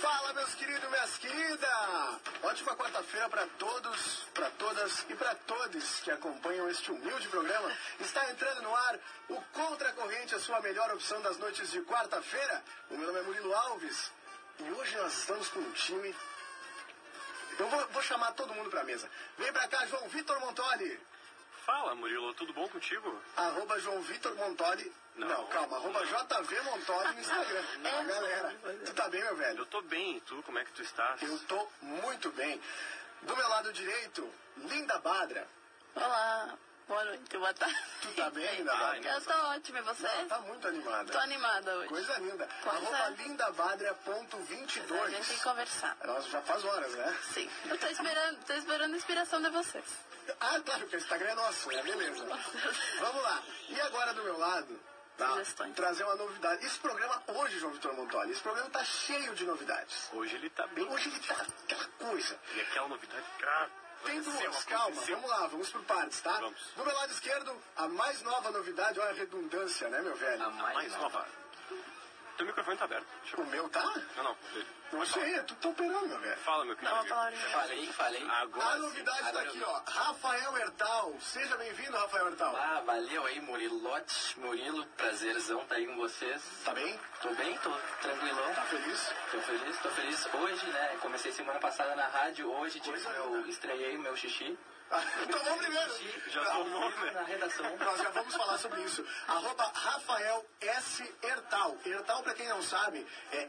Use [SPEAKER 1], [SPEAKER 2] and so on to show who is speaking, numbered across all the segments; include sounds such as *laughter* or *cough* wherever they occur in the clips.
[SPEAKER 1] Fala, meus queridos, minhas queridas! Ótima quarta-feira para todos, para todas e para todos que acompanham este humilde programa. Está entrando no ar o Contra Corrente, a sua melhor opção das noites de quarta-feira. O meu nome é Murilo Alves e hoje nós estamos com um time. Eu vou, vou chamar todo mundo para mesa. Vem para cá, João Vitor Montoli.
[SPEAKER 2] Fala, Murilo, tudo bom contigo?
[SPEAKER 1] Arroba João Vitor Montoli. Não,
[SPEAKER 2] Não.
[SPEAKER 1] calma. Arroba JV Montoli no Instagram. A galera. Tu tá bem, meu velho?
[SPEAKER 2] Eu tô bem, e tu, como é que tu estás?
[SPEAKER 1] Eu tô muito bem. Do meu lado direito, Linda Badra.
[SPEAKER 3] Olá, boa noite, boa tarde.
[SPEAKER 1] Tu tá
[SPEAKER 3] *laughs*
[SPEAKER 1] bem, Linda Badra?
[SPEAKER 3] Eu tô ótima, e você?
[SPEAKER 1] Não, tá muito animada.
[SPEAKER 3] É. Tô animada hoje.
[SPEAKER 1] Coisa linda.
[SPEAKER 3] Pois
[SPEAKER 1] Arroba
[SPEAKER 3] é.
[SPEAKER 1] lindabadra.22.
[SPEAKER 3] A gente tem que conversar.
[SPEAKER 1] Nós É já faz horas, né?
[SPEAKER 3] Sim, eu tô esperando, tô esperando a inspiração de vocês.
[SPEAKER 1] Ah, claro, que o Instagram é nosso, né? Beleza. Vamos lá. E agora do meu lado, tá?
[SPEAKER 3] Sugestões.
[SPEAKER 1] Trazer uma novidade. Esse programa hoje, João Vitor Montoli, esse programa tá cheio de novidades.
[SPEAKER 2] Hoje ele tá bem.
[SPEAKER 1] Hoje ele tá aquela coisa.
[SPEAKER 2] E aquela novidade, cara.
[SPEAKER 1] Tem duas,
[SPEAKER 2] aconteceu,
[SPEAKER 1] calma,
[SPEAKER 2] aconteceu.
[SPEAKER 1] vamos lá, vamos por partes, tá?
[SPEAKER 2] Vamos.
[SPEAKER 1] Do meu lado esquerdo, a mais nova novidade, olha a redundância, né, meu velho?
[SPEAKER 2] A mais nova. Teu microfone tá aberto. Deixa
[SPEAKER 1] O
[SPEAKER 2] eu...
[SPEAKER 1] meu tá?
[SPEAKER 2] Não, não. dele.
[SPEAKER 1] Não sei, tu tá operando, meu velho.
[SPEAKER 2] Fala, meu
[SPEAKER 3] Dá
[SPEAKER 2] querido.
[SPEAKER 3] uma palavrinha.
[SPEAKER 4] Falei, falei.
[SPEAKER 2] Agora
[SPEAKER 1] A novidade
[SPEAKER 4] sim,
[SPEAKER 1] tá
[SPEAKER 4] agora
[SPEAKER 1] aqui,
[SPEAKER 4] eu
[SPEAKER 1] ó. Rafael Hertal. Seja bem-vindo, Rafael Hertal.
[SPEAKER 4] Ah, valeu aí, Murilote. Murilo, prazerzão tá aí com vocês.
[SPEAKER 1] Tá bem?
[SPEAKER 4] Tô bem, tô tranquilão.
[SPEAKER 1] Tá feliz? *laughs*
[SPEAKER 4] Tô feliz, tô feliz. Hoje, né, comecei semana passada na rádio, hoje tive
[SPEAKER 1] Coisa
[SPEAKER 2] é
[SPEAKER 4] meu,
[SPEAKER 1] linda.
[SPEAKER 4] estreiei meu xixi.
[SPEAKER 1] Tomou Então primeiro.
[SPEAKER 4] Xixi,
[SPEAKER 2] já
[SPEAKER 4] ao
[SPEAKER 2] tomou,
[SPEAKER 4] vivo
[SPEAKER 2] né?
[SPEAKER 4] Na redação.
[SPEAKER 1] Nós já Então, vamos falar sobre isso. Arroba Rafael S. Hertal. Hertal, pra quem não sabe, é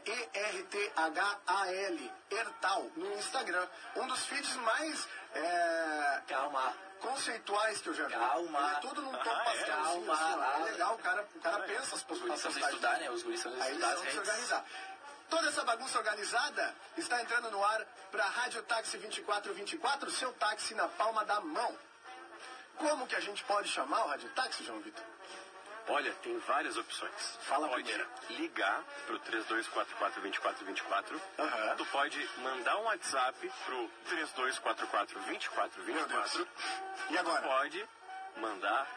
[SPEAKER 1] E-R-T-H-A-L. Hertal, no Instagram. Um dos feeds mais é,
[SPEAKER 4] Calma,
[SPEAKER 1] conceituais que eu já vi.
[SPEAKER 4] Calma.
[SPEAKER 1] Ele é todo num
[SPEAKER 2] Ah,
[SPEAKER 1] top
[SPEAKER 2] é?
[SPEAKER 1] pastelzinho,
[SPEAKER 4] Calma.
[SPEAKER 1] assim, ó. É legal, o cara, o cara
[SPEAKER 2] Ah, é.
[SPEAKER 1] pensa as
[SPEAKER 4] os guris são de
[SPEAKER 1] possibilidades.
[SPEAKER 4] estudar, né? Os guris são de
[SPEAKER 1] Aí eles
[SPEAKER 4] estudar as
[SPEAKER 1] vão se
[SPEAKER 4] redes.
[SPEAKER 1] organizar. Toda essa bagunça organizada está entrando no ar para a Rádio Táxi 2424, seu táxi na palma da mão. Como que a gente pode chamar o Rádio Táxi, João Vitor?
[SPEAKER 2] Olha, tem várias opções.
[SPEAKER 1] Fala a
[SPEAKER 2] pode
[SPEAKER 1] primeira.
[SPEAKER 2] ligar pro 3244-2424.
[SPEAKER 1] Aham.
[SPEAKER 2] Tu pode mandar um WhatsApp pro 3244-2424.
[SPEAKER 1] E agora?
[SPEAKER 2] Pode mandar,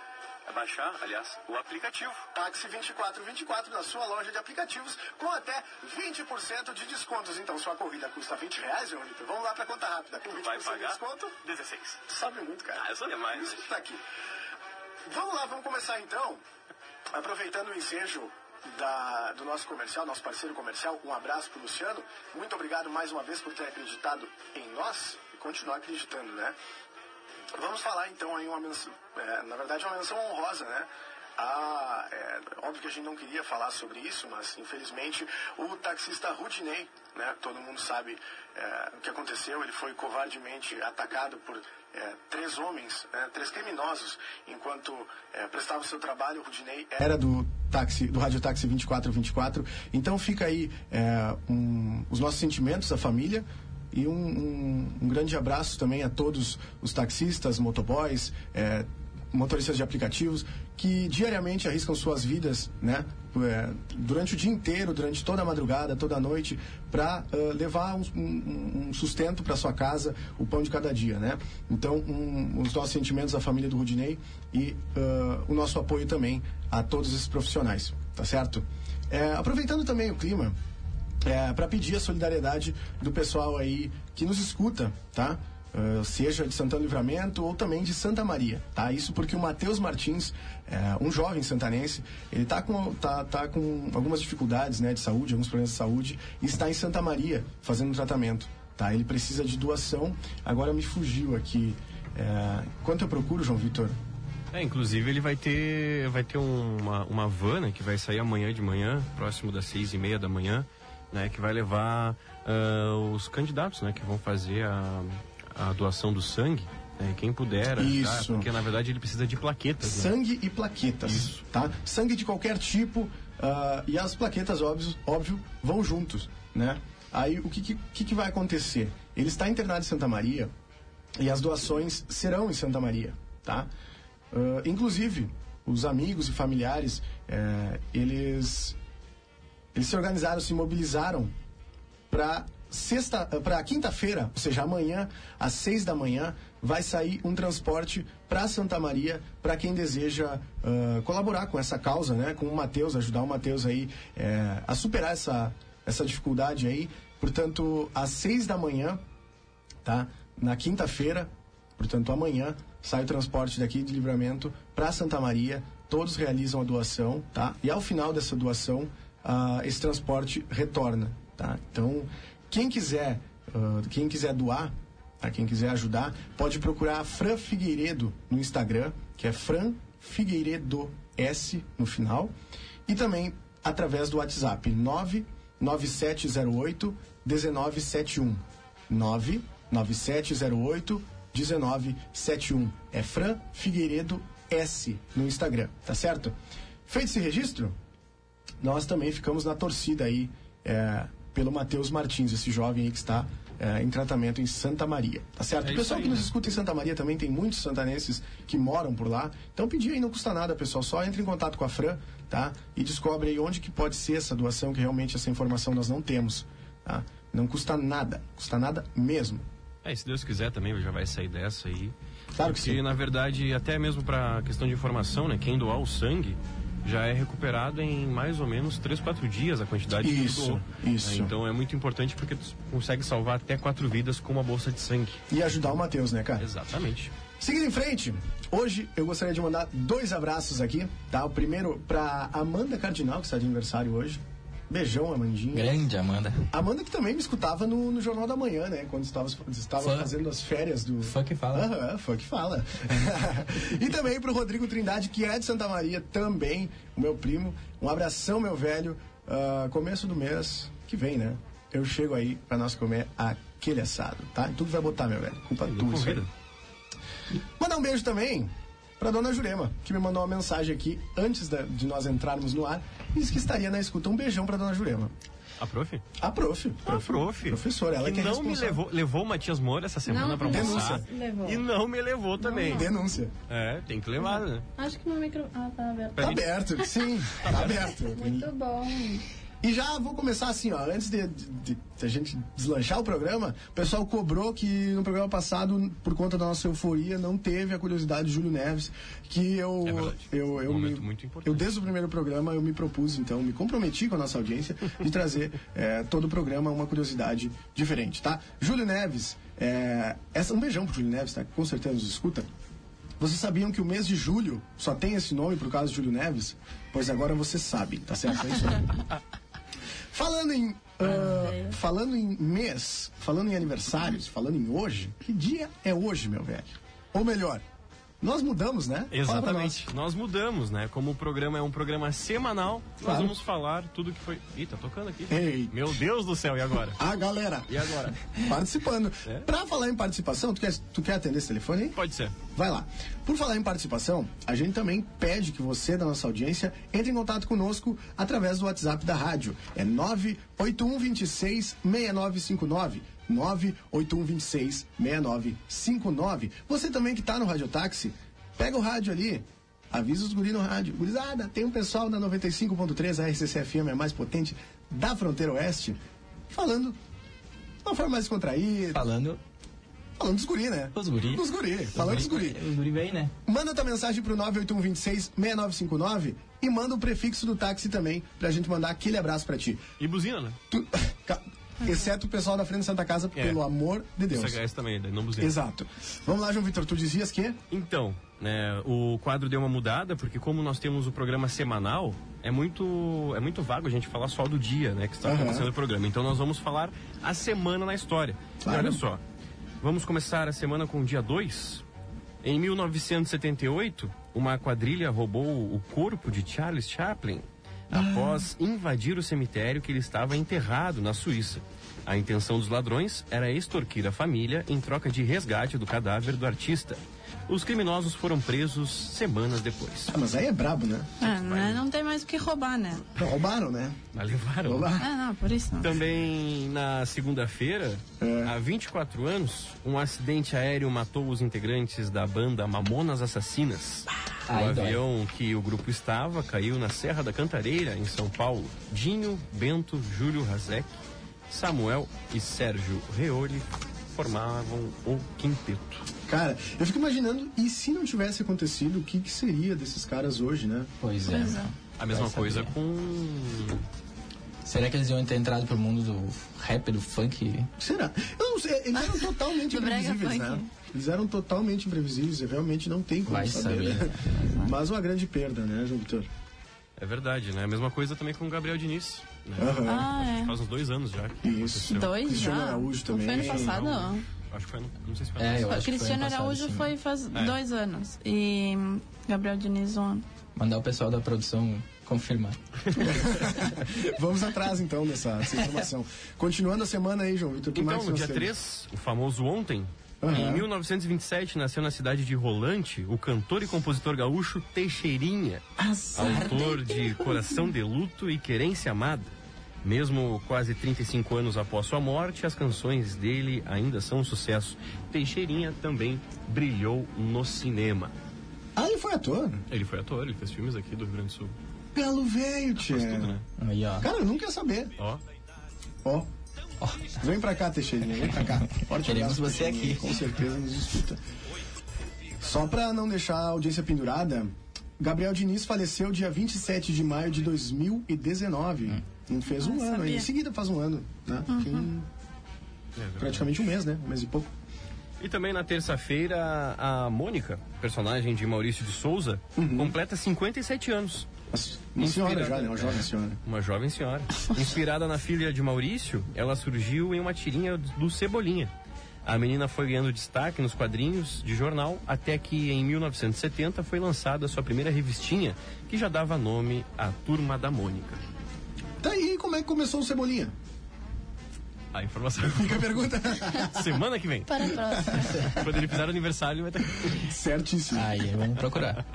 [SPEAKER 2] baixar, aliás, o aplicativo.
[SPEAKER 1] Táxi 2424 na sua loja de aplicativos com até 20% de descontos. Então, sua corrida custa 20 reais, João Vitor. Vamos lá para conta rápida. Com 20%
[SPEAKER 2] Vai
[SPEAKER 1] de
[SPEAKER 2] pagar
[SPEAKER 1] desconto,
[SPEAKER 2] 16.
[SPEAKER 1] tu sabe muito, cara.
[SPEAKER 2] Ah, eu sou demais,
[SPEAKER 1] Isso
[SPEAKER 2] né?
[SPEAKER 1] que tá aqui. Vamos lá, vamos começar então. Aproveitando o ensejo da- do nosso comercial, nosso parceiro comercial, um abraço pro Luciano. Muito obrigado mais uma vez por ter acreditado em nós e continuar acreditando, né? Vamos falar então aí uma menção, é, na verdade uma menção honrosa, né? Ah, é, óbvio que a gente não queria falar sobre isso, mas infelizmente o taxista Rudinei, né? Todo mundo sabe é, o que aconteceu. Ele foi covardemente atacado por é, três homens, né, três criminosos, enquanto é, prestava o seu trabalho. O Rudinei era do táxi, do rádio táxi 2424. Então fica aí é, um- os nossos sentimentos à família. E um, um- um grande abraço também a todos os taxistas, motoboys, eh, motoristas de aplicativos que diariamente arriscam suas vidas, né? eh, durante o dia inteiro, durante toda a madrugada, toda a noite, para levar um, um- um sustento para sua casa, o pão de cada dia, né? Então, um- os nossos sentimentos à família do Rudinei e ah, o nosso apoio também a todos esses profissionais, tá certo? Eh, aproveitando também o clima, é, para pedir a solidariedade do pessoal aí que nos escuta, tá? Ah, seja de Santana do Livramento ou também de Santa Maria, tá? Isso porque o Matheus Martins, é, um jovem santanense, ele tá com, tá, tá com algumas dificuldades, né, de saúde, alguns problemas de saúde, e está em Santa Maria fazendo um tratamento, tá? Ele precisa de doação, agora me fugiu aqui. É, quanto eu procuro, João Vitor?
[SPEAKER 5] É, inclusive ele vai ter, vai ter um, uma, uma van né, que vai sair amanhã de manhã, próximo das seis e meia da manhã, né, que vai levar ah, os candidatos, né, que vão fazer a, a doação do sangue, né, quem puder, ajudar,
[SPEAKER 1] Isso.
[SPEAKER 5] porque na verdade ele precisa de plaquetas, né?
[SPEAKER 1] Sangue e plaquetas, tá? Sangue de qualquer tipo ah, e as plaquetas, óbvio, óbvio, vão juntos, né? Aí o que, que, que que vai acontecer? Ele está internado em Santa Maria E as doações serão em Santa Maria, tá? Ah, inclusive, os amigos e familiares, eh, eles, eles se organizaram, se mobilizaram para sexta, para quinta-feira, ou seja, amanhã às seis da manhã vai sair um transporte para Santa Maria para quem deseja ah, colaborar com essa causa, né? Com o Matheus, ajudar o Matheus aí eh, a superar essa essa dificuldade aí. Portanto, às seis da manhã tá? Na quinta-feira, portanto amanhã, sai o transporte daqui de Livramento para Santa Maria. Todos realizam a doação, tá? E ao final dessa doação, ah, esse transporte retorna, tá? Então, quem quiser, ah, quem quiser doar, tá? quem quiser ajudar, pode procurar a Fran Figueiredo no Instagram, que é Fran Figueiredo S no final, e também através do WhatsApp 99708 1971. 99708-1971. É Fran Figueiredo S no Instagram, tá certo? Feito esse registro, nós também ficamos na torcida aí é, pelo Matheus Martins, esse jovem aí que está é, em tratamento em Santa Maria, tá certo?
[SPEAKER 2] É
[SPEAKER 1] o pessoal
[SPEAKER 2] isso aí,
[SPEAKER 1] que nos
[SPEAKER 2] né?
[SPEAKER 1] escuta em Santa Maria também tem muitos santanenses que moram por lá, então pedir aí não custa nada, pessoal, só entra em contato com a Fran, tá? E descobre aí onde que pode ser essa doação, que realmente essa informação nós não temos, tá? Não custa nada, custa nada mesmo.
[SPEAKER 2] É, e se Deus quiser também já vai sair dessa aí.
[SPEAKER 1] Claro que
[SPEAKER 2] Porque,
[SPEAKER 1] sim.
[SPEAKER 2] na verdade, até mesmo para questão de informação, né? Quem doar o sangue já é recuperado em mais ou menos 3, 4 dias a quantidade
[SPEAKER 1] Isso,
[SPEAKER 2] que doou.
[SPEAKER 1] isso.
[SPEAKER 2] É, então é muito importante porque tu consegue salvar até quatro vidas com uma bolsa de sangue.
[SPEAKER 1] E ajudar o Matheus, né, cara?
[SPEAKER 2] Exatamente.
[SPEAKER 1] Seguindo em frente, hoje eu gostaria de mandar dois abraços aqui, tá? O primeiro pra Amanda Cardinal, que está de aniversário hoje. Beijão, Amandinha.
[SPEAKER 6] Grande, Amanda.
[SPEAKER 1] Amanda que também me escutava no, no Jornal da Manhã, né? Quando estava, estava
[SPEAKER 6] Fã.
[SPEAKER 1] fazendo as férias do.
[SPEAKER 6] Fã que fala.
[SPEAKER 1] Aham, fã que fala. *laughs* e também pro Rodrigo Trindade, que é de Santa Maria, também, o meu primo. Um abração, meu velho. Ah, começo do mês que vem, né? Eu chego aí pra nós comer aquele assado, tá? E tudo vai botar, meu velho. Culpa tua. isso aí.
[SPEAKER 2] Convida.
[SPEAKER 1] Mandar um beijo também pra dona Jurema, que me mandou uma mensagem aqui antes da- de nós entrarmos no ar. Disse que estaria na escuta. Um beijão pra dona Jurema.
[SPEAKER 2] A Ah, prof?
[SPEAKER 1] A prof.
[SPEAKER 2] A
[SPEAKER 1] Ah,
[SPEAKER 2] prof.
[SPEAKER 1] Professora, ela que, é
[SPEAKER 2] não me
[SPEAKER 1] responsável.
[SPEAKER 2] levou, levou o Matias Moura essa semana
[SPEAKER 3] Não,
[SPEAKER 2] pra
[SPEAKER 3] não
[SPEAKER 2] almoçar.
[SPEAKER 3] levou.
[SPEAKER 2] E não me levou também.
[SPEAKER 1] Denúncia.
[SPEAKER 2] É, tem que levar, né?
[SPEAKER 3] Acho que meu micro. Ah, tá aberto.
[SPEAKER 1] Tá aberto, sim, tá aberto.
[SPEAKER 3] Muito bom.
[SPEAKER 1] E já vou começar assim, ó, antes de, de, de a gente deslanchar o programa, o pessoal cobrou que no programa passado, por conta da nossa euforia, não teve a curiosidade de Júlio Neves, que eu
[SPEAKER 2] É verdade.
[SPEAKER 1] eu, eu,
[SPEAKER 2] Um
[SPEAKER 1] me-
[SPEAKER 2] momento muito importante.
[SPEAKER 1] eu desde o primeiro programa eu me propus, então, me comprometi com a nossa audiência
[SPEAKER 2] *laughs*
[SPEAKER 1] de trazer eh, todo o programa uma curiosidade diferente, tá? Júlio Neves, eh, essa, um beijão pro Júlio Neves, tá? Que Com certeza nos escuta. Vocês sabiam que o mês de julho só tem esse nome por causa de Júlio Neves? Pois agora você sabe, tá certo? É isso aí. Falando em. ah, falando em mês, falando em aniversários, falando em hoje, que dia é hoje, meu velho? Ou melhor, nós mudamos, né? Fala pra nós.
[SPEAKER 2] Exatamente. Nós mudamos, né? Como o programa é um programa semanal,
[SPEAKER 1] Claro.
[SPEAKER 2] nós vamos falar tudo que foi. Ih, tá tocando aqui.
[SPEAKER 1] Ei.
[SPEAKER 2] Meu Deus do céu, e agora?
[SPEAKER 1] A galera
[SPEAKER 2] E agora?
[SPEAKER 1] *laughs* participando.
[SPEAKER 2] É?
[SPEAKER 1] Pra falar em participação, tu quer, tu quer atender esse telefone aí?
[SPEAKER 2] Pode ser.
[SPEAKER 1] Vai lá. Por falar em participação, a gente também pede que você, da nossa audiência, entre em contato conosco através do WhatsApp da rádio. É 981266959. 981266959. Você também que está no Radiotáxi, pega o rádio ali. Avisa os guri no rádio. Gurizada, tem um pessoal na 95.3, a RCC FM é a mais potente da fronteira oeste, falando de uma forma mais contraída,
[SPEAKER 6] Falando
[SPEAKER 1] falando dos guri, né?
[SPEAKER 6] os guri.
[SPEAKER 1] Dos guri, falando dos guri.
[SPEAKER 6] Os guri vem, né?
[SPEAKER 1] Manda tua mensagem pro 981266959 e manda o prefixo do táxi também pra gente mandar aquele abraço pra ti.
[SPEAKER 2] E buzina, né?
[SPEAKER 1] Tu- *laughs* Ca- Exceto o pessoal da frente da Santa Casa,
[SPEAKER 2] É.
[SPEAKER 1] pelo amor de Deus.
[SPEAKER 6] é
[SPEAKER 2] Essa essa também, daí não buzina.
[SPEAKER 1] Exato. Vamos lá, João Vitor, tu dizias que
[SPEAKER 2] Então, né, o quadro deu uma mudada, porque como nós temos o programa semanal, é muito, é muito vago a gente falar só do dia, né, que está
[SPEAKER 1] Aham.
[SPEAKER 2] acontecendo o programa. Então nós vamos falar a semana na história.
[SPEAKER 1] Claro.
[SPEAKER 2] E olha só, vamos começar a semana com o dia 2. Em 1978, uma quadrilha roubou o corpo de Charles Chaplin após invadir o cemitério que ele estava enterrado na Suíça. A intenção dos ladrões era extorquir a família em troca de resgate do cadáver do artista. Os criminosos foram presos semanas depois.
[SPEAKER 1] Ah, mas aí é brabo, né?
[SPEAKER 3] Ah, né? Não tem mais o que roubar, né?
[SPEAKER 1] Não, roubaram, né?
[SPEAKER 2] Mas levaram.
[SPEAKER 1] Roubaram.
[SPEAKER 3] Ah, não, por isso não.
[SPEAKER 2] Também na segunda-feira,
[SPEAKER 7] É.
[SPEAKER 2] há 24 anos, um acidente aéreo matou os integrantes da banda Mamonas Assassinas. o
[SPEAKER 7] Ai, dói.
[SPEAKER 2] avião que o grupo estava caiu na Serra da Cantareira, em São Paulo. Dinho, Bento, Júlio Razek, Samuel e Sérgio Reoli formavam o quinteto.
[SPEAKER 1] Cara, eu fico imaginando, e se não tivesse acontecido, o que, que seria desses caras hoje, né?
[SPEAKER 7] Pois é.
[SPEAKER 3] Pois é.
[SPEAKER 2] A mesma
[SPEAKER 7] Vai saber.
[SPEAKER 2] coisa com.
[SPEAKER 7] Será que eles iam ter entrado pro mundo do rap, do funk?
[SPEAKER 1] Será? Eu não sei, eles
[SPEAKER 3] *laughs*
[SPEAKER 1] eram totalmente
[SPEAKER 3] Do brega
[SPEAKER 1] imprevisíveis,
[SPEAKER 3] funk.
[SPEAKER 1] né? Eles eram totalmente imprevisíveis, e realmente não tem como
[SPEAKER 7] Vai
[SPEAKER 1] saber,
[SPEAKER 7] saber,
[SPEAKER 1] né? *laughs* Mas uma grande perda, né, João Vitor?
[SPEAKER 2] É verdade, né? A mesma coisa também com o Gabriel Diniz. Né?
[SPEAKER 1] Aham.
[SPEAKER 3] Ah, é.
[SPEAKER 2] Faz uns dois anos já. que
[SPEAKER 1] Isso.
[SPEAKER 2] aconteceu.
[SPEAKER 3] Dois
[SPEAKER 1] Cristiano
[SPEAKER 3] já.
[SPEAKER 1] Araújo
[SPEAKER 3] Não
[SPEAKER 1] também.
[SPEAKER 3] Foi ano passado?
[SPEAKER 2] Não, Acho que foi no, não sei se foi no
[SPEAKER 7] Ah, É, eu
[SPEAKER 3] O
[SPEAKER 7] acho que foi
[SPEAKER 3] Cristiano
[SPEAKER 7] ano passado,
[SPEAKER 3] Araújo
[SPEAKER 7] sim.
[SPEAKER 3] foi faz dois anos. E Gabriel Diniz um ano.
[SPEAKER 7] Mandar o pessoal da produção confirmar.
[SPEAKER 1] Vamos atrás, então, dessa dessa informação. Continuando a semana aí, João Vitor, que
[SPEAKER 2] Então,
[SPEAKER 1] mais que
[SPEAKER 2] no
[SPEAKER 1] nós
[SPEAKER 2] dia
[SPEAKER 1] temos?
[SPEAKER 2] 3, o famoso ontem,
[SPEAKER 1] Aham.
[SPEAKER 2] em 1927 nasceu na cidade de Rolante o cantor e compositor gaúcho Teixeirinha, autor de Coração de Luto e Querência Amada. Mesmo quase 35 anos após sua morte, as canções dele ainda são um sucesso. Teixeirinha também brilhou no cinema.
[SPEAKER 1] Ah, ele foi ator.
[SPEAKER 2] Ele foi ator, ele fez filmes aqui do Rio Grande do Sul.
[SPEAKER 1] Pelo veio, tia.
[SPEAKER 2] né?
[SPEAKER 7] Aí, ó.
[SPEAKER 1] Cara, eu nunca ia saber.
[SPEAKER 2] Ó,
[SPEAKER 1] Ó. Vem pra cá, Teixeirinha, vem pra cá. Forte
[SPEAKER 7] Queremos
[SPEAKER 1] abraço,
[SPEAKER 7] você
[SPEAKER 1] Teixeirinha,
[SPEAKER 7] aqui.
[SPEAKER 1] Com certeza nos escuta. Só pra não deixar a audiência pendurada, Gabriel Diniz faleceu dia 27 de maio de 2019.
[SPEAKER 7] Hum.
[SPEAKER 1] Não fez um ano, hein? em seguida faz um ano, né? Tem praticamente um mês, né? Um mês e pouco.
[SPEAKER 2] E também na terça-feira, a Mônica, personagem de Maurício de Souza,
[SPEAKER 1] Uhum.
[SPEAKER 2] completa 57 anos.
[SPEAKER 1] Mas Uma senhora
[SPEAKER 2] Inspirada.
[SPEAKER 1] já, né? Uma jovem senhora.
[SPEAKER 2] Uma
[SPEAKER 1] *laughs*
[SPEAKER 2] jovem senhora. Inspirada na filha de Maurício, ela surgiu em uma tirinha do Cebolinha. A menina foi ganhando destaque nos quadrinhos de jornal até que em 1970 foi lançada a sua primeira revistinha, que já dava nome à Turma da Mônica.
[SPEAKER 1] Tá aí, como é que começou o Cebolinha?
[SPEAKER 2] A informação
[SPEAKER 1] *laughs* Fica a pergunta.
[SPEAKER 2] *laughs* semana que vem.
[SPEAKER 3] Para a próxima.
[SPEAKER 2] Quando ele fizer aniversário, vai estar.
[SPEAKER 1] Certíssimo.
[SPEAKER 7] Aí, vamos procurar.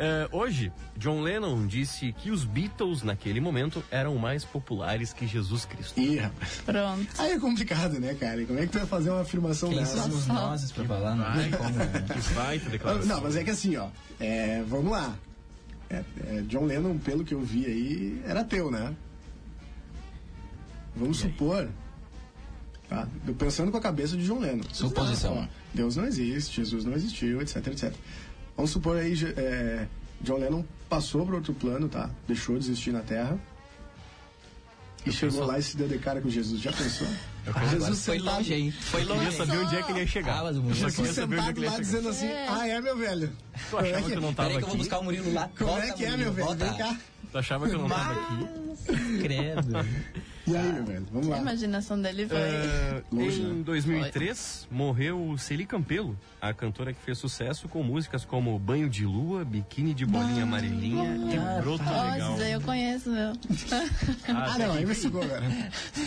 [SPEAKER 2] É, hoje, John Lennon disse que os Beatles, naquele momento, eram mais populares que Jesus Cristo.
[SPEAKER 1] Ih, rapaz.
[SPEAKER 3] *laughs* Pronto.
[SPEAKER 1] Aí é complicado, né, cara? Como é que tu vai fazer uma afirmação
[SPEAKER 7] Quem
[SPEAKER 1] dessa?
[SPEAKER 7] somos nós pra falar? Não tem como, né?
[SPEAKER 2] Que baita
[SPEAKER 1] Ah,
[SPEAKER 2] declaração.
[SPEAKER 1] Não, mas é que assim, ó. é, vamos lá. É, é, John Lennon, pelo que eu vi aí, era teu, né? Vamos supor. Tá? Eu pensando com a cabeça de John Lennon.
[SPEAKER 7] Suposição.
[SPEAKER 1] Ó, Deus não existe, Jesus não existiu, etc, etc. Vamos supor aí, Je- é, John Lennon passou para outro plano, tá? Deixou de existir na Terra. E chegou
[SPEAKER 2] pensou.
[SPEAKER 1] lá e se deu de cara com Jesus. Já pensou?
[SPEAKER 2] *laughs*
[SPEAKER 7] Agora
[SPEAKER 1] Jesus
[SPEAKER 7] foi
[SPEAKER 1] sentado-
[SPEAKER 7] longe, hein? Foi
[SPEAKER 2] Eu queria
[SPEAKER 7] longe.
[SPEAKER 2] saber onde é que ele ia chegar.
[SPEAKER 7] Ah, mas o Murilo
[SPEAKER 2] eu só queria
[SPEAKER 1] Jesus
[SPEAKER 2] saber onde é
[SPEAKER 1] sentado
[SPEAKER 2] que ele ia
[SPEAKER 1] lá
[SPEAKER 2] chegar.
[SPEAKER 1] dizendo assim, ah, é meu velho.
[SPEAKER 2] Tu achava que eu não tava
[SPEAKER 7] Peraí que eu vou
[SPEAKER 2] aqui?
[SPEAKER 7] buscar o Murilo lá.
[SPEAKER 1] Como
[SPEAKER 7] Volta,
[SPEAKER 1] é que é,
[SPEAKER 7] Murilo,
[SPEAKER 1] meu velho?
[SPEAKER 7] volta.
[SPEAKER 1] Vem cá.
[SPEAKER 2] Tu achava que eu não tava aqui?
[SPEAKER 7] Credo.
[SPEAKER 1] E aí, meu velho? Vamos
[SPEAKER 3] A
[SPEAKER 1] lá.
[SPEAKER 3] imaginação dele foi.
[SPEAKER 2] *laughs* É,
[SPEAKER 1] Longe,
[SPEAKER 7] né?
[SPEAKER 2] em 2003, morreu Celi Campelo, a cantora que fez sucesso com músicas como Banho de Lua, Biquíni de Bolinha Amarelinha e Broto
[SPEAKER 3] Ó,
[SPEAKER 2] Legal.
[SPEAKER 3] Zé, eu conheço, meu.
[SPEAKER 1] Ah, não, aí me sugou, *laughs* cara.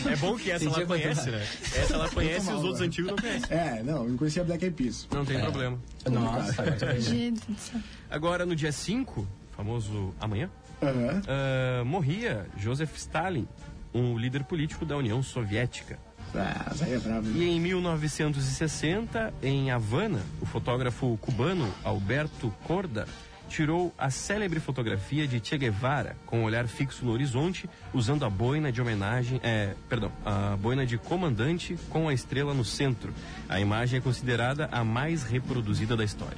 [SPEAKER 2] É bom que essa ela
[SPEAKER 7] Esse dia eu vou
[SPEAKER 2] conhece,
[SPEAKER 7] tentar.
[SPEAKER 2] né? Essa ela conhece É. e os
[SPEAKER 1] mal,
[SPEAKER 2] outros
[SPEAKER 1] né?
[SPEAKER 2] antigos não conhecem.
[SPEAKER 1] É, não, eu conhecia Black Eyed Peas.
[SPEAKER 2] Não tem problema.
[SPEAKER 7] Nossa, agora eu tô-
[SPEAKER 3] Gente do céu.
[SPEAKER 2] Agora, no dia 5, famoso amanhã,
[SPEAKER 1] Aham.
[SPEAKER 2] ah, morria Joseph Stalin, um líder político da União Soviética.
[SPEAKER 1] Ah, essa aí é brabo.
[SPEAKER 2] E em 1960, em Havana, o fotógrafo cubano Alberto Corda tirou a célebre fotografia de Che Guevara com o olhar fixo no horizonte, usando a boina de homenagem, é, perdão, a boina de comandante com a estrela no centro. A imagem é considerada a mais reproduzida da história.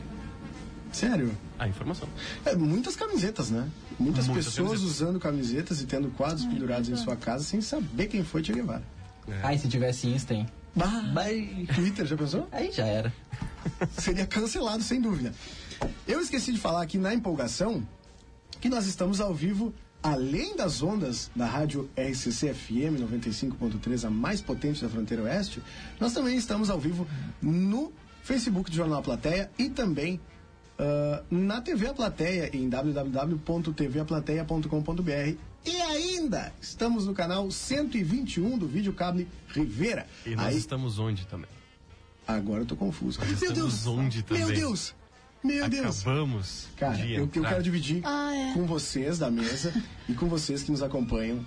[SPEAKER 1] Sério?
[SPEAKER 2] A informação.
[SPEAKER 1] É, muitas camisetas, né? Muitas,
[SPEAKER 2] Muitas
[SPEAKER 1] pessoas
[SPEAKER 2] camisetas.
[SPEAKER 1] usando camisetas e tendo quadros pendurados em sua casa sem saber quem foi Che Guevara. É.
[SPEAKER 7] Ai, se tivesse Insta, hein?
[SPEAKER 1] Bah,
[SPEAKER 7] Vai.
[SPEAKER 1] Twitter, já pensou?
[SPEAKER 7] Aí já era.
[SPEAKER 1] Seria cancelado, sem dúvida. Eu esqueci de falar aqui na empolgação que nós estamos ao vivo, além das ondas da rádio RCC FM 95.3, a mais potente da fronteira oeste, nós também estamos ao vivo no Facebook do Jornal da Plateia e também ah, na TV A Plateia, em www.tvaplateia.com.br. E ainda estamos no canal 121 do Vídeo Cable Rivera.
[SPEAKER 2] E nós
[SPEAKER 1] Aí-
[SPEAKER 2] estamos onde também?
[SPEAKER 1] agora eu tô confuso. Meu
[SPEAKER 2] estamos
[SPEAKER 1] Deus!
[SPEAKER 2] onde também?
[SPEAKER 1] Meu Deus! Meu Deus!
[SPEAKER 2] Acabamos.
[SPEAKER 1] Cara,
[SPEAKER 2] de
[SPEAKER 1] eu, eu
[SPEAKER 2] entrar.
[SPEAKER 1] quero dividir
[SPEAKER 8] Ah, é.
[SPEAKER 1] com vocês da mesa e com vocês que nos acompanham.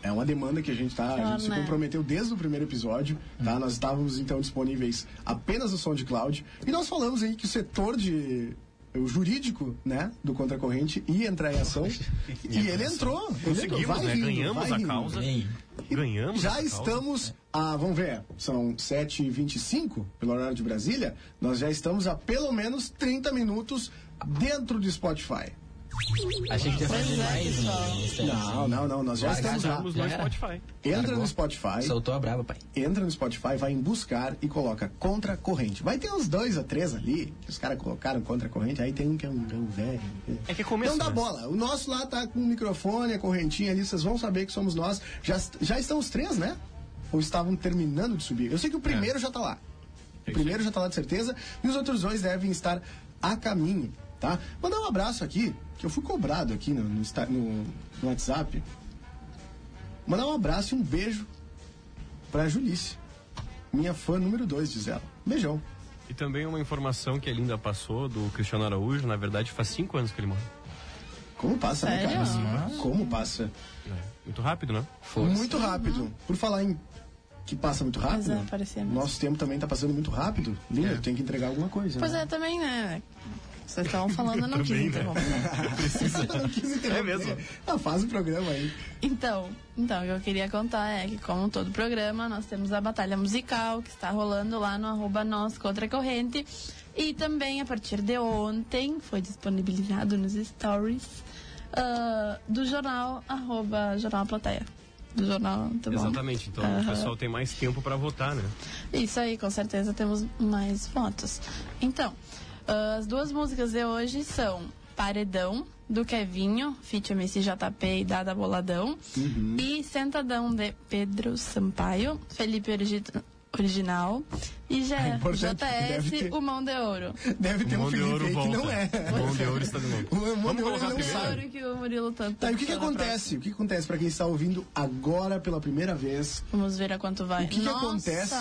[SPEAKER 1] É uma demanda que a gente tá, a
[SPEAKER 8] Claro,
[SPEAKER 1] gente se
[SPEAKER 8] né?
[SPEAKER 1] comprometeu desde o primeiro episódio, tá? Nós estávamos então disponíveis apenas no SoundCloud e nós falamos aí que o setor de o jurídico, né, do Contra Corrente ia entrar em
[SPEAKER 2] *laughs*
[SPEAKER 1] ação e ele entrou. ele entrou.
[SPEAKER 2] Conseguimos,
[SPEAKER 1] Vai
[SPEAKER 2] né?
[SPEAKER 1] rindo,
[SPEAKER 2] Ganhamos
[SPEAKER 1] vai
[SPEAKER 2] a
[SPEAKER 1] rindo.
[SPEAKER 2] causa.
[SPEAKER 7] Bem,
[SPEAKER 2] Ganhamos essa
[SPEAKER 1] Já
[SPEAKER 2] causa.
[SPEAKER 1] estamos, a, vamos ver, são 7h25 pelo horário de Brasília. Nós já estamos a pelo menos 30 minutos dentro do Spotify.
[SPEAKER 7] achei que ia fazer mais. né?
[SPEAKER 1] é, Ah, Não, não, não, nós já
[SPEAKER 7] Largar
[SPEAKER 1] estamos lá.
[SPEAKER 2] Estamos no
[SPEAKER 7] Já era.
[SPEAKER 2] Spotify.
[SPEAKER 1] Entra
[SPEAKER 7] Largou.
[SPEAKER 1] no Spotify,
[SPEAKER 7] Soltou a braba, pai.
[SPEAKER 1] entra no Spotify, vai em buscar e coloca contra a corrente. Vai ter uns dois ou três ali, que os caras colocaram contra a corrente, aí tem um que é um, é um velho.
[SPEAKER 2] É que é começo,
[SPEAKER 1] Não dá
[SPEAKER 2] né?
[SPEAKER 1] bola. O nosso lá tá com o microfone, a correntinha ali, vocês vão saber que somos nós. Já, já estão os três, né? Ou estavam terminando de subir? Eu sei
[SPEAKER 2] É.
[SPEAKER 1] que o primeiro já tá lá. O primeiro já tá lá de certeza, e os outros dois devem estar a caminho, tá? Mandar um abraço aqui, que eu fui cobrado aqui no, no Insta- no- no WhatsApp. Mandar um abraço e um beijo pra Julice, minha fã número 2, diz ela. Beijão.
[SPEAKER 2] E também uma informação que a Linda passou do Cristiano Araújo, na verdade faz cinco anos que ele morre.
[SPEAKER 1] Como passa, né, cara?
[SPEAKER 8] Sério?
[SPEAKER 1] Como passa.
[SPEAKER 2] Muito rápido,
[SPEAKER 1] Tá
[SPEAKER 2] né?
[SPEAKER 7] Força.
[SPEAKER 1] Muito rápido. Por falar em que passa muito rápido,
[SPEAKER 8] é, parecia mesmo.
[SPEAKER 1] nosso tempo também tá passando muito rápido. Linda,
[SPEAKER 2] É.
[SPEAKER 1] eu tenho que entregar alguma coisa.
[SPEAKER 3] Pois
[SPEAKER 1] né?
[SPEAKER 3] é, também, né? Vocês estavam
[SPEAKER 2] *laughs*
[SPEAKER 3] falando, eu não quis
[SPEAKER 2] né?
[SPEAKER 3] interromper.
[SPEAKER 1] Eu não quis interromper.
[SPEAKER 2] É mesmo?
[SPEAKER 1] Ah, faz o programa aí.
[SPEAKER 3] Então, então, o que eu queria contar é que, como todo programa, nós temos a batalha musical que está rolando lá no arroba nós contra a corrente. E também, a partir de ontem, foi disponibilizado nos stories ah, do jornal, arroba jornal plateia. Do jornal, tá bom?
[SPEAKER 2] Exatamente. Então o
[SPEAKER 3] Aham.
[SPEAKER 2] pessoal tem mais tempo pra votar, né?
[SPEAKER 3] Isso aí, com certeza temos mais votos. Então, ah, as duas músicas de hoje são Paredão, do Kevinho, feat MC JP e Dada Boladão,
[SPEAKER 1] Uhum.
[SPEAKER 3] e Sentadão, de Pedro Sampaio, Felipe Origi- Original, e já
[SPEAKER 1] É importante, deve
[SPEAKER 3] JS,
[SPEAKER 1] ter.
[SPEAKER 3] o Mão de Ouro.
[SPEAKER 1] Deve ter um
[SPEAKER 2] Mão de
[SPEAKER 1] Felipe
[SPEAKER 2] ouro
[SPEAKER 1] aí que
[SPEAKER 2] volta.
[SPEAKER 1] não é. *laughs*
[SPEAKER 2] Mão de ouro está de novo.
[SPEAKER 1] O Mão de
[SPEAKER 2] Vamos
[SPEAKER 1] Ouro
[SPEAKER 2] colocar né?
[SPEAKER 1] não
[SPEAKER 3] Mão de
[SPEAKER 1] sabe.
[SPEAKER 2] primeiro.
[SPEAKER 3] Ouro que o Murilo tanto...
[SPEAKER 1] Tá, e o que, que
[SPEAKER 3] fala pra-
[SPEAKER 1] acontece? O que que acontece pra quem está ouvindo agora pela primeira vez?
[SPEAKER 3] Vamos ver a quanto vai.
[SPEAKER 1] O que, que
[SPEAKER 3] Nossa,
[SPEAKER 1] acontece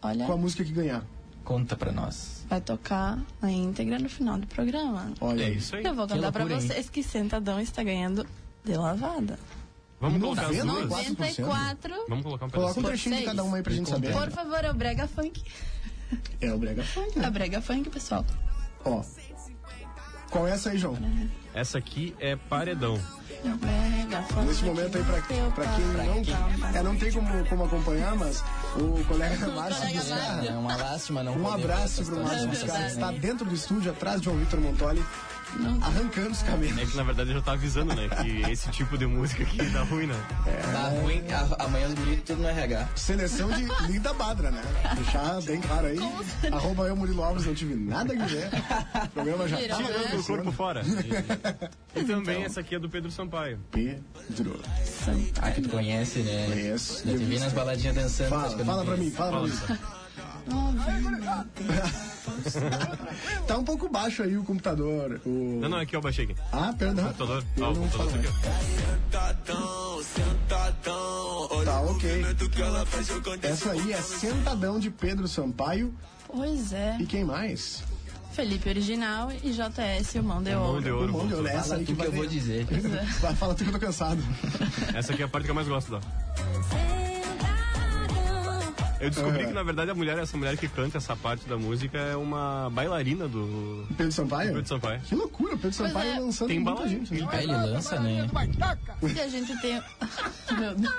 [SPEAKER 3] Olha,
[SPEAKER 2] Né?
[SPEAKER 1] com a música que ganhar?
[SPEAKER 7] Conta pra nós.
[SPEAKER 3] vai tocar na íntegra no final do programa.
[SPEAKER 1] Olha
[SPEAKER 2] É
[SPEAKER 1] aí.
[SPEAKER 2] isso aí.
[SPEAKER 3] Eu vou
[SPEAKER 7] Que
[SPEAKER 3] contar pra
[SPEAKER 7] loucura, hein?
[SPEAKER 3] vocês que Sentadão está ganhando de lavada.
[SPEAKER 2] Vamos colocar as
[SPEAKER 1] Noventa e
[SPEAKER 2] duas?
[SPEAKER 1] quatro.
[SPEAKER 3] 94.
[SPEAKER 2] Vamos colocar um
[SPEAKER 1] Coloca um
[SPEAKER 2] pedacinho.
[SPEAKER 1] trechinho de
[SPEAKER 3] Vocês.
[SPEAKER 1] cada uma aí pra gente saber.
[SPEAKER 3] Por favor, é o Brega Funk.
[SPEAKER 1] É o Brega Funk,
[SPEAKER 3] É
[SPEAKER 1] né?
[SPEAKER 3] o Brega Funk, pessoal.
[SPEAKER 1] Ó. Qual é essa aí, João?
[SPEAKER 2] Essa aqui é Paredão.
[SPEAKER 3] É o Brega Funk.
[SPEAKER 1] Nesse momento aí, pra, pra quem não, é, não tem como, como acompanhar, mas o *laughs* colega Márcio
[SPEAKER 3] colega
[SPEAKER 1] Biscarra,
[SPEAKER 7] É uma lástima não
[SPEAKER 1] um
[SPEAKER 7] poder
[SPEAKER 1] abraço
[SPEAKER 7] essa
[SPEAKER 1] pro
[SPEAKER 7] história.
[SPEAKER 1] Márcio
[SPEAKER 3] É
[SPEAKER 1] Biscarra, que tá
[SPEAKER 3] verdade.
[SPEAKER 1] está dentro do estúdio, atrás de João Vitor Montoli, arrancando os cabelos.
[SPEAKER 2] É que na verdade já tá avisando, né? Que esse tipo de música aqui dá ruim, né?
[SPEAKER 7] Tá ruim, a- amanhã os guritos tudo no RH.
[SPEAKER 1] É, Seleção de Linda Badra, né? Deixar bem claro aí. Arroba eu, Murilo Alves, não tive nada a ver. O programa já tá
[SPEAKER 3] Tirando
[SPEAKER 1] tava
[SPEAKER 2] Tirando o
[SPEAKER 1] começando.
[SPEAKER 2] corpo fora. E também essa aqui é do Pedro Sampaio.
[SPEAKER 1] Pedro.
[SPEAKER 7] Ah, que tu conhece, né?
[SPEAKER 1] Conheço.
[SPEAKER 7] Já te vi nas baladinhas dançando. acho que
[SPEAKER 1] Fala, fala
[SPEAKER 7] eu não
[SPEAKER 1] pra mim,
[SPEAKER 7] conheço.
[SPEAKER 1] fala pra mim. Tá um pouco baixo aí o computador. O...
[SPEAKER 2] Não, não, aqui eu baixei aqui.
[SPEAKER 1] Ah, perdão.
[SPEAKER 2] Computador.
[SPEAKER 1] Eu
[SPEAKER 2] Ó, o
[SPEAKER 1] não
[SPEAKER 2] computador tá
[SPEAKER 1] falo
[SPEAKER 2] aqui. ó.
[SPEAKER 1] mais. Tá, ok. Essa aí é Sentadão de Pedro Sampaio.
[SPEAKER 3] Pois é.
[SPEAKER 1] E quem mais?
[SPEAKER 3] Felipe Original e JS, o Mão de
[SPEAKER 2] Mão de
[SPEAKER 3] Ouro.
[SPEAKER 2] ouro.
[SPEAKER 1] Mão de ouro.
[SPEAKER 2] voltou.
[SPEAKER 1] Essa
[SPEAKER 7] Fala
[SPEAKER 1] aí
[SPEAKER 7] tu
[SPEAKER 1] que
[SPEAKER 7] que
[SPEAKER 1] vai
[SPEAKER 7] eu vou
[SPEAKER 1] ver.
[SPEAKER 7] dizer.
[SPEAKER 1] *laughs* Vai, Fala tu que eu tô cansado.
[SPEAKER 2] Essa aqui é a parte que eu mais gosto, ó. Eu descobri
[SPEAKER 1] Aham.
[SPEAKER 2] que, na verdade, a mulher, essa mulher que canta essa parte da música é uma bailarina do
[SPEAKER 1] Pedro Sampaio?
[SPEAKER 2] Pedro Sampaio.
[SPEAKER 1] Que loucura, Pedro Sampaio
[SPEAKER 3] é.
[SPEAKER 1] lançando
[SPEAKER 2] Tem
[SPEAKER 1] muita
[SPEAKER 2] bala-
[SPEAKER 1] gente. né?
[SPEAKER 7] Ah, ele lança, né?
[SPEAKER 3] E a gente tem... Meu Deus.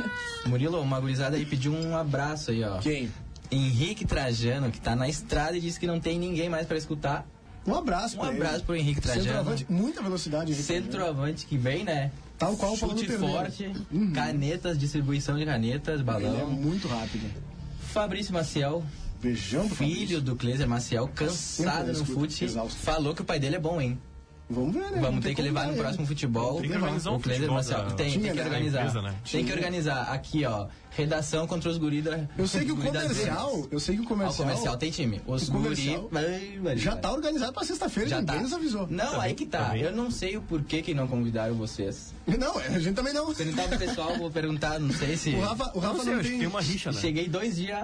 [SPEAKER 7] Murilo, uma gurizada aí pediu um abraço aí, ó.
[SPEAKER 1] Quem?
[SPEAKER 7] Henrique Trajano, que tá na estrada e disse que não tem ninguém mais pra escutar.
[SPEAKER 1] Um abraço
[SPEAKER 7] Um
[SPEAKER 1] pra ele.
[SPEAKER 7] abraço pro Henrique Trajano.
[SPEAKER 1] Centroavante, muita velocidade. Henrique Trajano.
[SPEAKER 7] Centroavante que vem, né?
[SPEAKER 1] Tal qual o Paulo Uhum.
[SPEAKER 7] Chute
[SPEAKER 1] Terneiro.
[SPEAKER 7] forte, canetas, distribuição de canetas,
[SPEAKER 1] Ele é
[SPEAKER 7] balão.
[SPEAKER 1] muito rápido.
[SPEAKER 7] Fabrício Maciel,
[SPEAKER 1] Beijão pro
[SPEAKER 7] filho do Cleiser Maciel,
[SPEAKER 1] Sempre
[SPEAKER 7] cansado no
[SPEAKER 1] escuta,
[SPEAKER 7] fute,
[SPEAKER 1] exausto.
[SPEAKER 7] falou que o pai dele é bom, hein?
[SPEAKER 1] Vamos ver, né?
[SPEAKER 7] Vamos ter que levar no próximo futebol.
[SPEAKER 2] Tem que organizar um
[SPEAKER 7] o Cleiser
[SPEAKER 2] futebol
[SPEAKER 7] Marcel.
[SPEAKER 2] da-
[SPEAKER 7] Tem,
[SPEAKER 1] Tinha,
[SPEAKER 7] tem que
[SPEAKER 1] né?
[SPEAKER 7] organizar.
[SPEAKER 2] Da empresa, né?
[SPEAKER 7] Tem que
[SPEAKER 1] Tinha.
[SPEAKER 7] organizar. Aqui, ó. Redação contra os guris da.
[SPEAKER 1] Eu sei que o
[SPEAKER 7] os guris das
[SPEAKER 1] comercial.
[SPEAKER 7] redes.
[SPEAKER 1] Eu sei que o
[SPEAKER 7] Ah,
[SPEAKER 1] comercial.
[SPEAKER 7] o comercial tem time. Os
[SPEAKER 1] O comercial
[SPEAKER 7] guri. Ai, Maria.
[SPEAKER 1] Já tá organizado pra sexta-feira,
[SPEAKER 7] Já
[SPEAKER 1] ninguém
[SPEAKER 7] tá.
[SPEAKER 1] nos avisou.
[SPEAKER 7] Não,
[SPEAKER 2] Tá
[SPEAKER 7] aí
[SPEAKER 2] bem,
[SPEAKER 7] que
[SPEAKER 2] tá
[SPEAKER 7] tá.
[SPEAKER 2] bem.
[SPEAKER 7] eu não sei o porquê que não convidaram vocês.
[SPEAKER 1] Não, a gente também não.
[SPEAKER 7] Perguntar pro pessoal, vou perguntar, não sei se.
[SPEAKER 1] O Rafa, o
[SPEAKER 2] Eu
[SPEAKER 1] Rafa
[SPEAKER 2] não sei,
[SPEAKER 1] não
[SPEAKER 2] acho que
[SPEAKER 1] tem.
[SPEAKER 2] tem uma rixa, né?
[SPEAKER 7] Cheguei dois dias.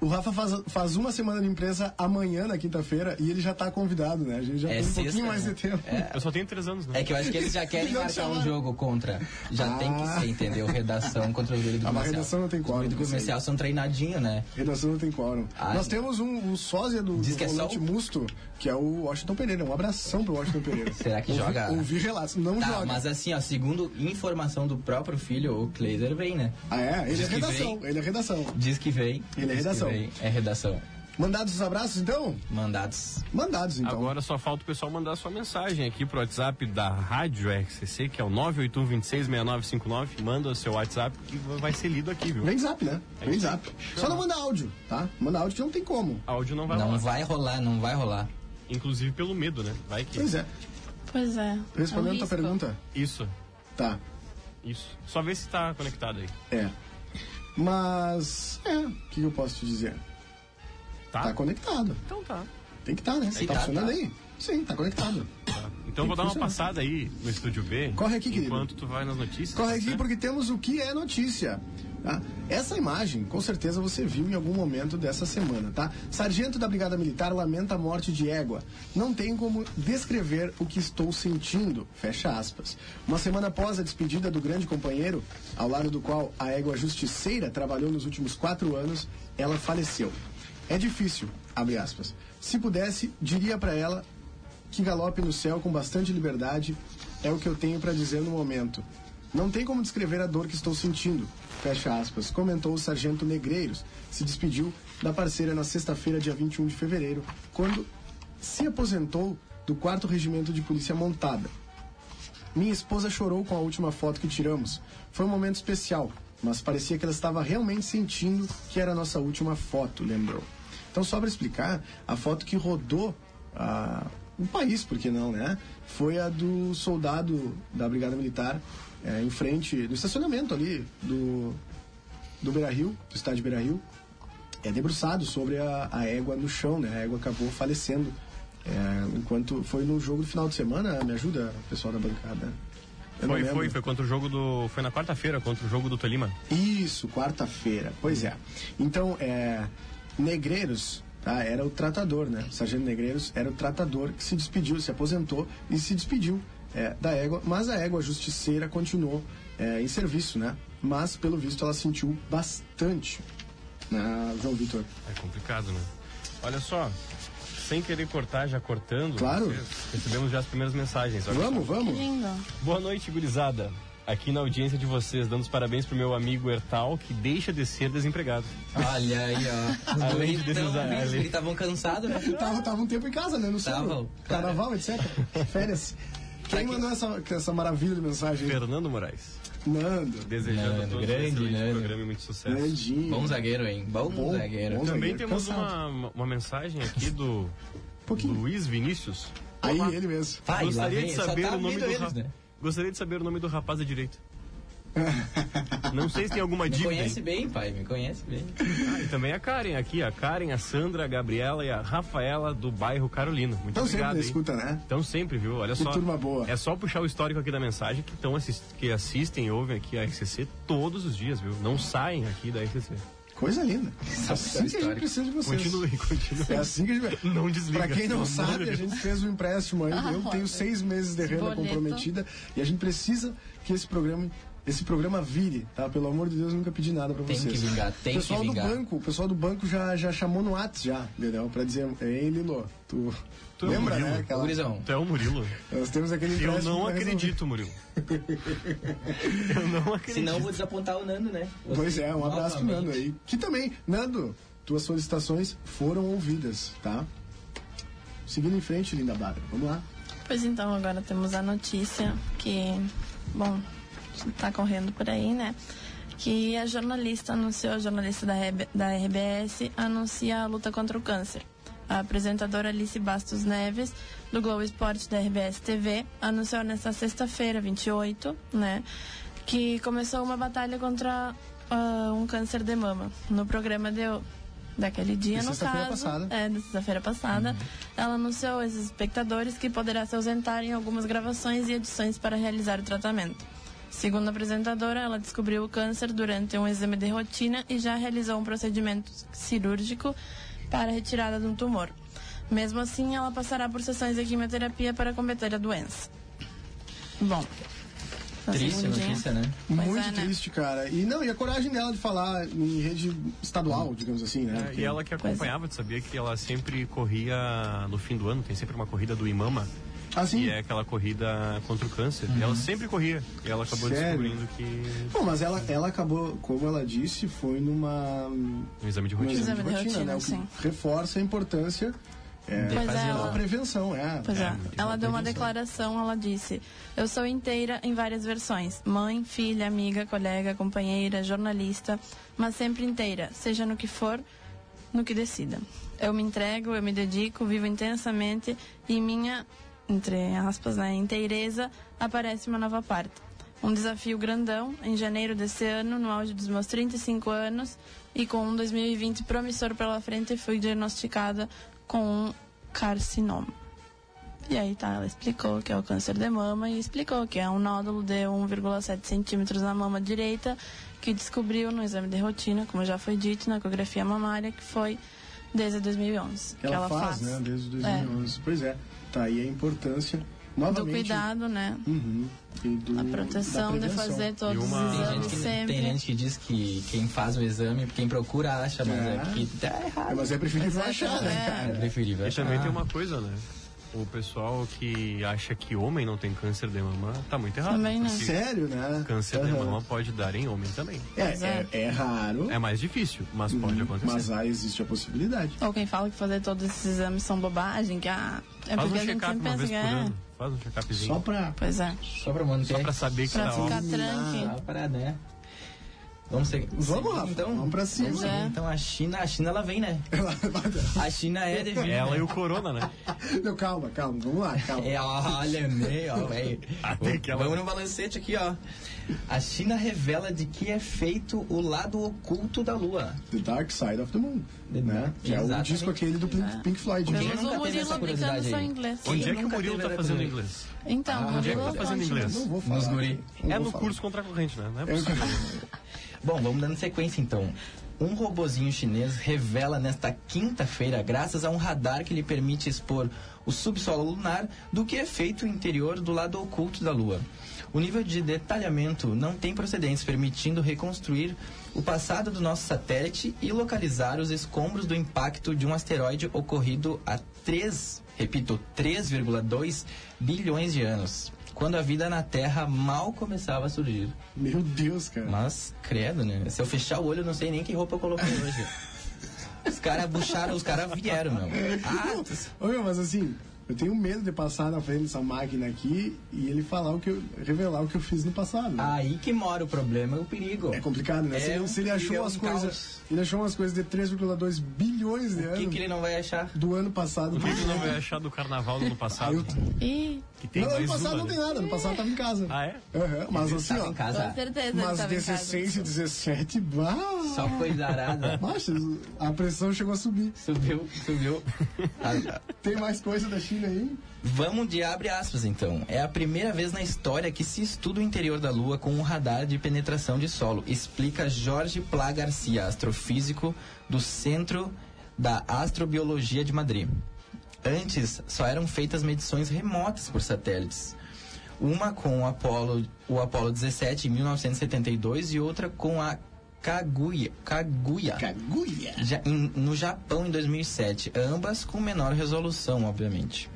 [SPEAKER 1] O Rafa faz, faz uma semana de empresa amanhã, na quinta-feira, e ele já tá convidado, né? A gente já
[SPEAKER 7] É
[SPEAKER 1] tem um
[SPEAKER 7] sexta,
[SPEAKER 1] pouquinho mais de
[SPEAKER 7] né?
[SPEAKER 1] tempo.
[SPEAKER 2] Eu só tenho três anos, né?
[SPEAKER 7] É que eu acho que eles
[SPEAKER 1] *laughs*
[SPEAKER 7] já querem
[SPEAKER 1] Não
[SPEAKER 7] marcar
[SPEAKER 1] chamaram.
[SPEAKER 7] um jogo contra. Já
[SPEAKER 1] Ah.
[SPEAKER 7] tem que ser, entendeu? Redação contra o guri do
[SPEAKER 1] Ah,
[SPEAKER 7] comercial.
[SPEAKER 1] mas redação não tem
[SPEAKER 7] Os
[SPEAKER 1] quórum,
[SPEAKER 7] guri do
[SPEAKER 1] não sei.
[SPEAKER 7] comercial são treinadinhos, né?
[SPEAKER 1] *laughs* Redação não tem quórum. Nós
[SPEAKER 7] Ah, não.
[SPEAKER 1] temos um, um sósia do,
[SPEAKER 7] Diz
[SPEAKER 1] do
[SPEAKER 7] que é só
[SPEAKER 1] volante
[SPEAKER 7] o-
[SPEAKER 1] Musto, que é o Washington Pereira. Um abração pro Washington Pereira.
[SPEAKER 7] *laughs* Será que
[SPEAKER 1] Ouvi-
[SPEAKER 7] joga?
[SPEAKER 1] Ouvi relatos. Não
[SPEAKER 7] Tá,
[SPEAKER 1] joga.
[SPEAKER 7] mas assim, ó, segundo informação do próprio filho, o Kleiser vem, né?
[SPEAKER 1] Ah, é? Ele é
[SPEAKER 7] Diz que
[SPEAKER 1] redação. Ele é redação.
[SPEAKER 7] Diz que vem.
[SPEAKER 1] Ele é
[SPEAKER 7] diz que
[SPEAKER 1] redação.
[SPEAKER 7] vem, É redação.
[SPEAKER 1] Mandados os abraços, então?
[SPEAKER 7] Mandados.
[SPEAKER 1] Mandados, então.
[SPEAKER 2] Agora só falta o pessoal mandar sua mensagem aqui pro WhatsApp da Rádio RCC, que é o 981266959. Manda o seu WhatsApp que vai ser lido aqui, viu?
[SPEAKER 1] Vem zap, né?
[SPEAKER 2] É
[SPEAKER 1] Vem
[SPEAKER 2] isso.
[SPEAKER 1] zap. Só não manda áudio, tá? Manda áudio que não tem como.
[SPEAKER 2] Áudio não vai
[SPEAKER 7] não
[SPEAKER 2] rolar.
[SPEAKER 7] vai rolar, não vai rolar.
[SPEAKER 2] Inclusive pelo medo, né? Vai que.
[SPEAKER 1] Pois é.
[SPEAKER 3] Pois é. é um
[SPEAKER 1] Respondendo a tua
[SPEAKER 3] risco.
[SPEAKER 1] pergunta.
[SPEAKER 2] Isso,
[SPEAKER 1] Tá.
[SPEAKER 2] isso. Só vê se tá conectado aí.
[SPEAKER 1] É. Mas, é, o que eu posso te dizer?
[SPEAKER 2] Tá?
[SPEAKER 1] Tá conectado.
[SPEAKER 2] Então tá.
[SPEAKER 1] Tem que estar, né?
[SPEAKER 7] Sim,
[SPEAKER 1] tá,
[SPEAKER 7] tá,
[SPEAKER 1] funcionando
[SPEAKER 7] tá.
[SPEAKER 1] aí? Sim, tá conectado.
[SPEAKER 2] tá. Então eu vou dar uma passada aí no estúdio B.
[SPEAKER 1] Corre aqui, querido.
[SPEAKER 2] Enquanto tu vai nas notícias.
[SPEAKER 1] Corre aqui
[SPEAKER 2] né?
[SPEAKER 1] porque temos o que é notícia. tá? Essa imagem, com certeza você viu em algum momento dessa semana, tá? Sargento da Brigada Militar lamenta a morte de égua. Não tem como descrever o que estou sentindo. Fecha aspas. Uma semana após a despedida do grande companheiro, ao lado do qual a égua justiceira trabalhou nos últimos quatro anos, ela faleceu. É difícil, abre aspas. Se pudesse, diria pra ela que galope no céu com bastante liberdade é o que eu tenho pra dizer no momento. Não tem como descrever a dor que estou sentindo. Fecha aspas, comentou o sargento Negreiros. Se despediu da parceira na sexta-feira, dia 21 de fevereiro, quando se aposentou do 4 Regimento de Polícia Montada. Minha esposa chorou com a última foto que tiramos. Foi um momento especial, mas parecia que ela estava realmente sentindo que era a nossa última foto, lembrou. Então, só para explicar, a foto que rodou ah, o país, por que não, né? Foi a do soldado da Brigada Militar eh, em frente do estacionamento ali do, do Beira Rio, do estádio Beira Rio, é debruçado sobre a, a égua no chão, né? A égua acabou falecendo. é, enquanto foi no jogo do final de semana, me ajuda, pessoal da bancada. Eu não
[SPEAKER 2] Foi,
[SPEAKER 1] lembro.
[SPEAKER 2] foi, foi contra o jogo do. Foi na quarta-feira contra o jogo do Tolima.
[SPEAKER 1] Isso, quarta-feira. Pois é. Então, é, Negreiros tá, era o tratador, né? O Sargento Negreiros era o tratador que se despediu, se aposentou e se despediu é, da égua, mas a égua justiceira continuou é, em serviço, né? Mas, pelo visto, ela sentiu bastante. né, João Vitor.
[SPEAKER 2] É complicado, né? Olha só, sem querer cortar, já cortando.
[SPEAKER 1] Claro.
[SPEAKER 2] vocês- Recebemos já as primeiras mensagens. olha
[SPEAKER 1] Vamos,
[SPEAKER 3] Que
[SPEAKER 1] vamos?
[SPEAKER 3] lindo.
[SPEAKER 2] Boa noite, gurizada. Aqui na audiência de vocês, dando os parabéns pro meu amigo Hertal, que deixa de ser desempregado.
[SPEAKER 7] Olha aí, ó. Então, Os
[SPEAKER 2] *laughs* Além de deslizar,
[SPEAKER 7] guris tão bem, os
[SPEAKER 2] além-
[SPEAKER 7] guris estavam cansados, né?
[SPEAKER 1] Tava, tava um tempo em casa, né? No sul.
[SPEAKER 7] Tava, claro.
[SPEAKER 1] Carnaval,
[SPEAKER 2] *laughs*
[SPEAKER 1] etc. Férias. Quem mandou essa, essa maravilha de mensagem?
[SPEAKER 2] Fernando Moraes.
[SPEAKER 1] Nando.
[SPEAKER 2] Desejando
[SPEAKER 7] Nando,
[SPEAKER 2] a todos
[SPEAKER 7] grande
[SPEAKER 2] um excelente
[SPEAKER 7] Nando.
[SPEAKER 2] programa e muito sucesso.
[SPEAKER 1] Nandinho.
[SPEAKER 7] Bom zagueiro, hein? Bom,
[SPEAKER 1] Bom,
[SPEAKER 7] zagueiro.
[SPEAKER 1] bom zagueiro.
[SPEAKER 2] Também temos uma,
[SPEAKER 1] Cansado.
[SPEAKER 2] uma mensagem
[SPEAKER 1] *laughs*
[SPEAKER 2] aqui do
[SPEAKER 1] Um Pouquinho.
[SPEAKER 2] Luiz Vinícius.
[SPEAKER 1] Aí ele mesmo.
[SPEAKER 7] Tá, e lá
[SPEAKER 2] Gostaria
[SPEAKER 7] vem,
[SPEAKER 2] de
[SPEAKER 7] só
[SPEAKER 2] saber
[SPEAKER 7] tá
[SPEAKER 2] o nome
[SPEAKER 7] vindo
[SPEAKER 2] do
[SPEAKER 7] eles,
[SPEAKER 2] ra-
[SPEAKER 7] né?
[SPEAKER 2] Gostaria de saber o nome do rapaz da direita.
[SPEAKER 7] *laughs*
[SPEAKER 2] Não sei se tem alguma
[SPEAKER 7] Me
[SPEAKER 2] dívida. hein?
[SPEAKER 7] conhece bem, pai, me conhece bem.
[SPEAKER 2] Ah, e também a Karen aqui, a Karen, a Sandra, a Gabriela e a Rafaela do bairro Carolina. Muito
[SPEAKER 1] Então sempre
[SPEAKER 2] obrigado.
[SPEAKER 1] na
[SPEAKER 2] hein?
[SPEAKER 1] escuta, né?
[SPEAKER 2] Então sempre, viu? Olha
[SPEAKER 1] Que
[SPEAKER 2] só.
[SPEAKER 1] turma boa.
[SPEAKER 2] É só puxar o histórico aqui da mensagem que, tão assist... que assistem e ouvem aqui a RCC todos os dias, viu? Não saem aqui da RCC.
[SPEAKER 1] Coisa linda. É assim que a gente
[SPEAKER 7] histórico.
[SPEAKER 1] precisa de vocês.
[SPEAKER 2] Continue, *laughs* continue.
[SPEAKER 1] É assim que a gente vai.
[SPEAKER 2] Não desliga.
[SPEAKER 1] Pra quem não
[SPEAKER 2] Pelo amor
[SPEAKER 1] sabe,
[SPEAKER 2] de
[SPEAKER 1] a
[SPEAKER 2] Deus.
[SPEAKER 1] gente fez um empréstimo aí.
[SPEAKER 3] Ah,
[SPEAKER 1] eu
[SPEAKER 3] olha.
[SPEAKER 1] tenho seis meses de renda
[SPEAKER 3] Boleto.
[SPEAKER 1] comprometida e a gente precisa que esse programa. Esse programa vire, tá? Pelo amor de Deus, eu nunca pedi nada pra
[SPEAKER 7] Tem
[SPEAKER 1] vocês.
[SPEAKER 7] que vingar, tem
[SPEAKER 1] o pessoal
[SPEAKER 7] que vingar.
[SPEAKER 1] do banco, o pessoal do banco já, já chamou no Whats já, entendeu? Pra dizer, ei, Lilo, tu,
[SPEAKER 2] Tu é
[SPEAKER 1] lembra,
[SPEAKER 2] Murilo.
[SPEAKER 1] né?
[SPEAKER 7] Ô,
[SPEAKER 1] aquela-
[SPEAKER 7] Gurizão,
[SPEAKER 2] Tu é o Murilo?
[SPEAKER 1] Nós temos aquele
[SPEAKER 2] Eu
[SPEAKER 1] empréstimo
[SPEAKER 2] não
[SPEAKER 1] pra resolver. *laughs*
[SPEAKER 2] acredito, Murilo. Eu não
[SPEAKER 7] se
[SPEAKER 2] acredito.
[SPEAKER 7] não, vou desapontar o Nando, né?
[SPEAKER 1] Pois é, um abraço pro
[SPEAKER 7] Novamente.
[SPEAKER 1] Nando aí. Que também, Nando, tuas solicitações foram ouvidas, tá? Seguindo em frente, linda Bárbara, vamos lá.
[SPEAKER 3] Pois então, agora temos a notícia que, bom, tá correndo por aí, né? Que a jornalista anunciou, a jornalista da, RB da RBS, anuncia a luta contra o câncer. A apresentadora Alice Bastos Neves, do Globo Esporte da RBS TV, anunciou nesta sexta-feira, 28, né, que começou uma batalha contra ah, um câncer de mama. No programa de, o- daquele dia,
[SPEAKER 1] De
[SPEAKER 3] no
[SPEAKER 1] sexta-feira
[SPEAKER 3] caso.
[SPEAKER 1] passada.
[SPEAKER 3] É, na sexta-feira passada. Ela anunciou aos espectadores que poderá se ausentar em algumas gravações e edições para realizar o tratamento. Segundo a apresentadora, ela descobriu o câncer durante um exame de rotina e já realizou um procedimento cirúrgico para a retirada de um tumor. Mesmo assim, ela passará por sessões de quimioterapia para combater a doença. Bom. só um
[SPEAKER 7] Triste a
[SPEAKER 3] segundinho.
[SPEAKER 7] notícia, né?
[SPEAKER 3] Pois
[SPEAKER 1] Muito
[SPEAKER 3] é, né?
[SPEAKER 1] triste, cara. E não, e a coragem dela de falar em rede estadual, digamos assim, né?
[SPEAKER 2] É,
[SPEAKER 1] Porque-
[SPEAKER 2] e ela que acompanhava, tu sabia que ela sempre corria no fim do ano, tem sempre uma corrida do Imama,
[SPEAKER 1] Assim.
[SPEAKER 2] que é aquela corrida contra o câncer. E ela sempre corria. E ela acabou
[SPEAKER 1] Uhum. Sério?
[SPEAKER 2] descobrindo que.
[SPEAKER 1] Bom, mas ela, ela acabou, como ela disse, foi numa. Um
[SPEAKER 2] Um exame de rotina.
[SPEAKER 1] exame
[SPEAKER 3] Exame
[SPEAKER 1] de
[SPEAKER 3] de
[SPEAKER 1] rotina, né? O
[SPEAKER 3] rotina,
[SPEAKER 1] que reforça a importância é,
[SPEAKER 3] Pois é,
[SPEAKER 1] da
[SPEAKER 3] ela-
[SPEAKER 1] prevenção, é.
[SPEAKER 3] Pois é.
[SPEAKER 2] muito
[SPEAKER 3] Ela
[SPEAKER 2] bom,
[SPEAKER 3] deu uma
[SPEAKER 2] bem
[SPEAKER 3] declaração, ela disse: Eu sou inteira em várias versões. Mãe, filha, amiga, colega, companheira, jornalista, mas sempre inteira, seja no que for, no que decida. Eu me entrego, eu me dedico, vivo intensamente e em minha, entre aspas, né, inteireza, aparece uma nova parte. Um desafio grandão em janeiro desse ano, no auge dos meus 35 anos, e com um 2020 promissor pela frente, fui diagnosticada com um carcinoma. E aí tá, ela explicou que é o câncer de mama e explicou que é um nódulo de 1,7 centímetros na mama direita que descobriu no exame de rotina, como já foi dito, na ecografia mamária, que foi desde 2011.
[SPEAKER 1] Que ela, faz, né?
[SPEAKER 3] É,
[SPEAKER 1] Desde 2011. Pois é. Tá aí a importância.
[SPEAKER 3] Do
[SPEAKER 1] Novamente,
[SPEAKER 3] cuidado, né?
[SPEAKER 1] Uhum. E do,
[SPEAKER 3] A
[SPEAKER 1] da
[SPEAKER 3] proteção de
[SPEAKER 1] prevenção.
[SPEAKER 3] fazer todos
[SPEAKER 2] uma-
[SPEAKER 3] os
[SPEAKER 2] Tem
[SPEAKER 7] Tem
[SPEAKER 3] exames
[SPEAKER 7] gente, que,
[SPEAKER 3] sempre.
[SPEAKER 7] tem gente que diz que quem faz o exame, quem procura acha, mas
[SPEAKER 1] É.
[SPEAKER 7] é, porque tá
[SPEAKER 1] É,
[SPEAKER 7] errado.
[SPEAKER 1] mas é preferível
[SPEAKER 3] Mas é,
[SPEAKER 1] achar, né,
[SPEAKER 3] é.
[SPEAKER 7] É
[SPEAKER 1] cara?
[SPEAKER 7] preferível.
[SPEAKER 2] E também
[SPEAKER 7] achar.
[SPEAKER 1] Ah.
[SPEAKER 2] tem uma coisa, né? O pessoal que acha que homem não tem câncer de mama tá muito errado.
[SPEAKER 3] Também, né?
[SPEAKER 2] porque
[SPEAKER 1] Sério, né?
[SPEAKER 2] Câncer de
[SPEAKER 1] Aham.
[SPEAKER 2] mama pode dar em homem também.
[SPEAKER 1] É,
[SPEAKER 3] Pois é.
[SPEAKER 1] é, é raro,
[SPEAKER 2] É mais difícil, mas pode acontecer.
[SPEAKER 1] Uhum. Hum, mas aí existe a possibilidade.
[SPEAKER 3] Ou quem fala que fazer todos esses exames são bobagem, que ah, é
[SPEAKER 2] Faz um
[SPEAKER 3] porque a gente
[SPEAKER 2] check-up
[SPEAKER 3] sempre
[SPEAKER 2] uma
[SPEAKER 3] pensa
[SPEAKER 2] vez
[SPEAKER 3] que
[SPEAKER 2] por
[SPEAKER 3] é.
[SPEAKER 2] ano. Faz um check-upzinho.
[SPEAKER 1] Só pra.
[SPEAKER 3] Pois é.
[SPEAKER 7] Ah, Só pra manter.
[SPEAKER 2] Só pra saber que
[SPEAKER 3] Pra
[SPEAKER 2] tá ótimo.
[SPEAKER 3] ficar tranque.
[SPEAKER 7] Ah, parada, né? Vamos seguir.
[SPEAKER 1] Vamos,
[SPEAKER 7] seguir,
[SPEAKER 1] Rafa,
[SPEAKER 7] então.
[SPEAKER 1] vamos pra cima. *laughs*
[SPEAKER 7] Vamos seguir,
[SPEAKER 3] É.
[SPEAKER 7] Então a China, a China ela vem, né? A China
[SPEAKER 1] *laughs*
[SPEAKER 7] é de vir.
[SPEAKER 2] Ela
[SPEAKER 7] né?
[SPEAKER 2] e o corona, né?
[SPEAKER 1] Não, calma, calma, vamos lá, calma.
[SPEAKER 7] É, olha, né, ó, velho.
[SPEAKER 2] Até que ela-
[SPEAKER 7] Vamos no balancete aqui, ó. A China revela de que é feito o lado oculto da Lua.
[SPEAKER 1] The Dark Side of the Moon.
[SPEAKER 7] The
[SPEAKER 1] né?
[SPEAKER 7] Dark-
[SPEAKER 1] Que é o
[SPEAKER 7] Exatamente. É.
[SPEAKER 1] disco aquele do Pink, Pink Floyd. né?
[SPEAKER 7] Eu
[SPEAKER 3] Pelo
[SPEAKER 7] nunca
[SPEAKER 3] é o
[SPEAKER 7] teve
[SPEAKER 3] Murilo
[SPEAKER 7] essa
[SPEAKER 3] aplicando
[SPEAKER 7] curiosidade
[SPEAKER 3] só
[SPEAKER 7] aí.
[SPEAKER 3] inglês.
[SPEAKER 2] Onde é que o
[SPEAKER 7] nunca
[SPEAKER 2] Murilo
[SPEAKER 7] teve
[SPEAKER 2] tá
[SPEAKER 7] essa
[SPEAKER 2] fazendo
[SPEAKER 7] coisa.
[SPEAKER 2] inglês?
[SPEAKER 3] Então, o
[SPEAKER 2] Onde é que
[SPEAKER 3] Murilo
[SPEAKER 2] tá fazendo
[SPEAKER 3] continua.
[SPEAKER 2] inglês?
[SPEAKER 1] Não vou falar.
[SPEAKER 7] Nos guri.
[SPEAKER 1] Não
[SPEAKER 2] É
[SPEAKER 1] vou
[SPEAKER 2] no
[SPEAKER 1] falar.
[SPEAKER 2] curso contra a corrente, né? Não é
[SPEAKER 1] Eu-
[SPEAKER 2] possível.
[SPEAKER 7] Bom, vamos dando sequência então. Um robozinho chinês revela nesta quinta-feira, graças a um radar que lhe permite expor o subsolo lunar, do que é feito o interior do lado oculto da Lua. O nível de detalhamento não tem procedência, permitindo reconstruir o passado do nosso satélite e localizar os escombros do impacto de um asteroide ocorrido há 3, repito, 3,2 bilhões de anos, quando a vida na Terra mal começava a surgir.
[SPEAKER 1] *laughs* Meu Deus, cara.
[SPEAKER 7] Mas, credo, né? Se eu fechar o olho, eu não sei nem que roupa eu coloquei
[SPEAKER 1] *laughs*
[SPEAKER 7] hoje. Os caras bucharam, os caras vieram, meu. Ah, tu-
[SPEAKER 1] Ô, meu, mas assim, eu tenho medo de passar na frente dessa máquina aqui e ele falar o que eu, revelar o que eu fiz no passado. né?
[SPEAKER 7] aí que mora o problema, é o perigo.
[SPEAKER 1] É complicado, né? se,
[SPEAKER 7] Ah. É
[SPEAKER 1] ele,
[SPEAKER 7] um
[SPEAKER 1] se ele achou
[SPEAKER 7] perigo, é um
[SPEAKER 1] as
[SPEAKER 7] caos.
[SPEAKER 1] coisas. Ele achou umas coisas de 3,2 bilhões de
[SPEAKER 7] O que,
[SPEAKER 1] anos
[SPEAKER 7] que ele não vai achar?
[SPEAKER 1] do ano passado.
[SPEAKER 2] O que tu não vai achar do carnaval do ano
[SPEAKER 1] Aí
[SPEAKER 2] passado?
[SPEAKER 1] eu-
[SPEAKER 3] Ih,
[SPEAKER 2] Que tem
[SPEAKER 1] não, ano
[SPEAKER 2] mais
[SPEAKER 1] passado
[SPEAKER 2] uma,
[SPEAKER 1] não
[SPEAKER 2] né?
[SPEAKER 1] tem nada, ano passado eu tava em casa.
[SPEAKER 2] Ah, é?
[SPEAKER 1] Aham, mas assim,
[SPEAKER 7] Tava
[SPEAKER 1] ó.
[SPEAKER 7] em casa.
[SPEAKER 3] com certeza ele
[SPEAKER 1] Mas
[SPEAKER 3] tava em casa.
[SPEAKER 1] 16 e 17, bah,
[SPEAKER 7] Só coisa
[SPEAKER 1] *laughs*
[SPEAKER 7] arada.
[SPEAKER 1] Nossa, a pressão chegou a subir.
[SPEAKER 7] Subiu,
[SPEAKER 1] *laughs*
[SPEAKER 7] subiu. Ah,
[SPEAKER 1] Tem mais coisa da China aí?
[SPEAKER 7] Vamos de abre aspas então. É a primeira vez na história que se estuda o interior da Lua com um radar de penetração de solo, explica Jorge Plá Garcia, astrofísico do Centro da Astrobiologia de Madrid. Antes, só eram feitas medições remotas por satélites. Uma com o Apollo, o Apollo 17 em 1972 e outra com a Kaguya. Kaguya.
[SPEAKER 1] Cagulha.
[SPEAKER 7] Ja- em- no Japão em 2007, ambas com menor resolução, obviamente.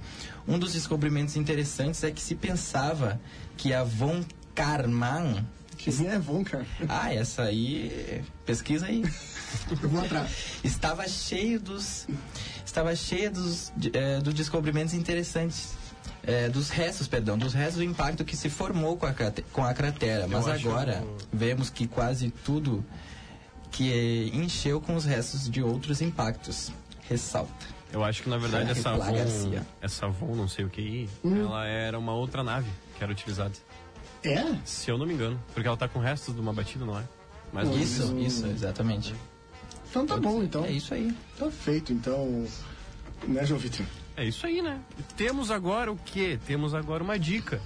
[SPEAKER 7] Um dos descobrimentos interessantes é que se pensava que a Von Karman.
[SPEAKER 1] Que nem é bom, cara.
[SPEAKER 7] Ah, essa aí. Pesquisa aí.
[SPEAKER 1] Eu vou atrás.
[SPEAKER 7] estava cheio dos. Estava cheia dos, de- eh, dos descobrimentos interessantes. eh, dos restos, perdão, dos restos do impacto que se formou com a, crate- com a cratera. Mas
[SPEAKER 2] acho- um
[SPEAKER 7] agora vemos que quase tudo que encheu com os restos de outros impactos. Ressalta.
[SPEAKER 2] Eu acho que na verdade
[SPEAKER 7] Caraca,
[SPEAKER 2] essa
[SPEAKER 7] Flá
[SPEAKER 2] Avon,
[SPEAKER 7] Garcia.
[SPEAKER 2] essa Avon, não sei o que,
[SPEAKER 1] Hum.
[SPEAKER 2] ela era uma outra nave que era utilizada.
[SPEAKER 1] É?
[SPEAKER 2] Se eu não me engano, porque ela tá com restos de uma batida, não é? Mas não
[SPEAKER 7] Isso,
[SPEAKER 2] sei.
[SPEAKER 7] isso, exatamente.
[SPEAKER 1] Então tá bom, então.
[SPEAKER 7] É isso aí.
[SPEAKER 1] Tá feito, então. Né, João Vitor?
[SPEAKER 2] É isso aí, né? E Temos agora o quê? Temos agora uma dica.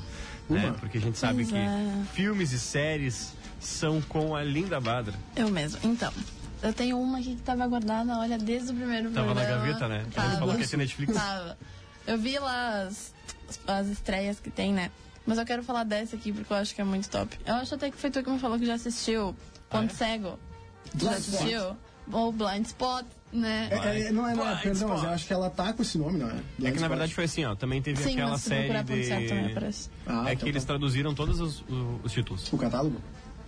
[SPEAKER 1] Uma?
[SPEAKER 2] Né? Porque a gente sabe
[SPEAKER 3] Pois
[SPEAKER 2] que
[SPEAKER 3] é.
[SPEAKER 2] filmes e séries são com a Linda Badra.
[SPEAKER 3] Eu mesmo. Então, eu tenho uma aqui que tava guardada, olha, desde o primeiro
[SPEAKER 2] Tava na
[SPEAKER 3] programa.
[SPEAKER 2] gaveta, né? A gente
[SPEAKER 3] Tava.
[SPEAKER 2] falou que ia ter Netflix.
[SPEAKER 3] Tava. Eu vi lá as, as estreias que tem, né? Mas eu quero falar dessa aqui porque eu acho que é muito top. Eu acho até que foi tu que me falou que já assistiu
[SPEAKER 2] Ah,
[SPEAKER 3] Ponto
[SPEAKER 2] é?
[SPEAKER 3] Cego. Tu já
[SPEAKER 1] Blind Spot.
[SPEAKER 3] assistiu? Ou Blind Spot, né?
[SPEAKER 2] Ah,
[SPEAKER 1] É, é, não é, não é,
[SPEAKER 2] Blind
[SPEAKER 1] perdão, mas
[SPEAKER 2] Spot.
[SPEAKER 1] eu acho que ela tá com esse nome, não é?
[SPEAKER 2] É
[SPEAKER 1] Blind
[SPEAKER 2] que na
[SPEAKER 1] Spot.
[SPEAKER 2] verdade foi assim, ó. Também teve
[SPEAKER 3] Sim,
[SPEAKER 2] aquela
[SPEAKER 3] mas se
[SPEAKER 2] série
[SPEAKER 3] procurar
[SPEAKER 2] de.
[SPEAKER 3] Ponto Cego também aparece.
[SPEAKER 1] Ah,
[SPEAKER 2] é
[SPEAKER 1] então
[SPEAKER 2] que eles
[SPEAKER 1] tá.
[SPEAKER 2] traduziram todos os, os- os títulos.
[SPEAKER 1] O catálogo?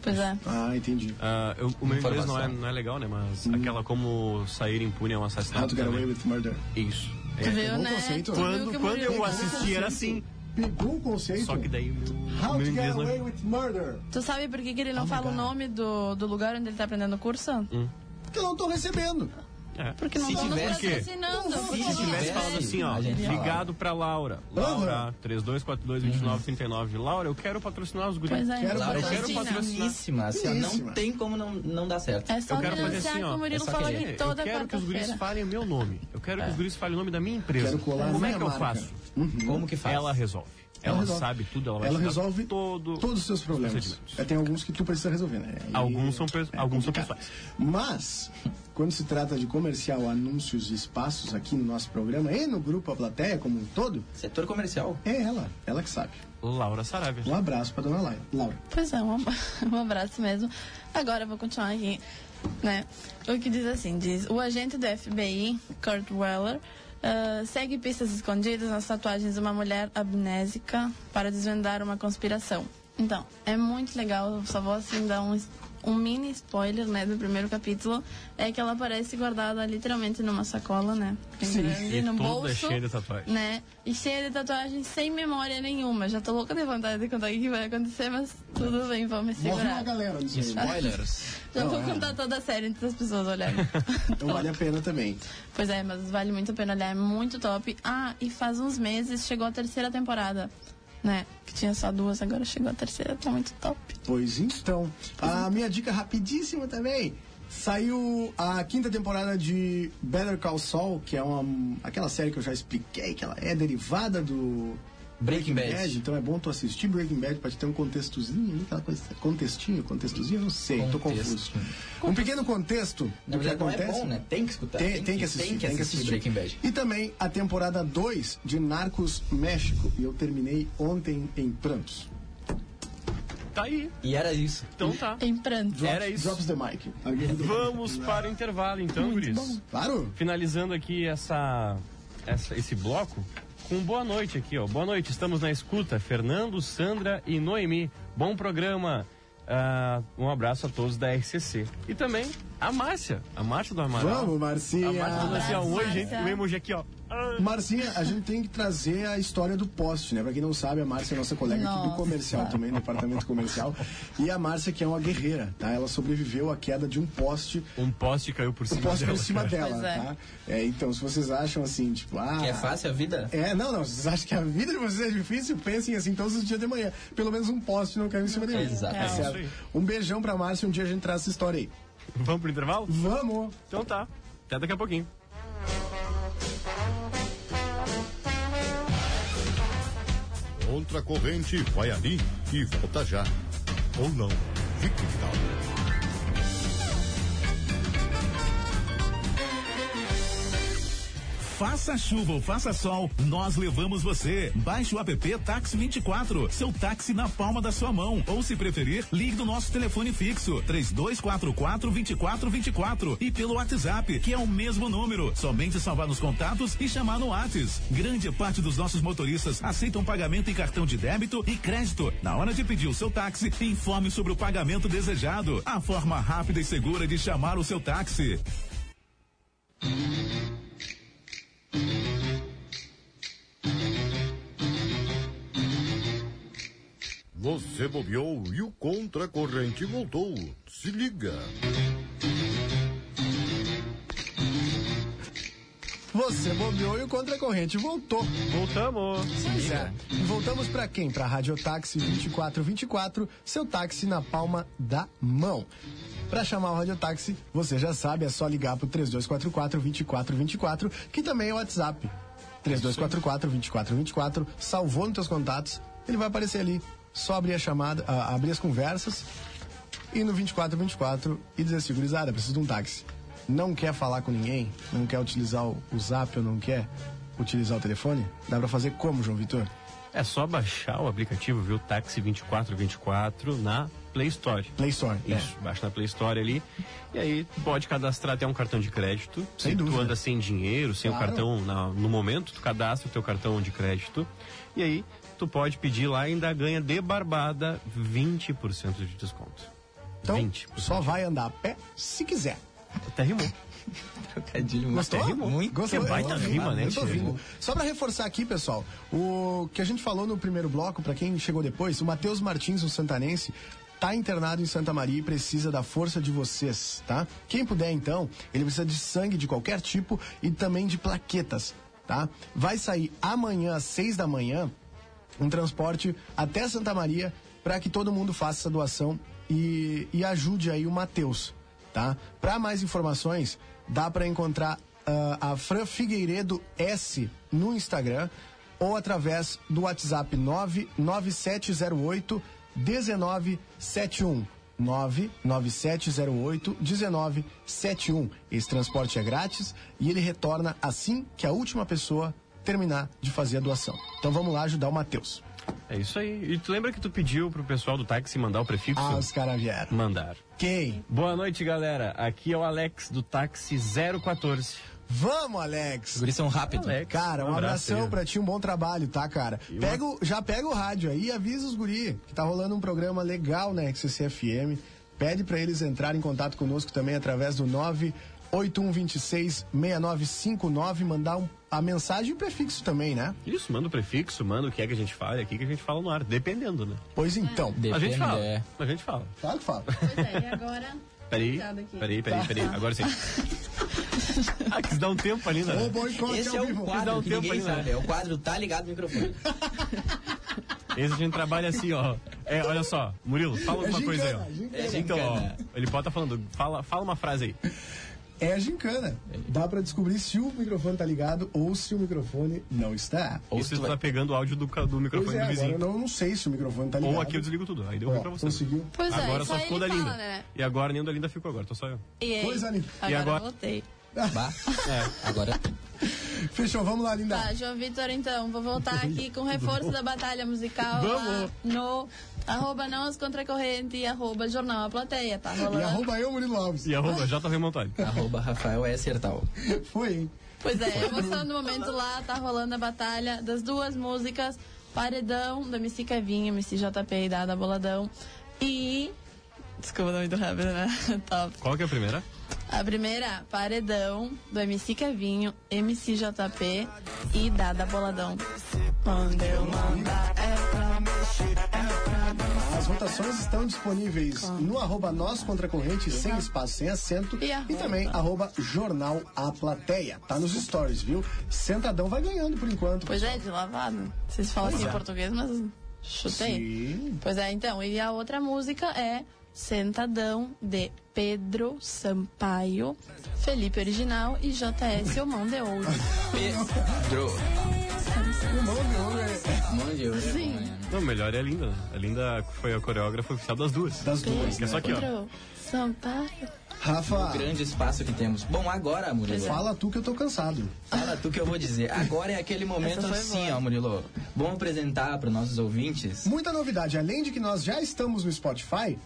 [SPEAKER 3] Pois é.
[SPEAKER 1] Ah, entendi.
[SPEAKER 2] Ah, eu- o meu inglês não é,
[SPEAKER 7] Informação.
[SPEAKER 2] não é legal, né? Mas aquela como sair impune é um
[SPEAKER 1] Hum. How
[SPEAKER 2] assassinato.
[SPEAKER 1] to get away
[SPEAKER 2] também.
[SPEAKER 1] with murder.
[SPEAKER 2] Isso.
[SPEAKER 3] Tu
[SPEAKER 2] É.
[SPEAKER 3] viu,
[SPEAKER 1] bom
[SPEAKER 3] né?
[SPEAKER 1] conceito.
[SPEAKER 3] Tu viu que
[SPEAKER 2] Quando,
[SPEAKER 3] o
[SPEAKER 2] quando eu
[SPEAKER 3] Murilo-
[SPEAKER 2] assisti era assim.
[SPEAKER 1] Pegou o conceito?
[SPEAKER 2] Só que daí o meu,
[SPEAKER 1] How
[SPEAKER 2] meu
[SPEAKER 1] to get
[SPEAKER 2] inglês não é
[SPEAKER 1] away with murder.
[SPEAKER 3] Tu sabe por que, que ele
[SPEAKER 2] Oh
[SPEAKER 3] não fala o nome do, do lugar onde ele tá aprendendo o curso?
[SPEAKER 1] Porque eu não tô recebendo.
[SPEAKER 2] é.
[SPEAKER 3] Porque não
[SPEAKER 7] Se
[SPEAKER 3] estão nos
[SPEAKER 7] tivesse-
[SPEAKER 3] patrocinando.
[SPEAKER 1] Se
[SPEAKER 3] pô.
[SPEAKER 2] Se tivesse falado assim, ó,
[SPEAKER 7] A gente falava.
[SPEAKER 2] ligado pra Laura. Laura, 32422939. Laura, eu quero patrocinar os guris.
[SPEAKER 3] Pois é,
[SPEAKER 1] Quero-
[SPEAKER 3] então,
[SPEAKER 1] eu
[SPEAKER 2] assim. quero
[SPEAKER 3] patrocina.
[SPEAKER 2] patrocinar.
[SPEAKER 7] Finíssima, assim, ó,
[SPEAKER 1] Finíssima.
[SPEAKER 7] não tem como não, não dar certo.
[SPEAKER 3] É só
[SPEAKER 2] Eu quero fazer
[SPEAKER 3] financiar,
[SPEAKER 2] assim, ó.
[SPEAKER 3] como o
[SPEAKER 7] É
[SPEAKER 3] Murilo
[SPEAKER 7] só
[SPEAKER 3] falou
[SPEAKER 7] querer.
[SPEAKER 3] aqui toda
[SPEAKER 2] eu quero que os guris
[SPEAKER 3] quarta-feira.
[SPEAKER 2] falem o meu nome. Eu quero que os guris falem o nome da minha empresa.
[SPEAKER 1] É. Quero colar
[SPEAKER 2] Como
[SPEAKER 1] a
[SPEAKER 2] é que
[SPEAKER 1] minha
[SPEAKER 2] eu
[SPEAKER 1] marca.
[SPEAKER 2] faço?
[SPEAKER 7] Então, Como que faz?
[SPEAKER 2] Ela resolve. Ela,
[SPEAKER 1] resolve.
[SPEAKER 2] sabe tudo, ela vai
[SPEAKER 1] Ela
[SPEAKER 2] te dar
[SPEAKER 1] resolve
[SPEAKER 2] todo
[SPEAKER 1] todos os seus problemas.
[SPEAKER 2] procedimentos.
[SPEAKER 1] É, tem alguns que tu precisa resolver, né? E-
[SPEAKER 2] Alguns são pers- alguns são
[SPEAKER 1] complicado.
[SPEAKER 2] pessoais.
[SPEAKER 1] Mas, quando se trata de comercial, anúncios e espaços aqui no nosso programa e no grupo A Plateia como um todo,
[SPEAKER 7] Setor comercial.
[SPEAKER 1] é ela, ela que sabe.
[SPEAKER 2] Laura Saravia.
[SPEAKER 1] Um abraço pra dona Laura. Laura.
[SPEAKER 3] Pois é, um, ab- *laughs* um abraço mesmo. Agora eu vou continuar aqui, né? O que diz assim, diz... O agente do FBI, Kurt Weller, ah, segue pistas escondidas nas tatuagens de uma mulher amnésica para desvendar uma conspiração. Então, é muito legal, eu só vou assim dar um, es- um mini spoiler, né, do primeiro capítulo. É que ela aparece guardada literalmente numa sacola, né?
[SPEAKER 1] Sim,
[SPEAKER 3] grande,
[SPEAKER 2] e
[SPEAKER 3] no
[SPEAKER 2] toda
[SPEAKER 3] bolso,
[SPEAKER 2] cheia de tatuagem.
[SPEAKER 3] né? E cheia de tatuagem sem memória nenhuma. Já tô louca de vontade de contar o que vai acontecer, mas tudo bem, vou me
[SPEAKER 1] Morre
[SPEAKER 3] segurar.
[SPEAKER 1] uma galera nisso aí. né?
[SPEAKER 7] Spoilers.
[SPEAKER 3] Já vou
[SPEAKER 1] Não, é.
[SPEAKER 3] contar toda a série antes das pessoas
[SPEAKER 1] *laughs*
[SPEAKER 3] olharem.
[SPEAKER 1] Então vale a pena também.
[SPEAKER 3] pois é, mas vale muito a pena olhar, é muito top. Ah, e faz uns meses chegou a terceira temporada, né? Que tinha só duas, agora chegou a terceira, tá muito top.
[SPEAKER 1] Pois então, a minha dica rapidíssima também. Saiu a quinta temporada de Better Call Saul, que é uma, aquela série que eu já expliquei, que ela é derivada do
[SPEAKER 7] Breaking Bad.
[SPEAKER 1] Bad, então é bom tu assistir Breaking Bad pra te ter um contextozinho ali, aquela coisa. Contextinho, contextozinho, eu não sei, tô confuso.
[SPEAKER 7] Contexto.
[SPEAKER 1] Um pequeno contexto
[SPEAKER 7] Na
[SPEAKER 1] do que
[SPEAKER 7] verdade, não é
[SPEAKER 1] acontece.
[SPEAKER 7] bom, né? Tem que escutar.
[SPEAKER 1] Tem, tem que assistir,
[SPEAKER 7] Tem que assistir Breaking Bad.
[SPEAKER 1] E também a temporada 2 de Narcos México, e eu terminei ontem em prantos.
[SPEAKER 2] Tá aí.
[SPEAKER 7] E era isso.
[SPEAKER 2] Então tá.
[SPEAKER 3] Em pranto.
[SPEAKER 2] Era isso.
[SPEAKER 1] Drops the
[SPEAKER 7] *laughs*
[SPEAKER 1] mic. Alguém-
[SPEAKER 2] Vamos para o intervalo então, guris.
[SPEAKER 1] Claro.
[SPEAKER 2] Finalizando aqui essa, essa- esse bloco com boa noite aqui, ó. Boa noite, estamos na escuta. Fernando, Sandra e Noemi. Bom programa. Ah, um abraço a todos da RCC. E também a Márcia, a Márcia do Amaral.
[SPEAKER 1] Vamos, Marcinha.
[SPEAKER 2] A Márcia falou assim, ó, um emoji,
[SPEAKER 3] Márcia.
[SPEAKER 2] um emoji aqui, ó. Ah.
[SPEAKER 1] Marcinha, a gente tem que trazer a história do poste, né? Pra quem não sabe, a Márcia é nossa colega aqui do
[SPEAKER 3] Nossa.
[SPEAKER 1] comercial também, do departamento comercial. E a Márcia, que é uma guerreira, tá? Ela sobreviveu à queda de um poste.
[SPEAKER 2] Um poste caiu por
[SPEAKER 1] Um
[SPEAKER 2] cima
[SPEAKER 1] poste
[SPEAKER 2] dela.
[SPEAKER 1] por cima
[SPEAKER 2] cara.
[SPEAKER 1] dela,
[SPEAKER 3] Pois é.
[SPEAKER 1] tá? É, então, se vocês acham assim, tipo, ah.
[SPEAKER 7] Que é fácil a vida?
[SPEAKER 1] É, não, não. Vocês acham que a vida de vocês é difícil? Pensem assim todos os dias de manhã. Pelo menos um poste não caiu em cima dele.
[SPEAKER 7] Exato.
[SPEAKER 1] Tá
[SPEAKER 7] É,
[SPEAKER 1] certo?
[SPEAKER 2] isso aí.
[SPEAKER 1] Um beijão pra Márcia, um dia a gente traz essa história aí.
[SPEAKER 2] Vamos pro intervalo?
[SPEAKER 1] Vamos!
[SPEAKER 2] Então tá. Até daqui a pouquinho.
[SPEAKER 9] Outra corrente vai ali e volta já. Ou não. Fique ligado.
[SPEAKER 10] Faça chuva ou faça sol, nós levamos você. Baixe o app Táxi 24, seu táxi na palma da sua mão. Ou se preferir, ligue do nosso telefone fixo, 3244 2424 e pelo WhatsApp, que é o mesmo número. Somente salvar nos contatos e chamar no WhatsApp. Grande parte dos nossos motoristas aceitam pagamento em cartão de débito e crédito. Na hora de pedir o seu táxi, informe sobre o pagamento desejado. A forma rápida e segura de chamar o seu táxi.
[SPEAKER 9] Você bobeou e o contra-corrente voltou. Se liga.
[SPEAKER 1] Você bobeou e o contracorrente voltou.
[SPEAKER 2] Voltamos.
[SPEAKER 1] Pois é. E voltamos pra quem? Pra Rádio Táxi 2424, seu táxi na palma da mão. Pra chamar o Radiotáxi, você já sabe, é só ligar pro 3244-2424, que também é o WhatsApp. 3244-2424, salvou nos teus contatos, ele vai aparecer ali. Só abrir a chamada, ah, abrir as conversas e no 2424 e dizer assim, gurizada, preciso de um táxi. Não quer falar com ninguém? Não quer utilizar o, o zap ou não quer utilizar o telefone? Dá pra fazer como, João Vitor?
[SPEAKER 2] É só baixar o aplicativo, viu? Táxi 2424 na Play Store.
[SPEAKER 1] Play Store, né?
[SPEAKER 2] Isso, baixa na Play Store ali. E aí pode cadastrar até um cartão de crédito.
[SPEAKER 1] Sem
[SPEAKER 2] Se
[SPEAKER 1] dúvida.
[SPEAKER 2] tu anda sem dinheiro, sem o
[SPEAKER 1] Claro.
[SPEAKER 2] cartão na- no momento, tu cadastra o teu cartão de crédito. E aí tu pode pedir lá e ainda ganha de barbada 20% de desconto.
[SPEAKER 1] Então, só vai andar a pé se quiser. Tá
[SPEAKER 2] Até rimou.
[SPEAKER 7] Trocadilho
[SPEAKER 1] Gostou?
[SPEAKER 7] muito. Muito
[SPEAKER 1] Gostou?
[SPEAKER 7] bom.
[SPEAKER 2] baita rima, né,
[SPEAKER 1] Muito
[SPEAKER 2] tio?
[SPEAKER 1] ouvindo. Só pra reforçar aqui, pessoal, o que a gente falou no primeiro bloco, pra quem chegou depois, o Matheus Martins, um santanense, tá internado em Santa Maria e precisa da força de vocês, tá? Quem puder, então, ele precisa de sangue de qualquer tipo e também de plaquetas, tá? Vai sair amanhã, às seis da manhã, um transporte até Santa Maria para que todo mundo faça essa doação e, e ajude aí o Matheus, tá? Para mais informações, dá para encontrar ah, a Fran Figueiredo S no Instagram ou através do WhatsApp 99708 1971. 99708-1971. Esse transporte é grátis e ele retorna assim que a última pessoa terminar de fazer a doação. Então vamos lá ajudar o Matheus.
[SPEAKER 2] É isso aí. E tu lembra que tu pediu pro pessoal do táxi mandar o prefixo?
[SPEAKER 1] Ah, os caras vieram.
[SPEAKER 2] Mandar.
[SPEAKER 1] Quem?
[SPEAKER 2] Boa noite, galera. Aqui é o Alex do táxi 014.
[SPEAKER 1] Vamos, Alex!
[SPEAKER 7] Guris são rápidos.
[SPEAKER 2] Alex,
[SPEAKER 1] Cara, um,
[SPEAKER 2] abraço
[SPEAKER 1] abração
[SPEAKER 2] aí.
[SPEAKER 1] pra ti, um bom trabalho, tá, cara?
[SPEAKER 2] E uma-
[SPEAKER 1] Pega, o- Já pega o rádio aí e avisa os guri que tá rolando um programa legal na XCFM. Pede pra eles entrarem em contato conosco também através do 981266959, mandar um- a mensagem e o prefixo também, né?
[SPEAKER 2] Isso, manda o prefixo, manda o que é que a gente fala e aqui que a gente fala no ar, dependendo, né?
[SPEAKER 1] Pois então.
[SPEAKER 2] a gente
[SPEAKER 7] Depende,
[SPEAKER 2] fala.
[SPEAKER 7] é.
[SPEAKER 2] A gente fala.
[SPEAKER 1] Claro que fala.
[SPEAKER 3] Pois é, e agora.
[SPEAKER 2] Peraí,
[SPEAKER 3] Obrigada aqui.
[SPEAKER 2] peraí, peraí, peraí.
[SPEAKER 1] Tá.
[SPEAKER 2] Agora
[SPEAKER 1] *laughs*
[SPEAKER 2] sim. ah, quis dar um tempo ali, né?
[SPEAKER 1] Ô, boicote
[SPEAKER 7] Esse é
[SPEAKER 1] ao
[SPEAKER 7] o
[SPEAKER 1] vivo.
[SPEAKER 2] Dá um
[SPEAKER 7] quadro que
[SPEAKER 2] tempo
[SPEAKER 7] ninguém
[SPEAKER 2] aí, né?
[SPEAKER 7] sabe. É o quadro tá ligado no
[SPEAKER 2] *laughs*
[SPEAKER 7] microfone.
[SPEAKER 2] Esse a gente trabalha assim, ó. É, olha só, Murilo, fala alguma
[SPEAKER 1] É
[SPEAKER 2] coisa aí,
[SPEAKER 1] gincana, gincana.
[SPEAKER 2] ó.
[SPEAKER 7] É
[SPEAKER 2] Então,
[SPEAKER 7] gincana.
[SPEAKER 2] ó, ele pode estar falando, fala, fala uma frase aí.
[SPEAKER 1] É a gincana. Dá pra descobrir se o microfone tá ligado ou se o microfone não está.
[SPEAKER 7] Ou
[SPEAKER 2] Isso
[SPEAKER 7] tu
[SPEAKER 2] tu tá
[SPEAKER 7] vai-
[SPEAKER 2] pegando o áudio do, ca- do
[SPEAKER 1] Pois é,
[SPEAKER 2] microfone do
[SPEAKER 1] agora eu
[SPEAKER 2] vizinho.
[SPEAKER 1] não, não sei se o microfone tá ligado.
[SPEAKER 2] Ou aqui eu desligo tudo. Aí deu ruim
[SPEAKER 1] Ó,
[SPEAKER 2] pra você.
[SPEAKER 1] conseguiu.
[SPEAKER 3] Pois é,
[SPEAKER 2] agora
[SPEAKER 3] só
[SPEAKER 2] só ficou da
[SPEAKER 3] ele
[SPEAKER 2] linda.
[SPEAKER 3] fala, né?
[SPEAKER 2] E agora nem o da linda ficou, agora tô só eu.
[SPEAKER 3] E aí?
[SPEAKER 1] Coisa linda.
[SPEAKER 3] Agora,
[SPEAKER 2] E agora?
[SPEAKER 3] voltei.
[SPEAKER 7] Bah. *laughs* Agora.
[SPEAKER 1] Fechou, vamos lá, linda.
[SPEAKER 3] Tá, João Vitor, então,
[SPEAKER 1] *laughs*
[SPEAKER 3] vou voltar aqui com o reforço da batalha musical lá no arroba nós contra a corrente e arroba jornal a plateia, tá rolando?
[SPEAKER 1] E arroba eu, Murilo Alves.
[SPEAKER 2] E arroba J. Remontoli.
[SPEAKER 7] Arroba Rafael S. Hertal.
[SPEAKER 1] Foi, hein? *laughs*
[SPEAKER 3] Pois é, emoção do momento lá, tá rolando a batalha das duas músicas, Paredão, da MC Kevinha, MC JP e da Ada Boladão, e... Desculpa o nome do rapper, né? *laughs* Top.
[SPEAKER 2] Qual que é a primeira?
[SPEAKER 3] A primeira, Paredão, do MC Kevinho, MC JP e Dada Boladão. Quando eu mandar é pra mexer, é pra dançar.
[SPEAKER 1] As votações estão disponíveis no arroba nós contra a corrente, sem espaço, sem acento.
[SPEAKER 3] E
[SPEAKER 1] E
[SPEAKER 3] arroba.
[SPEAKER 1] também arroba jornal a plateia. Tá nos stories, viu? Sentadão vai ganhando por enquanto.
[SPEAKER 3] Pois é, de lavado. Vocês falam assim em
[SPEAKER 2] é.
[SPEAKER 3] português, mas chutei.
[SPEAKER 1] Sim.
[SPEAKER 3] Pois é, então, e a outra música é Sentadão, de Pedro Sampaio, Felipe Original e JS O Mão de Ouro.
[SPEAKER 7] Pedro.
[SPEAKER 1] O nome hoje é
[SPEAKER 7] Mão de ouro.
[SPEAKER 3] Sim.
[SPEAKER 2] Não, melhor é a Linda. né? A Linda foi a coreógrafa oficial das duas.
[SPEAKER 1] das duas.
[SPEAKER 2] Que é só aqui, ó.
[SPEAKER 3] Pedro Sampaio.
[SPEAKER 1] Rafa,
[SPEAKER 7] Grande espaço que temos. Bom, agora, Murilo.
[SPEAKER 1] fala tu que eu tô cansado.
[SPEAKER 7] Fala tu que eu vou dizer. Agora é aquele momento
[SPEAKER 3] Essa foi
[SPEAKER 7] assim,
[SPEAKER 3] boa.
[SPEAKER 7] ó, Murilo. Vamos apresentar para nossos ouvintes.
[SPEAKER 1] Muita novidade, além de que nós já estamos no Spotify,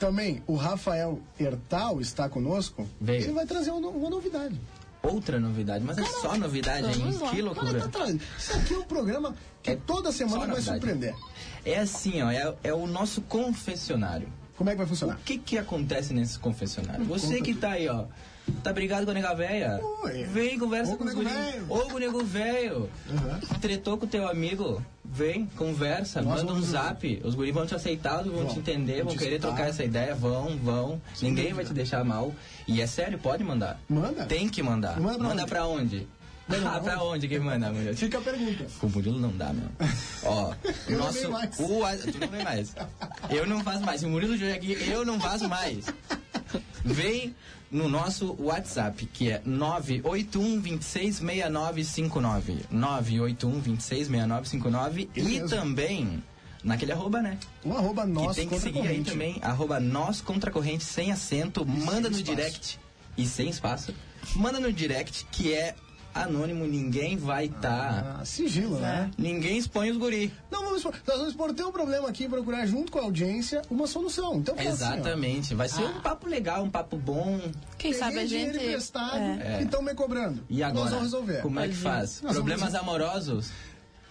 [SPEAKER 1] também o Rafael Hertal está conosco.
[SPEAKER 7] Veio.
[SPEAKER 1] Ele vai trazer uma, no- uma novidade.
[SPEAKER 7] Outra novidade, mas é só novidade, hein?
[SPEAKER 3] vamos lá.
[SPEAKER 7] Que
[SPEAKER 1] Ele tá
[SPEAKER 7] loucura.
[SPEAKER 1] trazendo. Isso aqui é um programa que toda semana
[SPEAKER 7] Só
[SPEAKER 1] vai
[SPEAKER 7] novidade.
[SPEAKER 1] surpreender.
[SPEAKER 7] É assim, ó, é, é o nosso confessionário.
[SPEAKER 1] Como é que vai
[SPEAKER 7] O
[SPEAKER 1] funcionar?
[SPEAKER 7] que que acontece nesse confessionário? Você
[SPEAKER 1] conta
[SPEAKER 7] que
[SPEAKER 1] tudo.
[SPEAKER 7] tá aí, ó, tá brigado com a nega véia?
[SPEAKER 1] Oi.
[SPEAKER 7] Vem, conversa
[SPEAKER 1] Ou
[SPEAKER 7] com
[SPEAKER 1] com
[SPEAKER 7] os
[SPEAKER 1] o nego
[SPEAKER 7] guris.
[SPEAKER 1] velho.
[SPEAKER 7] Ou com o nego velho. Tretou com o teu amigo? Vem, conversa,
[SPEAKER 1] Nós
[SPEAKER 7] manda um
[SPEAKER 1] vamos-
[SPEAKER 7] zap. Os guris vão te aceitar, vão,
[SPEAKER 1] Vão.
[SPEAKER 7] te entender,
[SPEAKER 1] Vão
[SPEAKER 7] vão
[SPEAKER 1] te
[SPEAKER 7] querer
[SPEAKER 1] escutar.
[SPEAKER 7] trocar essa ideia, vão, vão. Ninguém vai te deixar mal. E é sério, pode mandar.
[SPEAKER 1] Manda.
[SPEAKER 7] Tem que mandar.
[SPEAKER 1] Manda pra
[SPEAKER 7] Manda
[SPEAKER 1] onde?
[SPEAKER 7] pra onde? *laughs* ah, pra onde que manda, Murilo?
[SPEAKER 1] Fica a pergunta.
[SPEAKER 7] Com o Murilo não dá, meu.
[SPEAKER 1] *laughs*
[SPEAKER 7] Ó,
[SPEAKER 1] Eu não
[SPEAKER 7] nosso.
[SPEAKER 1] leio mais.
[SPEAKER 7] O, a- tu não lê mais. Eu não faço mais. Se o Murilo estiver aqui, eu não faço mais. Vem no nosso WhatsApp, que é 981 266959. 981 266959 e também naquele arroba, né?
[SPEAKER 1] O Um arroba nós
[SPEAKER 7] que tem que
[SPEAKER 1] contra
[SPEAKER 7] seguir aí
[SPEAKER 1] corrente.
[SPEAKER 7] também, arroba nós contra corrente sem acento, manda no
[SPEAKER 1] espaço.
[SPEAKER 7] direct e sem espaço. Manda no direct que é anônimo, ninguém vai tá.
[SPEAKER 1] Ah, sigilo, né?
[SPEAKER 7] Ninguém expõe os guri.
[SPEAKER 1] Não vamos expor. Nós vamos expor teu problema aqui e procurar junto com a audiência uma solução. Então fala assim, ó.
[SPEAKER 7] Exatamente. Vai ser
[SPEAKER 1] Ah.
[SPEAKER 7] um papo legal, um papo bom.
[SPEAKER 3] Quem
[SPEAKER 1] Peguei
[SPEAKER 3] sabe a
[SPEAKER 1] dinheiro
[SPEAKER 3] gente.
[SPEAKER 1] emprestado
[SPEAKER 7] É.
[SPEAKER 1] e estão me cobrando.
[SPEAKER 7] E agora?
[SPEAKER 1] Nós vamos resolver.
[SPEAKER 7] Como é que faz?
[SPEAKER 1] Nós
[SPEAKER 7] Problemas
[SPEAKER 1] vamos-
[SPEAKER 7] amorosos?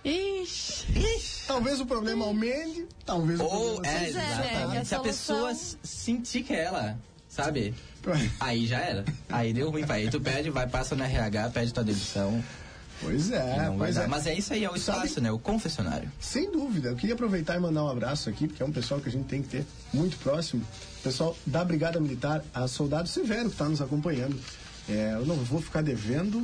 [SPEAKER 3] Ixi.
[SPEAKER 1] Talvez o problema aumente, talvez o
[SPEAKER 7] Ou
[SPEAKER 1] problema
[SPEAKER 7] é,
[SPEAKER 1] seja-
[SPEAKER 7] exatamente.
[SPEAKER 3] que a
[SPEAKER 7] se a
[SPEAKER 3] solução-
[SPEAKER 7] pessoa s- sentir que é ela, sabe? Aí já era. Aí deu ruim pra aí. Tu pede, vai, passa no RH, pede tua demissão.
[SPEAKER 1] *laughs* Pois
[SPEAKER 7] e
[SPEAKER 1] é,
[SPEAKER 7] não vai
[SPEAKER 1] pois
[SPEAKER 7] dar.
[SPEAKER 1] é.
[SPEAKER 7] Mas é isso aí, é o
[SPEAKER 1] Sabe-
[SPEAKER 7] espaço, né? O confessionário.
[SPEAKER 1] Sem dúvida. Eu queria aproveitar e mandar um abraço aqui, porque é um pessoal que a gente tem que ter muito próximo. Pessoal da Brigada Militar, a Soldado Severo, que está nos acompanhando. É, eu não vou ficar devendo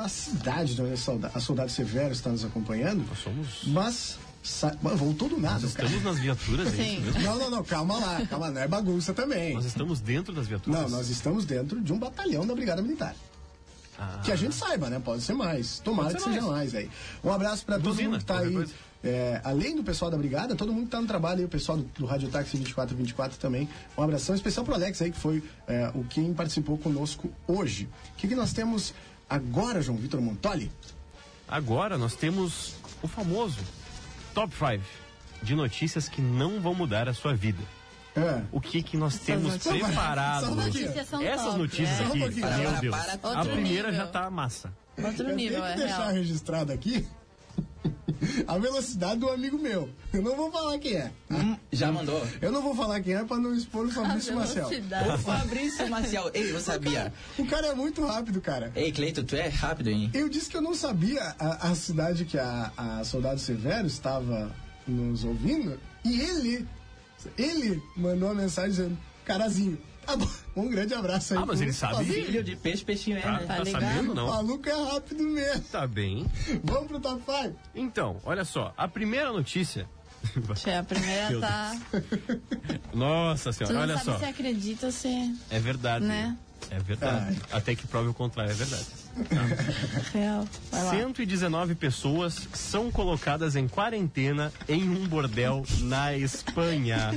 [SPEAKER 1] a cidade de onde a Solda- a Soldado Severo está nos acompanhando. Nós
[SPEAKER 2] somos.
[SPEAKER 1] Mas, sa... Mas voltou do nada, cara.
[SPEAKER 2] Estamos nas viaturas, é isso mesmo?
[SPEAKER 1] Não, não, não, calma lá, calma, não é bagunça também.
[SPEAKER 2] Nós estamos dentro das viaturas?
[SPEAKER 1] Não, nós estamos dentro de um batalhão da Brigada Militar.
[SPEAKER 2] Ah.
[SPEAKER 1] Que a gente saiba, né? Pode ser mais. Tomara
[SPEAKER 2] Pode
[SPEAKER 1] que
[SPEAKER 2] ser
[SPEAKER 1] seja mais. aí. Um abraço pra todo
[SPEAKER 2] Buzina,
[SPEAKER 1] mundo que tá
[SPEAKER 2] qualquer
[SPEAKER 1] aí.
[SPEAKER 2] coisa.
[SPEAKER 1] é, além do pessoal da Brigada, todo mundo que tá no trabalho aí, o pessoal do, do Rádio Táxi 2424 também. Um abração especial pro Alex aí, que foi é, o quem participou conosco hoje. O que, que nós temos agora, João Vitor Montoli?
[SPEAKER 2] Agora nós temos o famoso Top 5 de notícias que não vão mudar a sua vida.
[SPEAKER 1] É.
[SPEAKER 2] O que que nós temos
[SPEAKER 1] notícias-
[SPEAKER 2] preparado?
[SPEAKER 1] Só um pouquinho.
[SPEAKER 3] Notícias são
[SPEAKER 2] Essas
[SPEAKER 3] top,
[SPEAKER 2] notícias
[SPEAKER 3] é.
[SPEAKER 2] aqui,
[SPEAKER 1] Só um pouquinho.
[SPEAKER 2] meu
[SPEAKER 7] Para,
[SPEAKER 2] Deus.
[SPEAKER 7] para, para.
[SPEAKER 2] a
[SPEAKER 3] Outro
[SPEAKER 2] primeira
[SPEAKER 3] nível.
[SPEAKER 2] já tá massa.
[SPEAKER 3] Outro
[SPEAKER 1] Eu
[SPEAKER 3] nível,
[SPEAKER 1] tenho que
[SPEAKER 3] é
[SPEAKER 1] deixar
[SPEAKER 3] real.
[SPEAKER 1] registrado aqui *laughs* a velocidade do amigo meu. Eu não vou falar quem é.
[SPEAKER 7] Hum, já mandou.
[SPEAKER 1] Eu não vou falar quem é pra não
[SPEAKER 3] *laughs*
[SPEAKER 1] expor o Fabrício Marcel.
[SPEAKER 7] O Fabrício Marcial. Ei, eu sabia.
[SPEAKER 1] *laughs* O cara é muito rápido, cara.
[SPEAKER 7] Ei, Cleito, tu é rápido, hein?
[SPEAKER 1] Eu disse que eu não sabia a, a cidade que a, a Soldado Severo estava nos ouvindo e ele, ele mandou uma mensagem dizendo, carazinho, tá bom, *laughs* um grande abraço aí.
[SPEAKER 2] Ah, mas
[SPEAKER 1] pro
[SPEAKER 2] ele sabe.
[SPEAKER 1] Fabrício.
[SPEAKER 7] Filho de peixe, peixinho é,
[SPEAKER 2] Tá,
[SPEAKER 7] né?
[SPEAKER 2] tá
[SPEAKER 3] Tá ligado?
[SPEAKER 2] sabendo
[SPEAKER 1] O
[SPEAKER 2] não?
[SPEAKER 1] maluco é rápido mesmo. *laughs*
[SPEAKER 2] Tá bem.
[SPEAKER 1] Vamos pro top 5?
[SPEAKER 2] Então, olha só, a primeira notícia. *laughs*
[SPEAKER 3] Tchê, a primeira
[SPEAKER 2] Meu
[SPEAKER 3] tá.
[SPEAKER 2] Nossa
[SPEAKER 3] Tu
[SPEAKER 2] senhora,
[SPEAKER 3] não
[SPEAKER 2] olha
[SPEAKER 3] sabe
[SPEAKER 2] só.
[SPEAKER 3] se acredita ou se.
[SPEAKER 2] É verdade.
[SPEAKER 3] Né?
[SPEAKER 2] É verdade. Até que prove o contrário, é verdade.
[SPEAKER 3] Real. Vai lá.
[SPEAKER 2] 119 pessoas são colocadas em quarentena em um bordel na Espanha.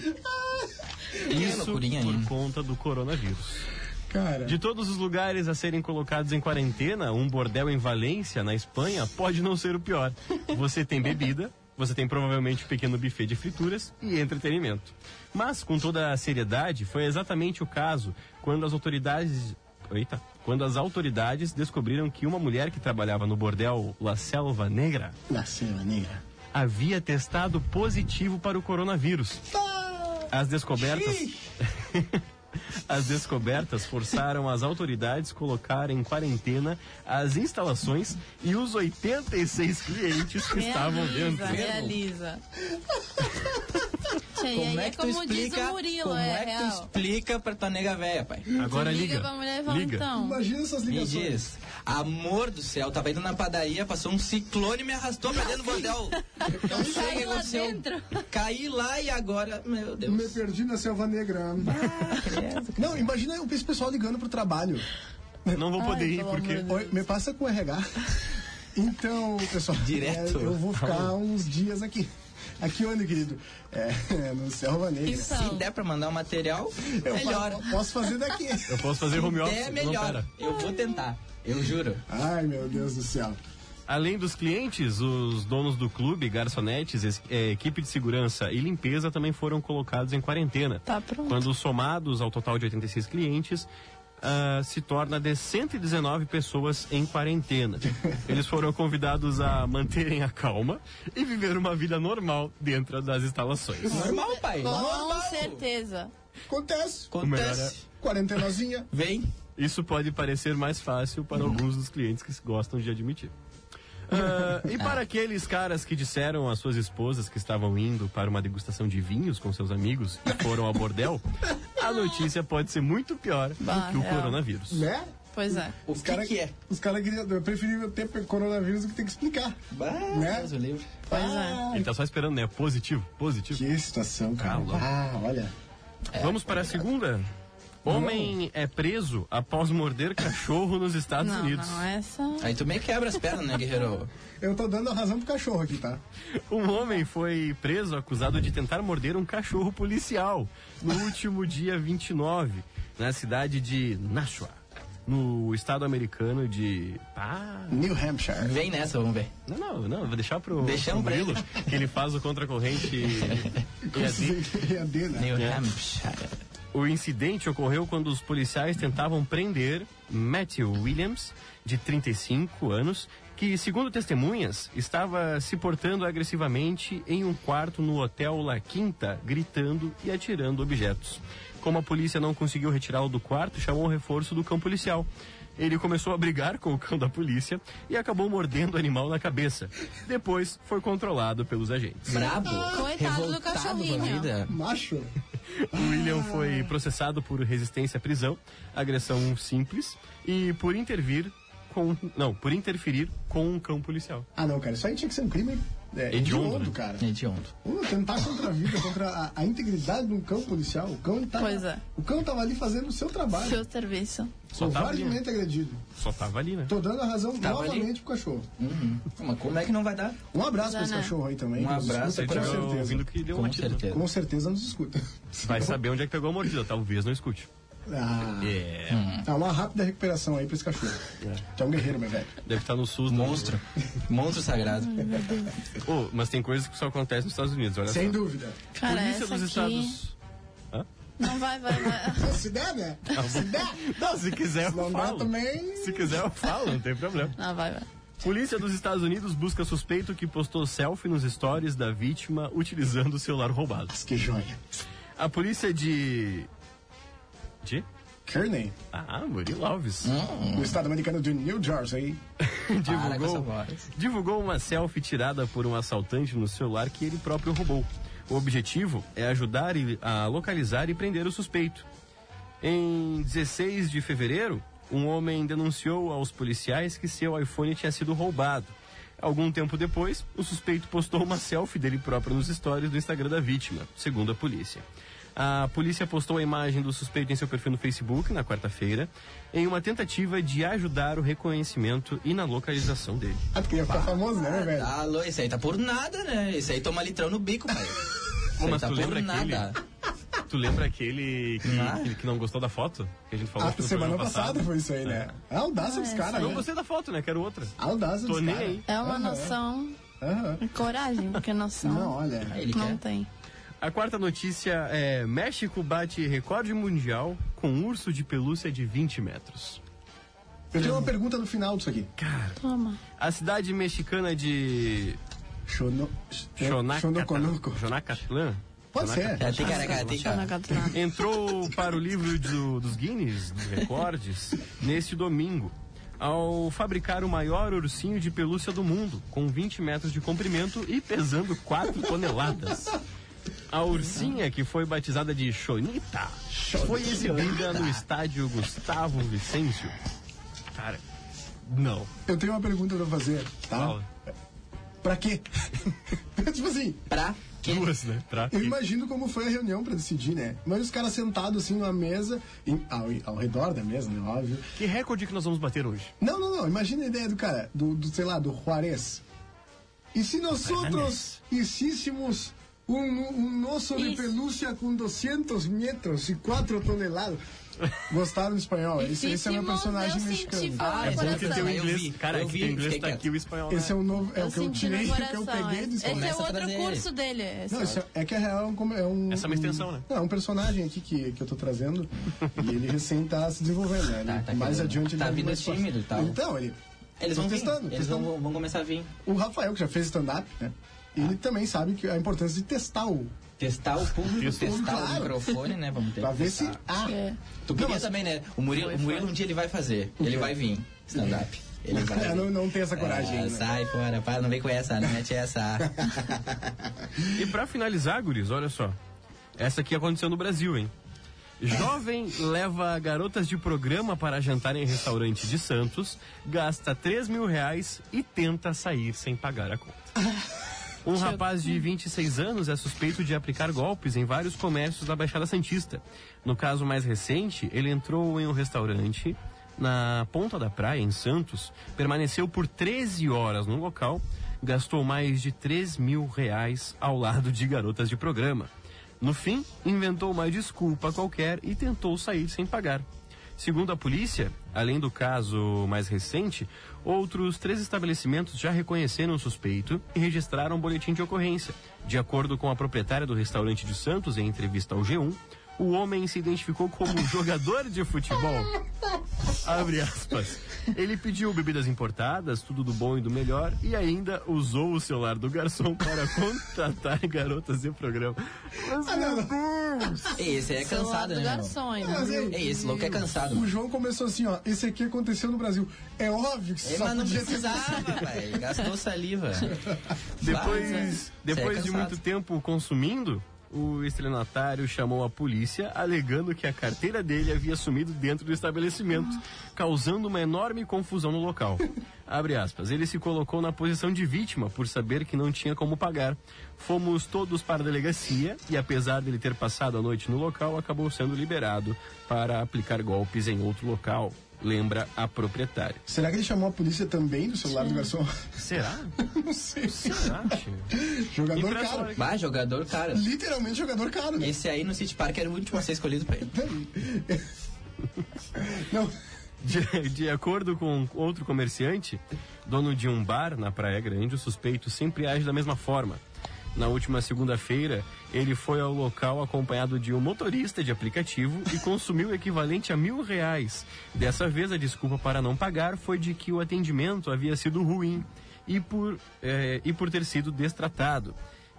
[SPEAKER 2] Isso
[SPEAKER 7] loucurinha, hein?
[SPEAKER 2] por conta do coronavírus.
[SPEAKER 1] Cara,
[SPEAKER 2] De todos os lugares a serem colocados em quarentena, um bordel em Valência, na Espanha, pode não ser o pior. Você tem bebida, você tem provavelmente um pequeno buffet de frituras e entretenimento. Mas, com toda a seriedade, foi exatamente o caso quando as autoridades. Eita! Quando as autoridades descobriram que uma mulher que trabalhava no bordel La Selva Negra
[SPEAKER 1] na Selva Negra.
[SPEAKER 2] havia testado positivo para o coronavírus.
[SPEAKER 1] Tá!
[SPEAKER 2] As descobertas. As descobertas forçaram as autoridades colocar em quarentena as instalações e os 86 clientes que estavam
[SPEAKER 3] Realiza,
[SPEAKER 2] dentro. *laughs*
[SPEAKER 3] realiza. Tchê, e aí
[SPEAKER 7] Como é
[SPEAKER 3] é
[SPEAKER 7] que tu
[SPEAKER 3] como diz
[SPEAKER 7] explica?
[SPEAKER 3] o Murilo,
[SPEAKER 7] como
[SPEAKER 3] é,
[SPEAKER 7] é, que tu
[SPEAKER 3] real.
[SPEAKER 7] explica pra tua nega véia, pai?
[SPEAKER 2] Agora
[SPEAKER 3] Tu
[SPEAKER 2] liga.
[SPEAKER 3] pra mulher e fala,
[SPEAKER 2] liga.
[SPEAKER 3] então.
[SPEAKER 1] Imagina essas
[SPEAKER 7] Me
[SPEAKER 1] ligações.
[SPEAKER 7] diz, amor do céu, tava indo na padaria, passou um ciclone e me arrastou pra dentro
[SPEAKER 3] *laughs*
[SPEAKER 7] do bordel. Eu não sei o que
[SPEAKER 3] Caiu lá
[SPEAKER 7] aconteceu.
[SPEAKER 3] dentro.
[SPEAKER 7] Caí lá e agora, meu Deus.
[SPEAKER 1] Me perdi na Selva Negra. *laughs* Não, imagina esse pessoal ligando pro trabalho.
[SPEAKER 2] Não vou poder ir
[SPEAKER 3] pelo
[SPEAKER 2] porque.
[SPEAKER 3] amor de
[SPEAKER 1] Oi, me passa com o RH. Então, *laughs* pessoal,
[SPEAKER 7] Direto.
[SPEAKER 1] é, eu vou ficar uns dias aqui. Aqui onde, querido? É, no Selva Negra.
[SPEAKER 7] Se
[SPEAKER 3] Então,
[SPEAKER 7] der pra mandar o material,
[SPEAKER 1] Eu
[SPEAKER 7] melhor.
[SPEAKER 1] fa- posso fazer daqui.
[SPEAKER 2] Eu posso fazer home office.
[SPEAKER 3] Então
[SPEAKER 7] É
[SPEAKER 2] Não,
[SPEAKER 7] melhor.
[SPEAKER 2] pera.
[SPEAKER 7] Eu vou tentar. Eu juro.
[SPEAKER 1] Ai, meu Deus do céu.
[SPEAKER 2] Além dos clientes, os donos do clube, garçonetes, es- eh, equipe de segurança e limpeza também foram colocados em quarentena.
[SPEAKER 3] Tá pronto.
[SPEAKER 2] Quando somados ao total de 86 clientes, ah, se torna de 119 pessoas em
[SPEAKER 3] *laughs*
[SPEAKER 2] quarentena. Eles foram convidados a manterem a calma e viver uma vida normal dentro das instalações.
[SPEAKER 7] Normal, pai.
[SPEAKER 3] com
[SPEAKER 7] Normal.
[SPEAKER 3] certeza.
[SPEAKER 1] Acontece.
[SPEAKER 2] melhor é
[SPEAKER 7] Acontece.
[SPEAKER 1] Quarentenozinha.
[SPEAKER 7] Vem.
[SPEAKER 2] Isso pode parecer mais fácil para
[SPEAKER 3] Uhum.
[SPEAKER 2] alguns dos clientes que gostam de admitir. Ah, e
[SPEAKER 3] *laughs*
[SPEAKER 2] para aqueles caras que disseram às suas esposas que estavam indo para uma degustação de vinhos com seus amigos e foram ao bordel, a notícia pode ser muito pior do
[SPEAKER 3] Bah, é.
[SPEAKER 2] que o
[SPEAKER 3] real.
[SPEAKER 2] coronavírus.
[SPEAKER 1] Né?
[SPEAKER 3] Pois é.
[SPEAKER 1] Os caras que, é? Os caras queriam. É preferível ter coronavírus do que ter que explicar. Bah, né?
[SPEAKER 7] Deus o livre.
[SPEAKER 3] Pois é.
[SPEAKER 2] Ele tá só esperando, né? Positivo, positivo.
[SPEAKER 1] Que situação, cara. Ah, olha.
[SPEAKER 2] Vamos para a segunda. Homem é preso após morder cachorro nos Estados
[SPEAKER 3] Não,
[SPEAKER 2] Unidos.
[SPEAKER 3] não, é essa.
[SPEAKER 7] Aí tu meio quebra as pernas, né, guerreiro?
[SPEAKER 1] Eu tô dando a razão pro cachorro aqui, tá?
[SPEAKER 2] *laughs* Um homem foi preso acusado de tentar morder um cachorro policial no último dia 29, na cidade de Nashua, no estado americano de. Ah,
[SPEAKER 1] New Hampshire.
[SPEAKER 7] Vem nessa, vamos ver.
[SPEAKER 2] não, não, não, vou deixar pro.
[SPEAKER 7] Deixamos
[SPEAKER 2] pro
[SPEAKER 7] pra
[SPEAKER 2] Murilo, que ele faz o contracorrente.
[SPEAKER 7] *laughs*
[SPEAKER 1] *laughs*
[SPEAKER 2] e a dele.
[SPEAKER 1] E a D, né?
[SPEAKER 7] New Hampshire.
[SPEAKER 2] O incidente ocorreu quando os policiais tentavam prender Matthew Williams, de 35 anos, que, segundo testemunhas, estava se portando agressivamente em um quarto no hotel La Quinta, gritando e atirando objetos. Como a polícia não conseguiu retirá-lo do quarto, chamou o reforço do cão policial. Ele começou a brigar com o cão da polícia e acabou mordendo o animal na cabeça. Depois foi controlado pelos agentes.
[SPEAKER 7] Brabo.
[SPEAKER 3] Coitado do
[SPEAKER 7] revoltado com a
[SPEAKER 3] cachorrinho.
[SPEAKER 7] vida.
[SPEAKER 1] Macho.
[SPEAKER 2] O William foi processado por resistência à prisão, agressão simples e por intervir com. Não, por interferir com um cão policial.
[SPEAKER 1] Ah, não, cara. Isso aí tinha que ser um crime é,
[SPEAKER 2] Hediondo,
[SPEAKER 1] hediondo,
[SPEAKER 2] né?
[SPEAKER 1] cara.
[SPEAKER 7] Hediondo.
[SPEAKER 1] Uh, tentar contra a vida, contra a, a integridade de um cão policial. O cão tava,
[SPEAKER 3] Pois é.
[SPEAKER 1] o cão tava ali fazendo o seu trabalho.
[SPEAKER 3] Seu serviço.
[SPEAKER 2] Só tava, ali, né?
[SPEAKER 1] Covardemente agredido.
[SPEAKER 2] Só tava ali, né?
[SPEAKER 1] Tô dando a razão
[SPEAKER 7] Tava ali.
[SPEAKER 1] novamente pro cachorro.
[SPEAKER 7] Uhum. Mas como é que não vai dar?
[SPEAKER 1] Um abraço pra
[SPEAKER 3] Mas,
[SPEAKER 1] esse
[SPEAKER 3] né?
[SPEAKER 1] cachorro aí também.
[SPEAKER 7] Um
[SPEAKER 1] que nos escuta,
[SPEAKER 7] abraço aí pra
[SPEAKER 1] com
[SPEAKER 7] você.
[SPEAKER 2] Tiver
[SPEAKER 1] certeza.
[SPEAKER 2] ouvindo que deu um uma
[SPEAKER 7] Com
[SPEAKER 2] tira.
[SPEAKER 7] certeza.
[SPEAKER 1] Com certeza nos escuta.
[SPEAKER 2] Vai saber onde é que pegou a mordida, talvez não escute.
[SPEAKER 1] *laughs* Ah,
[SPEAKER 2] É.
[SPEAKER 1] tá uma rápida recuperação aí pra esse cachorro. Que é um guerreiro, meu velho.
[SPEAKER 2] Deve estar no SUS. né?
[SPEAKER 7] Monstro. Monstro sagrado.
[SPEAKER 2] Ô, mas tem coisas que só acontecem nos Estados Unidos, olha
[SPEAKER 1] Sem
[SPEAKER 2] só.
[SPEAKER 1] dúvida.
[SPEAKER 3] Cara,
[SPEAKER 2] Polícia
[SPEAKER 3] essa
[SPEAKER 2] dos
[SPEAKER 3] aqui.
[SPEAKER 2] Estados.
[SPEAKER 3] Não vai, vai, vai.
[SPEAKER 1] Se der, né? Se der.
[SPEAKER 2] Não, se quiser
[SPEAKER 1] Se não
[SPEAKER 2] eu
[SPEAKER 1] dá
[SPEAKER 2] falo.
[SPEAKER 1] também-
[SPEAKER 2] Se quiser eu falo, não tem problema.
[SPEAKER 3] Não, vai, vai.
[SPEAKER 2] Polícia dos Estados Unidos busca suspeito que postou selfie nos stories da vítima utilizando o celular roubado.
[SPEAKER 1] Mas que joia.
[SPEAKER 2] A polícia de. De?
[SPEAKER 1] Kearney,
[SPEAKER 2] Ah, Murilo Alves. *laughs*
[SPEAKER 1] no estado americano de New Jersey.
[SPEAKER 7] Hum, Para com essa
[SPEAKER 2] divulgou,
[SPEAKER 7] voz.
[SPEAKER 2] divulgou uma selfie tirada por um assaltante no celular que ele próprio roubou. O objetivo é ajudar e- a localizar e prender o suspeito. Em 16 de fevereiro, um homem denunciou aos policiais que seu iPhone tinha sido roubado. Algum tempo depois, o suspeito postou uma selfie dele próprio nos stories do Instagram da vítima, segundo a polícia. A polícia postou a imagem do suspeito em seu perfil no Facebook na quarta-feira, em uma tentativa de ajudar o reconhecimento e na localização dele.
[SPEAKER 1] Ah, tu queria ficar famoso, né, velho?
[SPEAKER 7] Alô, isso aí tá por nada, né? Isso aí toma litrão no bico, pai. Isso
[SPEAKER 2] Ô,
[SPEAKER 7] aí
[SPEAKER 2] mas
[SPEAKER 7] tá
[SPEAKER 2] tu
[SPEAKER 7] por
[SPEAKER 2] lembra aquele?
[SPEAKER 7] nada.
[SPEAKER 2] Tu lembra aquele que,
[SPEAKER 7] Ah.
[SPEAKER 2] que- que não gostou da foto? Que a gente falou
[SPEAKER 1] Ah,
[SPEAKER 2] acho que no
[SPEAKER 1] semana
[SPEAKER 2] programa
[SPEAKER 1] passada foi isso aí, né? A audácia dos caras,
[SPEAKER 2] Não
[SPEAKER 1] né?
[SPEAKER 2] gostei da foto, né? Quero outra.
[SPEAKER 1] A audácia
[SPEAKER 2] É, Tô
[SPEAKER 1] dos
[SPEAKER 2] nem
[SPEAKER 1] caras.
[SPEAKER 2] aí.
[SPEAKER 3] É uma Então.
[SPEAKER 1] Aham.
[SPEAKER 3] noção. é
[SPEAKER 1] Aham.
[SPEAKER 3] Coragem, porque noção.
[SPEAKER 1] Não, olha.
[SPEAKER 7] Ele
[SPEAKER 3] Não
[SPEAKER 7] quer.
[SPEAKER 3] tem.
[SPEAKER 2] A quarta notícia é: México bate recorde mundial com um urso de pelúcia de 20 metros.
[SPEAKER 1] Eu tenho uma pergunta no final disso aqui.
[SPEAKER 3] Toma.
[SPEAKER 2] A cidade mexicana de
[SPEAKER 1] Chono... É,
[SPEAKER 2] Xonacatlan
[SPEAKER 1] Chonoconoco.
[SPEAKER 2] Xonacatlán,
[SPEAKER 1] Pode ser.
[SPEAKER 7] É, tem cara, cara, tem
[SPEAKER 3] Tá na
[SPEAKER 7] cara.
[SPEAKER 3] Catalã.
[SPEAKER 2] entrou para o livro do- dos Guinness, dos recordes, neste domingo, ao fabricar o maior ursinho de pelúcia do mundo, com 20 metros de comprimento e pesando 4 toneladas. A ursinha, que foi batizada de Xonita, foi exibida no estádio Gustavo Vicêncio. Cara, não.
[SPEAKER 1] Eu tenho uma pergunta pra fazer, tá?
[SPEAKER 2] Fala.
[SPEAKER 1] Pra quê? *laughs* tipo assim,
[SPEAKER 7] Pra quê?
[SPEAKER 2] Duas, né? Pra
[SPEAKER 1] eu
[SPEAKER 2] quê?
[SPEAKER 1] imagino como foi a reunião pra decidir, né? Mas os caras sentados assim numa mesa, em- ao, ao redor da mesa, né? Óbvio.
[SPEAKER 2] Que recorde que nós vamos bater hoje?
[SPEAKER 1] Não, não, não. Imagina a ideia do cara, do, do, sei lá, do Juarez. E se nós outros hicíssemos um, um osso de
[SPEAKER 3] Isso.
[SPEAKER 1] pelúcia com 200 metros e 4 toneladas? Gostaram do espanhol? Esse, esse é meu
[SPEAKER 3] Hicíssemos,
[SPEAKER 1] personagem
[SPEAKER 3] eu
[SPEAKER 1] mexicano.
[SPEAKER 3] senti falta.
[SPEAKER 7] Ah, é bom que
[SPEAKER 2] Porque tem
[SPEAKER 7] eu
[SPEAKER 2] o
[SPEAKER 7] vi,
[SPEAKER 2] inglês, cara,
[SPEAKER 7] eu
[SPEAKER 2] aqui
[SPEAKER 7] vi,
[SPEAKER 2] tem o inglês,
[SPEAKER 7] fiquei
[SPEAKER 2] tá
[SPEAKER 7] quieto.
[SPEAKER 2] aqui o espanhol.
[SPEAKER 1] Esse é o novo, é
[SPEAKER 3] Eu
[SPEAKER 1] o que eu
[SPEAKER 3] senti no
[SPEAKER 1] tirei, que eu
[SPEAKER 3] coração.
[SPEAKER 1] peguei do
[SPEAKER 3] Esse
[SPEAKER 1] espanhol.
[SPEAKER 3] é
[SPEAKER 7] Começa a
[SPEAKER 3] outro
[SPEAKER 7] trazer.
[SPEAKER 3] curso dele. esse
[SPEAKER 1] Não,
[SPEAKER 3] é
[SPEAKER 1] isso é, é que a real é um- é um.
[SPEAKER 2] Essa é uma extensão, né?
[SPEAKER 1] Não, é um personagem aqui que, que eu tô trazendo. e ele recém tá se desenvolvendo, né?
[SPEAKER 7] *laughs* Tá, tá
[SPEAKER 1] mais
[SPEAKER 7] querendo.
[SPEAKER 1] adiante ele
[SPEAKER 7] Tá
[SPEAKER 1] vai vir
[SPEAKER 7] vindo
[SPEAKER 1] mais forte.
[SPEAKER 7] tímido e tal.
[SPEAKER 1] Então, ele.
[SPEAKER 7] Eles
[SPEAKER 1] tô
[SPEAKER 7] vão vir.
[SPEAKER 1] testando,
[SPEAKER 7] Eles
[SPEAKER 1] testando.
[SPEAKER 7] vão, vão começar a vir.
[SPEAKER 1] O Rafael, que já fez stand-up, né?
[SPEAKER 7] Ah.
[SPEAKER 1] Ele também sabe que a importância de testar o.
[SPEAKER 7] Testar o público,
[SPEAKER 2] Isso.
[SPEAKER 7] testar
[SPEAKER 1] Claro.
[SPEAKER 7] o microfone, né? Vamos ter
[SPEAKER 1] Pra
[SPEAKER 7] que
[SPEAKER 1] ver se.
[SPEAKER 7] testar.
[SPEAKER 1] Ah!
[SPEAKER 3] É.
[SPEAKER 7] Tu queria
[SPEAKER 1] Não, mas-
[SPEAKER 7] também, né? O Murilo, o Murilo um dia ele vai fazer. Ele vai vir. Stand-up.
[SPEAKER 1] *laughs*
[SPEAKER 7] Ele vai.
[SPEAKER 1] Eu não, não tem essa coragem
[SPEAKER 7] Ah,
[SPEAKER 1] ainda.
[SPEAKER 7] sai fora, para, não vem com essa, não
[SPEAKER 1] *laughs*
[SPEAKER 7] mete essa.
[SPEAKER 2] E pra finalizar, guris, olha só. Essa aqui aconteceu no Brasil, hein? Jovem leva garotas de programa para jantar em restaurante de Santos, gasta 3 mil reais e tenta sair sem pagar a conta. Um rapaz de 26 anos é suspeito de aplicar golpes em vários comércios da Baixada Santista. No caso mais recente, ele entrou em um restaurante na Ponta da Praia, em Santos, permaneceu por 13 horas no local, gastou mais de 3 mil reais ao lado de garotas de programa. No fim, inventou uma desculpa qualquer e tentou sair sem pagar. Segundo a polícia, além do caso mais recente, outros três estabelecimentos já reconheceram o suspeito e registraram um boletim de ocorrência. De acordo com a proprietária do restaurante de Santos, em entrevista ao G1, o homem se identificou como um jogador de futebol. Abre aspas. Ele pediu bebidas importadas, tudo do bom e do melhor, e ainda usou o celular do garçom para *laughs* contratar garotas de programa. Mas, meu Deus!
[SPEAKER 7] Ei, esse é cansado, né? meu?
[SPEAKER 1] Mas eu-
[SPEAKER 7] Ei, esse louco é cansado.
[SPEAKER 1] O João começou assim, ó. Esse aqui aconteceu no Brasil. É óbvio que
[SPEAKER 7] Ei,
[SPEAKER 1] só
[SPEAKER 7] mas não
[SPEAKER 1] podia ter assim.
[SPEAKER 7] precisava,
[SPEAKER 1] acontecido.
[SPEAKER 7] velho.
[SPEAKER 1] *laughs*
[SPEAKER 7] Gastou saliva.
[SPEAKER 2] Depois,
[SPEAKER 7] Vai, Zé. Você
[SPEAKER 2] depois
[SPEAKER 7] é
[SPEAKER 2] de
[SPEAKER 7] cansado.
[SPEAKER 2] muito tempo consumindo, o estelionatário chamou a polícia alegando que a carteira dele havia sumido dentro do estabelecimento, causando uma enorme confusão no
[SPEAKER 7] *laughs*
[SPEAKER 2] local. Abre aspas. Ele se colocou na posição de vítima por saber que não tinha como pagar. Fomos todos para a delegacia e, apesar dele ter passado a noite no local, acabou sendo liberado para aplicar golpes em outro local. Lembra a proprietária.
[SPEAKER 1] Será que ele chamou a polícia também do celular do garçom? *laughs*
[SPEAKER 2] Será?
[SPEAKER 1] Não sei.
[SPEAKER 2] *laughs* Será? tio?
[SPEAKER 1] Jogador
[SPEAKER 2] Impressora
[SPEAKER 1] caro.
[SPEAKER 7] Bah, jogador, cara.
[SPEAKER 1] Literalmente jogador caro. né?
[SPEAKER 7] Esse aí no City Park era o último a ser escolhido pra ele.
[SPEAKER 1] Não.
[SPEAKER 3] É
[SPEAKER 2] De, de acordo com outro comerciante, dono de um bar na Praia Grande, o suspeito sempre age da mesma forma. Na última segunda-feira, ele foi ao local acompanhado de um motorista de aplicativo e consumiu o equivalente a mil reais. Dessa vez, a desculpa para não pagar foi de que o atendimento havia sido ruim e por, eh, e por ter sido destratado.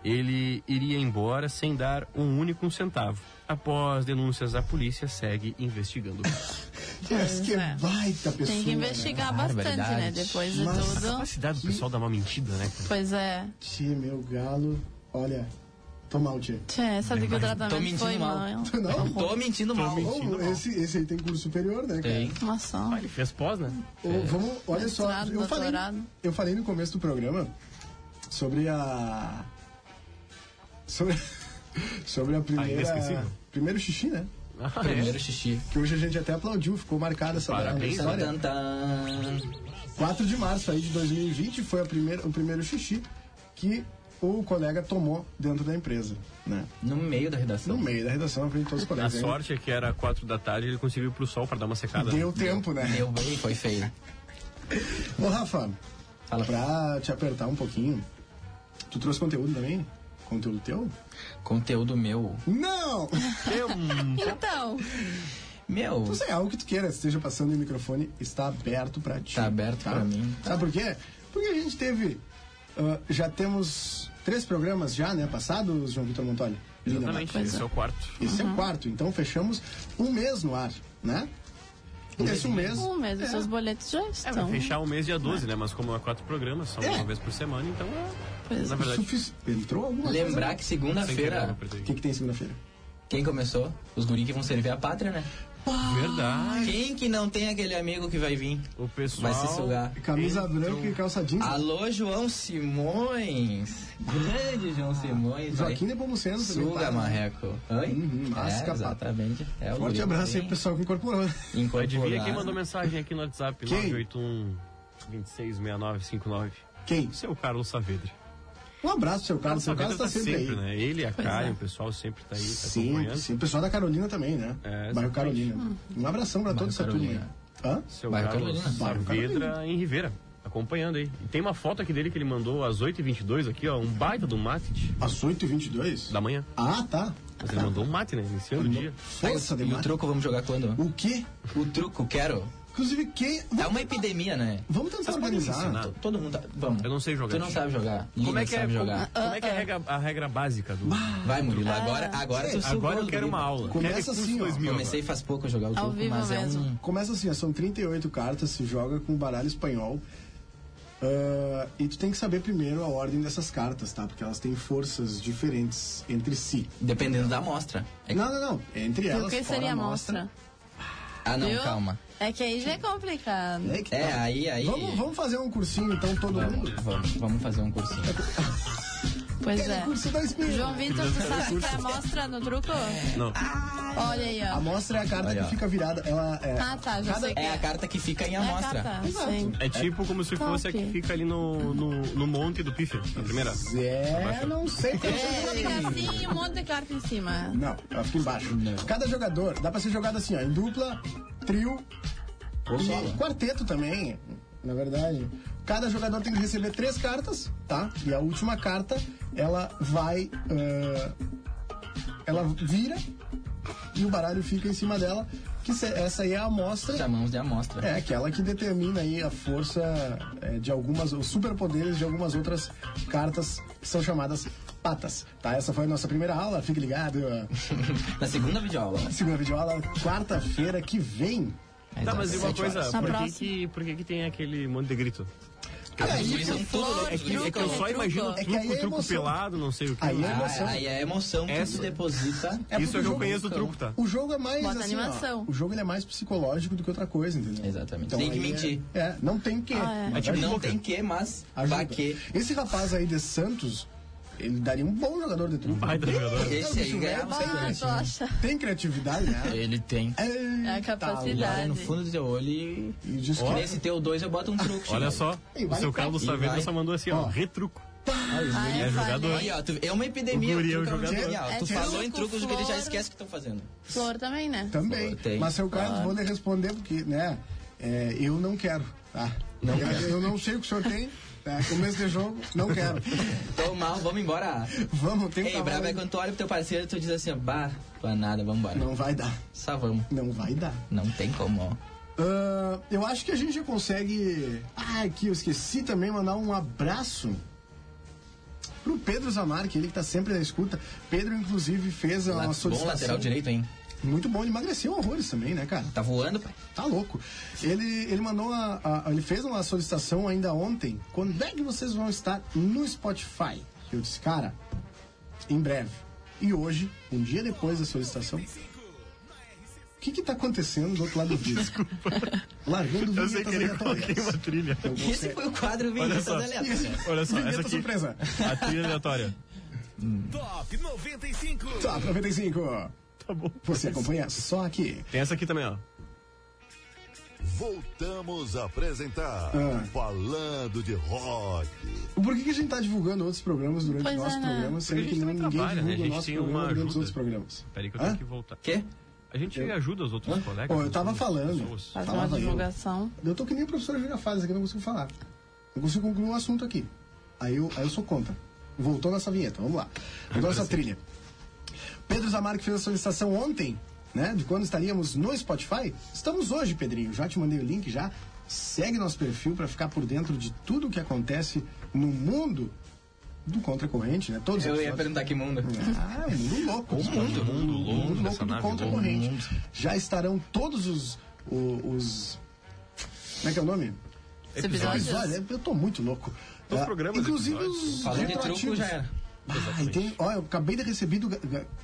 [SPEAKER 2] Ele iria embora sem dar um único centavo. Após denúncias, a polícia segue investigando. o caso.
[SPEAKER 1] Mas que
[SPEAKER 3] É.
[SPEAKER 1] baita pessoa.
[SPEAKER 3] Tem que
[SPEAKER 1] né?
[SPEAKER 3] investigar bastante, né?
[SPEAKER 7] Barbaridade.
[SPEAKER 3] Depois de
[SPEAKER 1] Nossa.
[SPEAKER 2] A
[SPEAKER 3] tudo.
[SPEAKER 2] capacidade do pessoal dar uma mentira, né? cara?
[SPEAKER 3] Pois é.
[SPEAKER 1] Tchê, meu galo. Olha, toma o tchê.
[SPEAKER 3] Tchê, essa dica do
[SPEAKER 7] Tô
[SPEAKER 3] tratamento
[SPEAKER 7] mentindo
[SPEAKER 3] foi é
[SPEAKER 7] mal.
[SPEAKER 3] mal.
[SPEAKER 1] Não,
[SPEAKER 7] Tô mentindo mal.
[SPEAKER 1] Ô, esse, esse aí tem curso superior, né, cara?
[SPEAKER 7] um Tem.
[SPEAKER 3] Nossa.
[SPEAKER 2] Ah, ele fez pós, né?
[SPEAKER 1] Ô, vamos, olha só,
[SPEAKER 3] Mestrado,
[SPEAKER 1] eu falei,
[SPEAKER 3] doutorado.
[SPEAKER 1] eu falei no começo do programa sobre a. Sobre, *laughs* sobre a primeira.
[SPEAKER 2] inesquecível.
[SPEAKER 1] primeiro xixi, né?
[SPEAKER 2] Ah,
[SPEAKER 7] Primeiro xixi.
[SPEAKER 1] Que hoje a gente até aplaudiu, ficou marcada essa
[SPEAKER 2] Parabéns,
[SPEAKER 1] Tá história.
[SPEAKER 7] Tan, tan.
[SPEAKER 1] 4 de março aí de 2020 foi a primeira, o primeiro xixi que o colega tomou dentro da empresa, né?
[SPEAKER 7] No meio da redação.
[SPEAKER 1] No meio da redação, na frente de todos os
[SPEAKER 2] é. A
[SPEAKER 1] colegas. Aí
[SPEAKER 2] sorte é que era quatro da tarde ele conseguiu ir pro sol pra dar uma secada.
[SPEAKER 1] Deu tempo, né?
[SPEAKER 7] Deu bem, foi feio.
[SPEAKER 1] Ô, Rafa,
[SPEAKER 7] Fala pra...
[SPEAKER 1] pra te apertar um pouquinho, tu trouxe conteúdo também? Conteúdo teu?
[SPEAKER 7] Conteúdo meu.
[SPEAKER 1] Não!
[SPEAKER 3] Então,
[SPEAKER 7] Meu,
[SPEAKER 1] Não sei, algo que tu queira, esteja passando e o microfone está aberto pra ti.
[SPEAKER 7] Tá aberto pra mim.
[SPEAKER 1] Sabe por quê? Porque a gente teve. ah, já temos três programas já, né? Passados, João Vitor Montoli? Lina
[SPEAKER 2] Exatamente, esse é o quarto.
[SPEAKER 1] Esse é o quarto, então fechamos um mês no ar, né? Esse um mês.
[SPEAKER 3] um mês, os seus boletos já
[SPEAKER 2] É, vai
[SPEAKER 3] estão.
[SPEAKER 2] fechar o mês dia 12, né? Mas como é quatro programas, só uma
[SPEAKER 1] É.
[SPEAKER 2] vez por semana, então é.
[SPEAKER 3] Pois
[SPEAKER 2] Na
[SPEAKER 3] é.
[SPEAKER 2] verdade,
[SPEAKER 1] Sufici- Entrou alguma
[SPEAKER 7] lembrar que
[SPEAKER 2] sem querer, né, eu
[SPEAKER 7] segunda-feira,
[SPEAKER 2] apertei.
[SPEAKER 1] coisa? O que, que tem segunda-feira?
[SPEAKER 7] quem começou? Os guri que vão servir a pátria, né?
[SPEAKER 2] Verdade.
[SPEAKER 7] Quem que não tem aquele amigo que vai vir?
[SPEAKER 2] O pessoal.
[SPEAKER 7] Vai se sugar.
[SPEAKER 1] Camisa
[SPEAKER 2] entrou-
[SPEAKER 1] branca e calça jeans.
[SPEAKER 7] Alô, João Simões! Grande João Simões! vai.
[SPEAKER 1] Joaquim de Pomoceno também.
[SPEAKER 7] Suga,
[SPEAKER 1] tá?
[SPEAKER 7] marreco. Oi?
[SPEAKER 1] Uhum, mas
[SPEAKER 7] é,
[SPEAKER 1] capaz.
[SPEAKER 7] exatamente. É o
[SPEAKER 1] Forte
[SPEAKER 7] guri
[SPEAKER 1] abraço aí
[SPEAKER 7] que
[SPEAKER 1] pro pessoal que incorporou.
[SPEAKER 7] incorporar.
[SPEAKER 2] Adivinha quem mandou mensagem aqui no WhatsApp?
[SPEAKER 1] Quem?
[SPEAKER 2] 981 266959.
[SPEAKER 1] Quem?
[SPEAKER 2] Seu é Carlos Saavedra.
[SPEAKER 1] Um abraço, seu Carlos. Seu Carlos
[SPEAKER 2] Saavedra
[SPEAKER 1] tá sempre aí.
[SPEAKER 2] né? Ele, a Karen,
[SPEAKER 3] é.
[SPEAKER 2] o pessoal sempre tá aí, tá
[SPEAKER 1] Sim,
[SPEAKER 2] acompanhando.
[SPEAKER 1] sim. O pessoal da Carolina também, né?
[SPEAKER 2] É,
[SPEAKER 1] Bairro
[SPEAKER 2] exatamente.
[SPEAKER 1] Carolina.
[SPEAKER 3] Hum.
[SPEAKER 1] Um abração pra toda essa turma aí.
[SPEAKER 7] Carolina.
[SPEAKER 1] Hã?
[SPEAKER 2] Seu
[SPEAKER 7] Bairro
[SPEAKER 2] Carlos
[SPEAKER 7] Carolina.
[SPEAKER 1] Bairro
[SPEAKER 2] Saavedra em Rivera. Acompanhando aí. E tem uma foto aqui dele que ele mandou às 8h22 aqui, ó. Um baita do mate
[SPEAKER 1] Às 8h22?
[SPEAKER 2] da manhã.
[SPEAKER 1] Ah, tá.
[SPEAKER 2] Mas ele mandou um mate, né? Iniciando o dia.
[SPEAKER 1] Força
[SPEAKER 7] E o
[SPEAKER 1] demais.
[SPEAKER 7] truco vamos jogar quando?
[SPEAKER 1] O quê?
[SPEAKER 7] O truco, quero.
[SPEAKER 1] Inclusive, quem...
[SPEAKER 7] Tá uma epidemia, né?
[SPEAKER 1] Vamos tentar
[SPEAKER 2] Vocês podem me
[SPEAKER 1] organizar.
[SPEAKER 2] ensinar?
[SPEAKER 7] T- Todo mundo tá... Vamos.
[SPEAKER 2] Eu não sei jogar,
[SPEAKER 7] Tu não
[SPEAKER 2] tio.
[SPEAKER 7] sabe jogar.
[SPEAKER 2] Como
[SPEAKER 7] Ninguém
[SPEAKER 2] é que é,
[SPEAKER 7] sabe
[SPEAKER 2] como,
[SPEAKER 7] jogar.
[SPEAKER 2] como é, que é a regra, a regra básica do.
[SPEAKER 7] Vai, Murilo. Agora, agora tu sugou
[SPEAKER 2] Agora eu
[SPEAKER 7] o
[SPEAKER 2] quero
[SPEAKER 7] guri.
[SPEAKER 2] uma aula.
[SPEAKER 1] Começa
[SPEAKER 2] Quero curso
[SPEAKER 1] assim, ó.
[SPEAKER 2] 2000 agora.
[SPEAKER 7] Comecei faz pouco a jogar o
[SPEAKER 3] Ao
[SPEAKER 7] truco,
[SPEAKER 3] vivo
[SPEAKER 7] mas é
[SPEAKER 3] mesmo.
[SPEAKER 7] um...
[SPEAKER 1] Começa assim, ó, são 38 cartas, se joga com baralho espanhol. Ah, Uh, e tu tem que saber primeiro a ordem dessas cartas, tá? Porque elas têm forças diferentes entre si.
[SPEAKER 7] Dependendo da amostra.
[SPEAKER 1] É que... Não, não, não. É entre elas.
[SPEAKER 3] O que seria amostra? amostra?
[SPEAKER 7] Ah, não, Viu? calma.
[SPEAKER 3] É que aí já é complicado.
[SPEAKER 7] É, tá. é aí, aí.
[SPEAKER 1] Vamos, vamos, fazer um cursinho então, todo
[SPEAKER 7] vamos,
[SPEAKER 1] mundo?
[SPEAKER 7] Vamos, vamos fazer um cursinho.
[SPEAKER 3] Pois Quero é. Curso da espinha. João Vitor, tu sabe o que é amostra no truco?
[SPEAKER 7] É.
[SPEAKER 2] Não.
[SPEAKER 3] Olha aí, ó.
[SPEAKER 1] A amostra é a carta Olha, que fica virada. Ela é...
[SPEAKER 3] Ah, tá, já
[SPEAKER 7] cada... sei. É a carta que fica em amostra. É, carta,
[SPEAKER 2] Exato. é tipo como se fosse tá, okay. a que fica ali no, no, no monte do pífaro, na primeira.
[SPEAKER 1] É, não sei. É,
[SPEAKER 3] fica assim, um monte de carta em cima.
[SPEAKER 1] Não, ela fica embaixo. Não. Cada jogador, dá pra ser jogado assim, ó, em dupla, trio... Ou solo. Quarteto também, na verdade. Cada jogador tem que receber três cartas, tá? E a última carta, ela vai. Uh, ela vira e o baralho fica em cima dela. Que se, essa aí é a amostra.
[SPEAKER 3] Tá
[SPEAKER 7] Chamamos de amostra.
[SPEAKER 1] É, aquela que determina aí a força é, de algumas. os superpoderes de algumas outras cartas que são chamadas patas. Tá? Essa foi a nossa primeira aula, fique ligado.
[SPEAKER 7] Na segunda videoaula.
[SPEAKER 1] Segunda videoaula, quarta-feira que vem.
[SPEAKER 2] Tá, mas e uma coisa, por que que, por que que tem aquele monte de grito?
[SPEAKER 7] Ah, aí, são tudo,
[SPEAKER 2] é, que, é que eu só imagino truco, é que aí é truco pelado, não sei o que.
[SPEAKER 7] Aí é emoção. Aí é emoção que Essa, deposita.
[SPEAKER 2] É Isso é que eu conheço do truco, tá?
[SPEAKER 1] O jogo é mais.
[SPEAKER 3] Bota
[SPEAKER 1] assim,
[SPEAKER 3] animação.
[SPEAKER 1] Ó, o jogo é mais psicológico do que outra coisa, entendeu?
[SPEAKER 7] Exatamente. Então, tem que mentir.
[SPEAKER 1] É, é não tem que.
[SPEAKER 7] Ah, é. tipo, não tem que, mas ajuda. vai que.
[SPEAKER 1] Esse rapaz aí de Santos, ele daria um bom jogador de truco.
[SPEAKER 2] Baita jogador.
[SPEAKER 7] Esse aí ganhava
[SPEAKER 1] bastante. Tem criatividade, né?
[SPEAKER 7] Ele tem.
[SPEAKER 3] É, é a capacidade.
[SPEAKER 7] Tá, no fundo do teu olho e... e diz oh. Nesse teu dois eu boto um truque.
[SPEAKER 2] Olha só, o seu Carlos Saavedra só mandou assim, ó, oh. retruco.
[SPEAKER 7] Ah,
[SPEAKER 2] é, é
[SPEAKER 3] né?
[SPEAKER 2] jogador.
[SPEAKER 7] Aí, ó, tu, é uma epidemia. O guri
[SPEAKER 2] é um jogador.
[SPEAKER 7] Genial. É, tu falou em trucos flor, que ele já esquece que estão fazendo.
[SPEAKER 3] Flor também, né?
[SPEAKER 2] Então,
[SPEAKER 1] Também. Flor, Mas seu Carlos, vou lhe responder porque, né, eu não quero, tá? Não eu não sei o que o senhor tem. É, começo de jogo, não quero.
[SPEAKER 7] Tô mal, vamos embora.
[SPEAKER 1] Vamos, tem que
[SPEAKER 7] Ei, brabo, é quando tu olha pro teu parceiro tu diz assim, bah, planada, vamos embora.
[SPEAKER 1] Não vai dar.
[SPEAKER 7] Só vamos.
[SPEAKER 1] Não vai dar.
[SPEAKER 7] Não tem como,
[SPEAKER 1] uh, eu acho que a gente já consegue... Ah, aqui, eu esqueci também mandar um abraço pro Pedro Zamarque, ele que tá sempre na escuta. Pedro, inclusive, fez a
[SPEAKER 7] Lá,
[SPEAKER 1] solicitação...
[SPEAKER 7] Bom lateral direito, hein?
[SPEAKER 1] Muito bom, ele emagreceu horrores também, né, cara?
[SPEAKER 7] Tá voando, pai.
[SPEAKER 1] Tá louco. Ele, ele mandou uma, a, ele fez uma solicitação ainda ontem. Quando é que vocês vão estar no Spotify? Eu disse, cara, em breve. E hoje, um dia depois da solicitação, o que que tá acontecendo do outro lado do vídeo? Desculpa. Largando
[SPEAKER 2] vinhetas Eu sei que ele coloquei uma trilha.
[SPEAKER 7] Então, você... *laughs* Esse foi o quadro vinhetas aleatórias.
[SPEAKER 2] Olha só, essa
[SPEAKER 1] aqui. surpresa.
[SPEAKER 2] A trilha aleatória.
[SPEAKER 10] Top 95.
[SPEAKER 1] Top 95. Tá bom. Você acompanha só aqui.
[SPEAKER 2] Tem essa aqui também, ó.
[SPEAKER 9] Voltamos a apresentar ah. Falando de Rock.
[SPEAKER 1] Por que, que, a gente tá divulgando outros programas durante pois nossos é, programas, sendo que não, ninguém trabalha, divulga né? o nosso programa durante ajuda. os outros programas?
[SPEAKER 2] Peraí que eu tenho Hã? que voltar.
[SPEAKER 7] Quê?
[SPEAKER 2] A gente eu... ajuda os outros Hã? colegas. né,
[SPEAKER 1] Oh, eu tava falando.
[SPEAKER 3] Fazer uma divulgação.
[SPEAKER 1] Eu tô que nem o professor Júlia faz aqui, não consigo falar. Não consigo concluir um assunto aqui. Aí eu, aí eu sou contra. Voltou nossa vinheta, vamos lá. Voltou nossa trilha. Pedro Zamarco fez a solicitação ontem, né? De quando estaríamos no Spotify. Estamos hoje, Pedrinho. Já te mandei o link já. Segue nosso perfil para ficar por dentro de tudo o que acontece no mundo do Contra Corrente, né? Todos
[SPEAKER 7] Eu ia episódios. perguntar que mundo.
[SPEAKER 1] Ah, mundo louco.
[SPEAKER 7] O mundo, o mundo, mundo louco, mundo
[SPEAKER 1] louco do Contra Corrente. Já estarão todos os, os, os, Como é que é o nome?
[SPEAKER 3] Episódios.
[SPEAKER 1] Episódios. Eu tô muito louco.
[SPEAKER 2] Os programas,
[SPEAKER 1] Inclusive os
[SPEAKER 7] Falando de truco já era.
[SPEAKER 1] Ah, tem, ó, eu acabei de receber do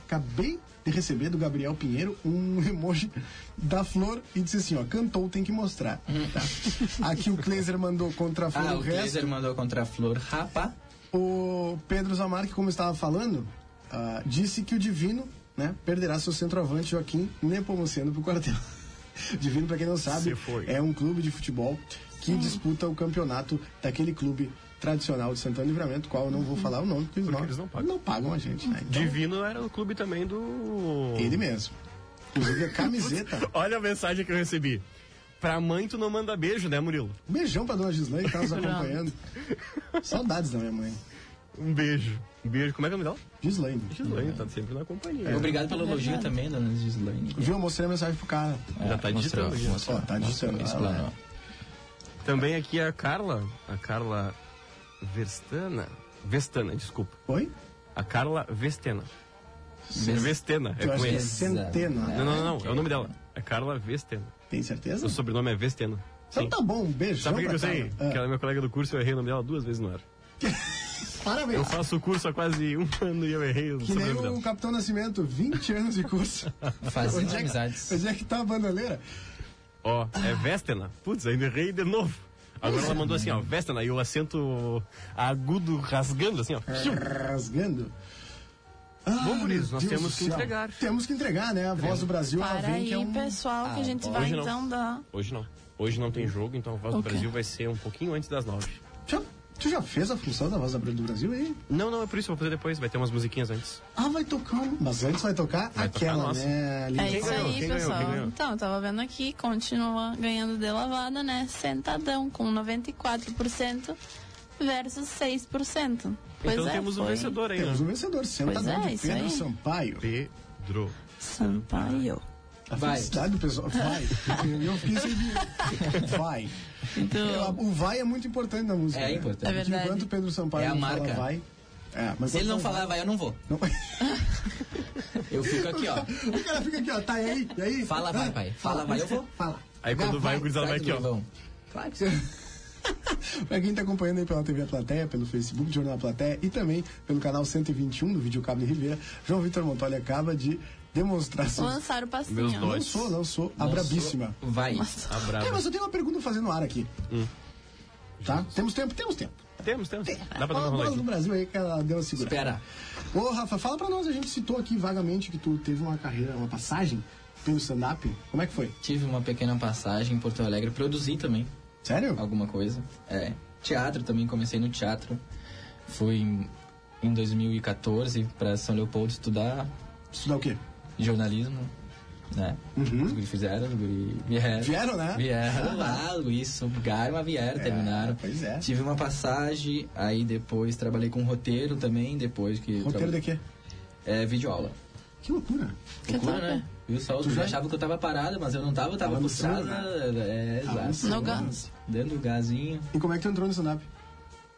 [SPEAKER 1] acabei de receber do Gabriel Pinheiro um *laughs* emoji da flor e disse assim, ó, cantou, tem que mostrar. Tá? Aqui o Kleiser mandou contra a flor
[SPEAKER 7] Uhum. ah,
[SPEAKER 1] o, o
[SPEAKER 7] Kleiser
[SPEAKER 1] resto.
[SPEAKER 7] mandou contra a flor, rapa.
[SPEAKER 1] O Pedro Zamarque, como estava falando, uh, disse que o Divino, né, perderá seu centroavante Joaquim Nepomuceno pro quartel. *laughs* Divino, para quem não sabe, é um clube de futebol que hum. disputa o campeonato daquele clube tradicional de Santana Livramento, qual eu não vou falar o nome, porque,
[SPEAKER 2] porque eles não pagam.
[SPEAKER 1] não pagam a gente. Né?
[SPEAKER 2] Então, Divino era o clube também do.
[SPEAKER 1] Ele mesmo. Inclusive a
[SPEAKER 2] *laughs*
[SPEAKER 1] camiseta.
[SPEAKER 2] Olha a mensagem que eu recebi. Pra mãe tu não manda beijo, né, Murilo?
[SPEAKER 1] Um Beijão pra dona Gislaine que tá nos acompanhando. Saudades da minha mãe.
[SPEAKER 2] Um beijo. Um beijo. Como é que é o nome dela?
[SPEAKER 1] Gislaine.
[SPEAKER 2] Gislaine, é. tá sempre na companhia. É.
[SPEAKER 7] Obrigado pelo elogio é. também, dona Gislaine.
[SPEAKER 1] Viu? Eu mostrei a mensagem pro cara.
[SPEAKER 2] Já tá digitando. Mostrou, já.
[SPEAKER 1] Mostrou, Ó, tá digitando. Mostrou, lá,
[SPEAKER 2] também aqui é a Carla. A Carla Verstana. Vestana, desculpa.
[SPEAKER 1] Oi?
[SPEAKER 2] A Carla Vestena. Vestena, é com
[SPEAKER 1] ele. É Ah, Centena.
[SPEAKER 2] Não, não, não, é o nome dela. É Carla Vestena.
[SPEAKER 1] Tem certeza?
[SPEAKER 2] O sobrenome é Vestena.
[SPEAKER 1] Então tá bom, um beijo.
[SPEAKER 2] Sabe o que eu sei?
[SPEAKER 1] Ah.
[SPEAKER 2] Que ela é minha colega do curso, eu errei o nome dela duas vezes no ar.
[SPEAKER 1] Parabéns.
[SPEAKER 2] Eu faço o curso há quase um *laughs* ano e eu errei o
[SPEAKER 1] Que nem um-
[SPEAKER 2] sobrenome dela.
[SPEAKER 1] o Capitão Nascimento, 20 anos de curso.
[SPEAKER 2] *laughs* Fazendo
[SPEAKER 1] Onde é que-
[SPEAKER 2] amizades.
[SPEAKER 1] Onde é que tá a bandoleira?
[SPEAKER 2] Ó, é Vestena. Putz, ainda errei de novo. Agora ela mandou assim, ó, Vestena, e o acento agudo rasgando, assim, ó.
[SPEAKER 1] Rasgando.
[SPEAKER 2] Bom,
[SPEAKER 1] É.
[SPEAKER 2] guriz,
[SPEAKER 1] meu Deus
[SPEAKER 2] nós temos
[SPEAKER 1] do
[SPEAKER 2] que
[SPEAKER 1] céu.
[SPEAKER 2] entregar.
[SPEAKER 1] Temos que entregar, né? A voz do Brasil, ela
[SPEAKER 3] Para
[SPEAKER 1] vem
[SPEAKER 3] aí,
[SPEAKER 1] que é um...
[SPEAKER 3] pessoal, que a gente
[SPEAKER 2] Ah, bom.
[SPEAKER 3] vai
[SPEAKER 2] Hoje não.
[SPEAKER 3] então dar.
[SPEAKER 2] Hoje não. Hoje não tem jogo, então a Voz do
[SPEAKER 3] Ok.
[SPEAKER 2] Brasil vai ser um pouquinho antes das nove.
[SPEAKER 1] Já, tu já fez a função da voz do Brasil aí?
[SPEAKER 2] Não, não, é por isso que eu vou fazer depois. Vai ter umas musiquinhas antes.
[SPEAKER 1] Ah, vai tocar. Mas antes vai tocar
[SPEAKER 2] Vai tocar
[SPEAKER 1] aquela,
[SPEAKER 2] a nossa.
[SPEAKER 1] né? Lili?
[SPEAKER 3] É
[SPEAKER 2] Quem
[SPEAKER 3] isso
[SPEAKER 2] ganhou?
[SPEAKER 3] aí,
[SPEAKER 2] Quem ganhou?
[SPEAKER 3] pessoal.
[SPEAKER 2] Quem ganhou?
[SPEAKER 3] Então, eu tava vendo aqui, continua ganhando de lavada, né? Sentadão, com 94% versus 6%. Pois
[SPEAKER 2] então
[SPEAKER 3] é,
[SPEAKER 2] temos um
[SPEAKER 3] foi.
[SPEAKER 2] vencedor aí,
[SPEAKER 1] Temos
[SPEAKER 2] né?
[SPEAKER 1] um vencedor,
[SPEAKER 3] Pois
[SPEAKER 1] sentadão
[SPEAKER 3] é,
[SPEAKER 1] de
[SPEAKER 3] isso
[SPEAKER 1] Pedro
[SPEAKER 3] aí.
[SPEAKER 1] Sampaio.
[SPEAKER 2] Pedro.
[SPEAKER 3] Sampaio.
[SPEAKER 1] A
[SPEAKER 7] Vai.
[SPEAKER 1] felicidade do pessoal.
[SPEAKER 7] *laughs*
[SPEAKER 1] Vai. Eu- Eu fiquei sem dinheiro. Vai.
[SPEAKER 3] Então,
[SPEAKER 1] O vai é muito importante na música.
[SPEAKER 7] É
[SPEAKER 1] né?
[SPEAKER 7] importante. É
[SPEAKER 1] Porque
[SPEAKER 3] verdade.
[SPEAKER 1] Enquanto o Pedro Sampaio
[SPEAKER 7] É a
[SPEAKER 1] não
[SPEAKER 7] marca.
[SPEAKER 1] fala vai. É, mas
[SPEAKER 7] Se ele não
[SPEAKER 1] então
[SPEAKER 7] falar, vai, eu não vou. eu fico aqui, ó.
[SPEAKER 1] *laughs* O cara fica aqui, ó, tá e aí, e aí?
[SPEAKER 7] Fala, vai,
[SPEAKER 1] Ah,
[SPEAKER 7] vai. Fala, vai, eu vou.
[SPEAKER 1] Fala.
[SPEAKER 2] Aí quando vai, o gurizada vai
[SPEAKER 7] Sai do
[SPEAKER 2] aqui, ó.
[SPEAKER 7] violão.
[SPEAKER 1] Claro que você- *laughs* Pra quem tá acompanhando aí pela TV Plateia, pelo Facebook de Jornal da Plateia e também pelo canal 121 do Videocabo de Ribeira, João Vitor Montoli acaba de demonstrar sua.
[SPEAKER 3] lançaram o
[SPEAKER 2] Meus
[SPEAKER 3] passinho.
[SPEAKER 2] dois.
[SPEAKER 1] Lançou, lançou a Tá brabíssima.
[SPEAKER 7] Vai.
[SPEAKER 2] A
[SPEAKER 1] É,
[SPEAKER 2] brava.
[SPEAKER 1] mas eu tenho uma pergunta fazendo ar aqui. Tá? Temos tempo? Temos tempo.
[SPEAKER 2] Temos, temos. Dá pra dar
[SPEAKER 1] Fala
[SPEAKER 2] uma
[SPEAKER 1] a voz do
[SPEAKER 2] roladinha.
[SPEAKER 1] Brasil aí que ela deu uma segurada.
[SPEAKER 7] Espera.
[SPEAKER 1] Ô, Rafa, fala pra nós, a gente citou aqui vagamente que tu teve uma carreira, uma passagem pelo stand-up. Como é que foi?
[SPEAKER 7] Tive uma pequena passagem em Porto Alegre, produzi também
[SPEAKER 1] Sério?
[SPEAKER 7] alguma coisa. É, teatro também, comecei no teatro. Fui em, em 2014 para São Leopoldo estudar
[SPEAKER 1] Estudar o quê?
[SPEAKER 7] jornalismo, né?
[SPEAKER 1] Uhum.
[SPEAKER 7] Os guri fizeram, os guri vieram.
[SPEAKER 1] Vieram, né?
[SPEAKER 7] Vieram lá, Luiz, sugaram, mas vieram, terminaram.
[SPEAKER 1] pois é.
[SPEAKER 7] Tive uma passagem, aí depois trabalhei com roteiro também, depois que...
[SPEAKER 1] Roteiro de quê?
[SPEAKER 7] É, videoaula.
[SPEAKER 1] Que loucura.
[SPEAKER 3] Que
[SPEAKER 7] Loucura,
[SPEAKER 3] top.
[SPEAKER 7] né? Viu só? Tu,
[SPEAKER 1] Tu já-
[SPEAKER 7] achava que eu tava parado, mas eu não tava, eu tava
[SPEAKER 1] Tava no
[SPEAKER 7] frustrado.
[SPEAKER 1] sono,
[SPEAKER 7] É,
[SPEAKER 1] Tava no né?
[SPEAKER 7] exato.
[SPEAKER 1] sono.
[SPEAKER 3] No gás.
[SPEAKER 7] Dando o gazinho.
[SPEAKER 1] E como é que tu entrou no stand-up?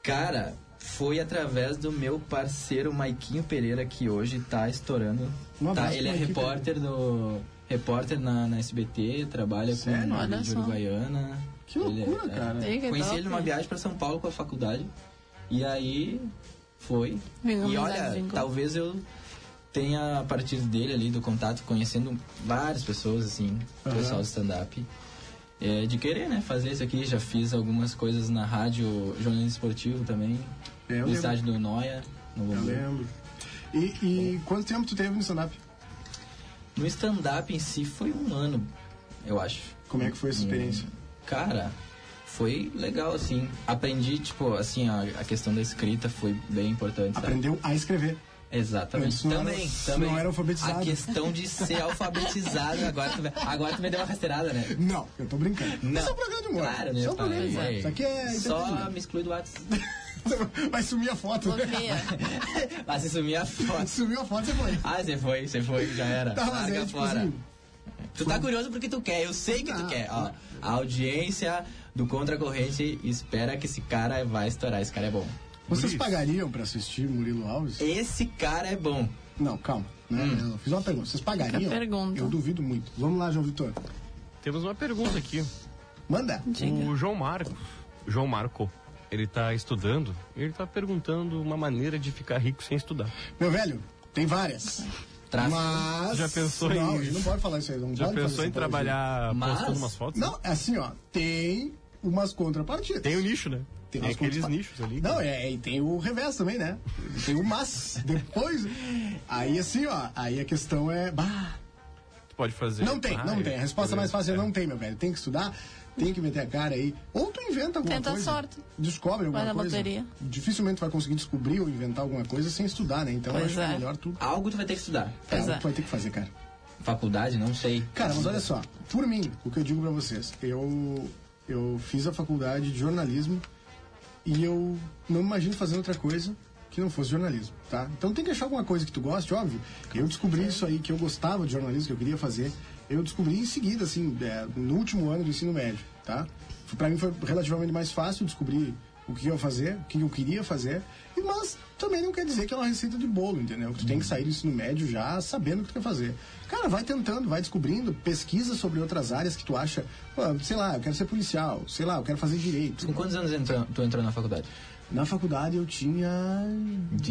[SPEAKER 7] Cara, foi através do meu parceiro Maiquinho Pereira, que hoje tá estourando.
[SPEAKER 1] Um abraço
[SPEAKER 7] tá,
[SPEAKER 1] pro
[SPEAKER 7] ele é
[SPEAKER 1] Maiquinho
[SPEAKER 7] repórter do. Repórter na, na SBT, trabalha
[SPEAKER 1] Sério?
[SPEAKER 7] com
[SPEAKER 3] Olha
[SPEAKER 7] a Rede
[SPEAKER 3] só.
[SPEAKER 7] Uruguaiana.
[SPEAKER 1] Que
[SPEAKER 7] Ele é-
[SPEAKER 1] loucura,
[SPEAKER 7] é.
[SPEAKER 1] cara.
[SPEAKER 3] Sim, que
[SPEAKER 7] Conheci
[SPEAKER 3] top.
[SPEAKER 7] ele numa viagem pra São Paulo com a faculdade. E aí foi.
[SPEAKER 3] Vingou
[SPEAKER 7] e
[SPEAKER 3] amizade,
[SPEAKER 7] olha,
[SPEAKER 3] vingou.
[SPEAKER 7] talvez eu tenha a partir dele ali do contato conhecendo várias pessoas assim,
[SPEAKER 1] Aham.
[SPEAKER 7] pessoal do stand up. É, de querer, né, fazer isso aqui, já fiz algumas coisas na rádio, jornalismo esportivo também,
[SPEAKER 1] É, eu
[SPEAKER 7] no estádio do Noia, no
[SPEAKER 1] Eu
[SPEAKER 7] Bambu.
[SPEAKER 1] lembro. E, e quanto tempo tu teve no stand-up?
[SPEAKER 7] No stand up em si foi um ano, eu acho. Um
[SPEAKER 1] Como é que foi essa experiência?
[SPEAKER 7] Cara, foi legal, assim. Aprendi, tipo, assim, a, a questão da escrita foi bem importante. sabe?
[SPEAKER 1] Aprendeu a escrever.
[SPEAKER 7] Exatamente.
[SPEAKER 1] Antes não era-
[SPEAKER 7] Também,
[SPEAKER 1] não
[SPEAKER 7] também.
[SPEAKER 1] era alfabetizado.
[SPEAKER 7] A questão de ser alfabetizado. Agora tu, me- agora tu me deu uma rasteirada, né?
[SPEAKER 1] Não, eu tô brincando.
[SPEAKER 7] Não.
[SPEAKER 1] Isso é um programa de humor.
[SPEAKER 7] Claro, né?
[SPEAKER 1] Isso é um
[SPEAKER 7] pai?
[SPEAKER 1] programa de humor.
[SPEAKER 7] Mas,
[SPEAKER 1] Isso aqui é
[SPEAKER 7] Só
[SPEAKER 1] entretenimento.
[SPEAKER 7] me exclui do WhatsApp. *laughs*
[SPEAKER 1] *laughs* Vai sumir a foto. né?
[SPEAKER 3] Bloqueia.
[SPEAKER 7] Mas se sumir a
[SPEAKER 1] *laughs*
[SPEAKER 7] foto.
[SPEAKER 1] Sumiu a foto, você foi.
[SPEAKER 7] Ah, você foi, você foi, já era.
[SPEAKER 1] Tá, mas
[SPEAKER 7] Larga
[SPEAKER 1] é tipo
[SPEAKER 7] fora.
[SPEAKER 1] assim.
[SPEAKER 7] Tu tá curioso porque tu quer, eu sei que tu
[SPEAKER 1] Ah.
[SPEAKER 7] quer. Ó, a audiência do Contra Corrente espera que esse cara vai estourar. Esse cara é bom.
[SPEAKER 1] Vocês
[SPEAKER 9] Guriz.
[SPEAKER 1] pagariam pra assistir Murilo Alves?
[SPEAKER 7] Esse cara é bom.
[SPEAKER 1] Não, calma. né? Eu fiz uma pergunta. Vocês pagariam?
[SPEAKER 3] Hum. Fica a pergunta.
[SPEAKER 1] Eu duvido muito. Vamos lá, João Vitor.
[SPEAKER 2] Temos uma pergunta aqui.
[SPEAKER 1] Manda.
[SPEAKER 2] O João Marco. João Marco. Ele tá estudando e ele tá perguntando uma maneira de ficar rico sem estudar.
[SPEAKER 1] Meu velho, tem várias.
[SPEAKER 7] Tráfico.
[SPEAKER 1] Mas.
[SPEAKER 2] Já pensou em-
[SPEAKER 1] Não, a gente não pode falar isso aí. Não
[SPEAKER 2] Já
[SPEAKER 1] pode fazer
[SPEAKER 2] pensou
[SPEAKER 1] essa
[SPEAKER 2] em trabalhar
[SPEAKER 7] Mas-
[SPEAKER 2] postando umas fotos?
[SPEAKER 1] Não, é assim, ó. Tem umas contrapartidas.
[SPEAKER 2] Tem o nicho, né?
[SPEAKER 1] Tem
[SPEAKER 2] Tem,
[SPEAKER 1] umas
[SPEAKER 2] aqueles
[SPEAKER 1] contrapart-
[SPEAKER 2] nichos ali.
[SPEAKER 1] Não, é, e tem o reverso também, né? Tem o mas. depois. Aí assim, ó. Aí a questão é. Bah,
[SPEAKER 2] Tu pode fazer.
[SPEAKER 1] não tem,
[SPEAKER 2] Ah,
[SPEAKER 1] não
[SPEAKER 2] é,
[SPEAKER 1] tem. A resposta mais
[SPEAKER 2] beleza.
[SPEAKER 1] fácil é não tem, meu velho. Tem que estudar, tem que meter a cara aí. Ou tu inventa alguma
[SPEAKER 3] Tenta a
[SPEAKER 1] coisa.
[SPEAKER 3] sorte.
[SPEAKER 1] Descobre alguma
[SPEAKER 3] Vai na
[SPEAKER 1] coisa.
[SPEAKER 3] loteria.
[SPEAKER 1] Dificilmente vai conseguir descobrir ou inventar alguma coisa sem estudar, né? Então
[SPEAKER 3] Pois
[SPEAKER 1] acho que
[SPEAKER 3] é.
[SPEAKER 1] é melhor tu.
[SPEAKER 7] Algo tu vai ter que estudar.
[SPEAKER 1] É,
[SPEAKER 3] Pois
[SPEAKER 1] algo
[SPEAKER 3] é.
[SPEAKER 1] que vai ter que fazer, cara.
[SPEAKER 7] Faculdade, não sei.
[SPEAKER 1] Cara, mas olha só, por mim, o que eu digo pra vocês, eu, eu fiz a faculdade de jornalismo e eu não me imagino fazendo outra coisa que não fosse jornalismo, tá? Então tem que achar alguma coisa que tu goste, óbvio. Eu descobri isso aí, que eu gostava de jornalismo, que eu queria fazer. Eu descobri em seguida, assim, é, no último ano do ensino médio, tá? Foi- Pra mim foi relativamente mais fácil descobrir o que eu ia fazer, o que eu queria fazer. E, mas também não quer dizer que é uma receita de bolo, entendeu? Que tu tem que sair do ensino médio já sabendo o que tu quer fazer. Cara, vai tentando, vai descobrindo, pesquisa sobre outras áreas que tu acha, "Pô, sei lá, eu quero ser policial, sei lá, eu quero fazer direito.
[SPEAKER 7] Com quantos anos entrou, tu entrou na faculdade?
[SPEAKER 1] Na faculdade eu tinha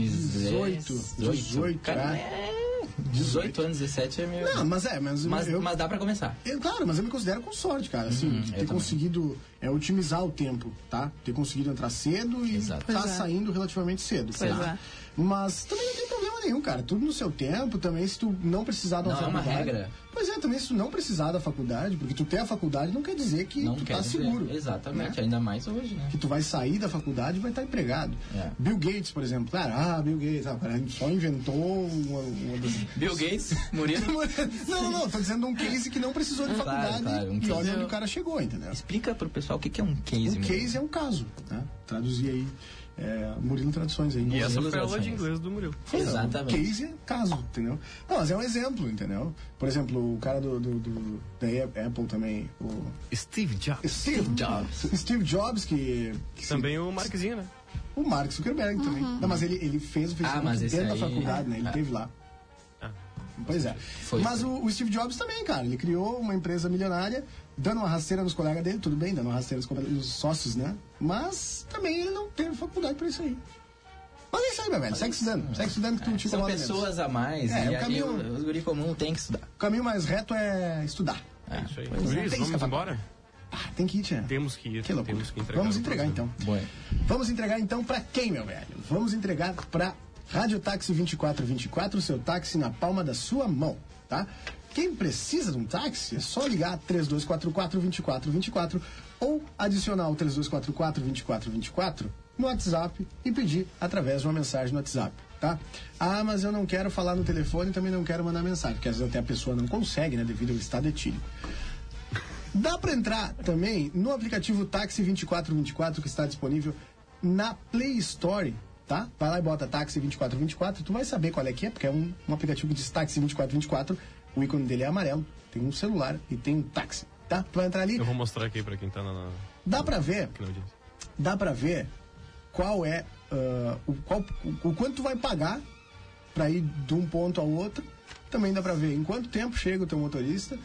[SPEAKER 1] 18. 18,
[SPEAKER 7] Cara,
[SPEAKER 1] é.
[SPEAKER 7] é, 18 anos, 17 é meio...
[SPEAKER 1] Não, mas é, mas,
[SPEAKER 7] Mas-
[SPEAKER 1] eu,
[SPEAKER 7] mas dá pra começar.
[SPEAKER 1] Eu, claro, mas eu me considero com sorte, cara. Assim,
[SPEAKER 7] Uhum,
[SPEAKER 1] de
[SPEAKER 7] eu
[SPEAKER 1] ter
[SPEAKER 7] também.
[SPEAKER 1] conseguido é, otimizar o tempo, tá? Ter conseguido entrar cedo e
[SPEAKER 7] Pois
[SPEAKER 1] tá
[SPEAKER 7] é.
[SPEAKER 1] saindo relativamente cedo.
[SPEAKER 7] Pois
[SPEAKER 1] tá?
[SPEAKER 7] é.
[SPEAKER 1] Mas também não tem problema nenhum, cara. Tudo no seu tempo, também se tu não precisar de uma
[SPEAKER 7] Não é uma
[SPEAKER 1] faculdade.
[SPEAKER 7] regra.
[SPEAKER 1] Pois é, também se tu não precisar da faculdade, porque tu ter a faculdade não quer dizer que
[SPEAKER 7] Não
[SPEAKER 1] tu
[SPEAKER 7] quer
[SPEAKER 1] tá
[SPEAKER 7] dizer.
[SPEAKER 1] seguro.
[SPEAKER 7] Exatamente, ainda mais hoje, né?
[SPEAKER 1] Que tu vai sair da faculdade e vai estar empregado.
[SPEAKER 7] É.
[SPEAKER 1] Bill Gates, por exemplo. Cara, ah, Bill Gates, ah, cara, só inventou uma, uma das-
[SPEAKER 7] *laughs* Bill Gates, Murilo... *laughs*
[SPEAKER 1] não, não, tô dizendo um case que não precisou de
[SPEAKER 7] Claro,
[SPEAKER 1] faculdade
[SPEAKER 7] claro, um
[SPEAKER 1] e
[SPEAKER 7] case.
[SPEAKER 1] olha onde o cara chegou, entendeu?
[SPEAKER 7] Explica pro pessoal o que que é um case,
[SPEAKER 1] Um
[SPEAKER 7] Murilo.
[SPEAKER 1] case é um caso, né? Traduzir aí. É, Murilo Traduções aí.
[SPEAKER 2] E essa
[SPEAKER 1] Murilo
[SPEAKER 2] foi a aula
[SPEAKER 1] Traduções.
[SPEAKER 2] de inglês do Murilo.
[SPEAKER 1] Foi, não, Case é caso, entendeu? Não, mas é um exemplo, entendeu? Por exemplo, o cara do, do, do- da A- Apple também, o...
[SPEAKER 2] Steve Jobs.
[SPEAKER 1] Steve Jobs. Steve Jobs, que... que
[SPEAKER 2] Também o Marquezinho, né?
[SPEAKER 1] O Mark Zuckerberg também. Não, mas ele, ele fez o Facebook
[SPEAKER 7] Ah, mas esse
[SPEAKER 1] dentro da
[SPEAKER 7] aí-
[SPEAKER 1] faculdade, né? Ele
[SPEAKER 7] é. Ah.
[SPEAKER 1] teve lá. Pois é. Mas o, o Steve Jobs também, cara. Ele criou uma empresa milionária, dando uma rasteira nos colegas dele, tudo bem, dando uma rasteira nos, colega- nos sócios, né? Mas também ele não teve faculdade pra isso aí. Mas é isso aí, meu velho. Segue estudando. Segue estudando que tu te
[SPEAKER 7] É, São
[SPEAKER 1] incomoda
[SPEAKER 7] pessoas
[SPEAKER 1] menos.
[SPEAKER 7] a mais,
[SPEAKER 1] É, o
[SPEAKER 7] e aí
[SPEAKER 1] caminho-
[SPEAKER 7] o- os guri comum tem que estudar.
[SPEAKER 1] O caminho mais reto é estudar.
[SPEAKER 7] É,
[SPEAKER 2] isso aí.
[SPEAKER 1] Pois é.
[SPEAKER 2] Luiz,
[SPEAKER 1] Tem
[SPEAKER 2] vamos
[SPEAKER 1] escapatória.
[SPEAKER 2] embora?
[SPEAKER 1] Ah, tem que ir, Tia.
[SPEAKER 2] Temos que ir.
[SPEAKER 1] Que loucura.
[SPEAKER 2] temos que entregar.
[SPEAKER 1] Vamos
[SPEAKER 2] o
[SPEAKER 1] entregar então.
[SPEAKER 7] Bueno.
[SPEAKER 1] Vamos entregar então pra quem, meu velho? Vamos entregar pra Rádio Táxi 2424, seu táxi na palma da sua mão, tá? Quem precisa de um táxi é só ligar 3244 2424 ou adicionar o 3244 2424 no WhatsApp e pedir através de uma mensagem no WhatsApp, tá? Ah, mas eu não quero falar no telefone e também não quero mandar mensagem, porque às vezes até a pessoa não consegue, né, devido ao estado etílico. Dá para entrar também no aplicativo Táxi 2424 que está disponível na Play Store, tá? Vai lá e bota Táxi 2424, tu vai saber qual é que é, porque é um, um aplicativo que diz Táxi 2424, o ícone dele é amarelo, tem um celular e tem um táxi, tá? Tu vai entrar ali,
[SPEAKER 2] Eu vou mostrar aqui pra quem tá na. na-
[SPEAKER 1] dá para ver,
[SPEAKER 2] aqui na audiência.
[SPEAKER 1] dá para ver qual é ah, o, qual- o- o quanto tu vai pagar para ir de um ponto ao outro. Também dá para ver em quanto tempo chega o teu motorista,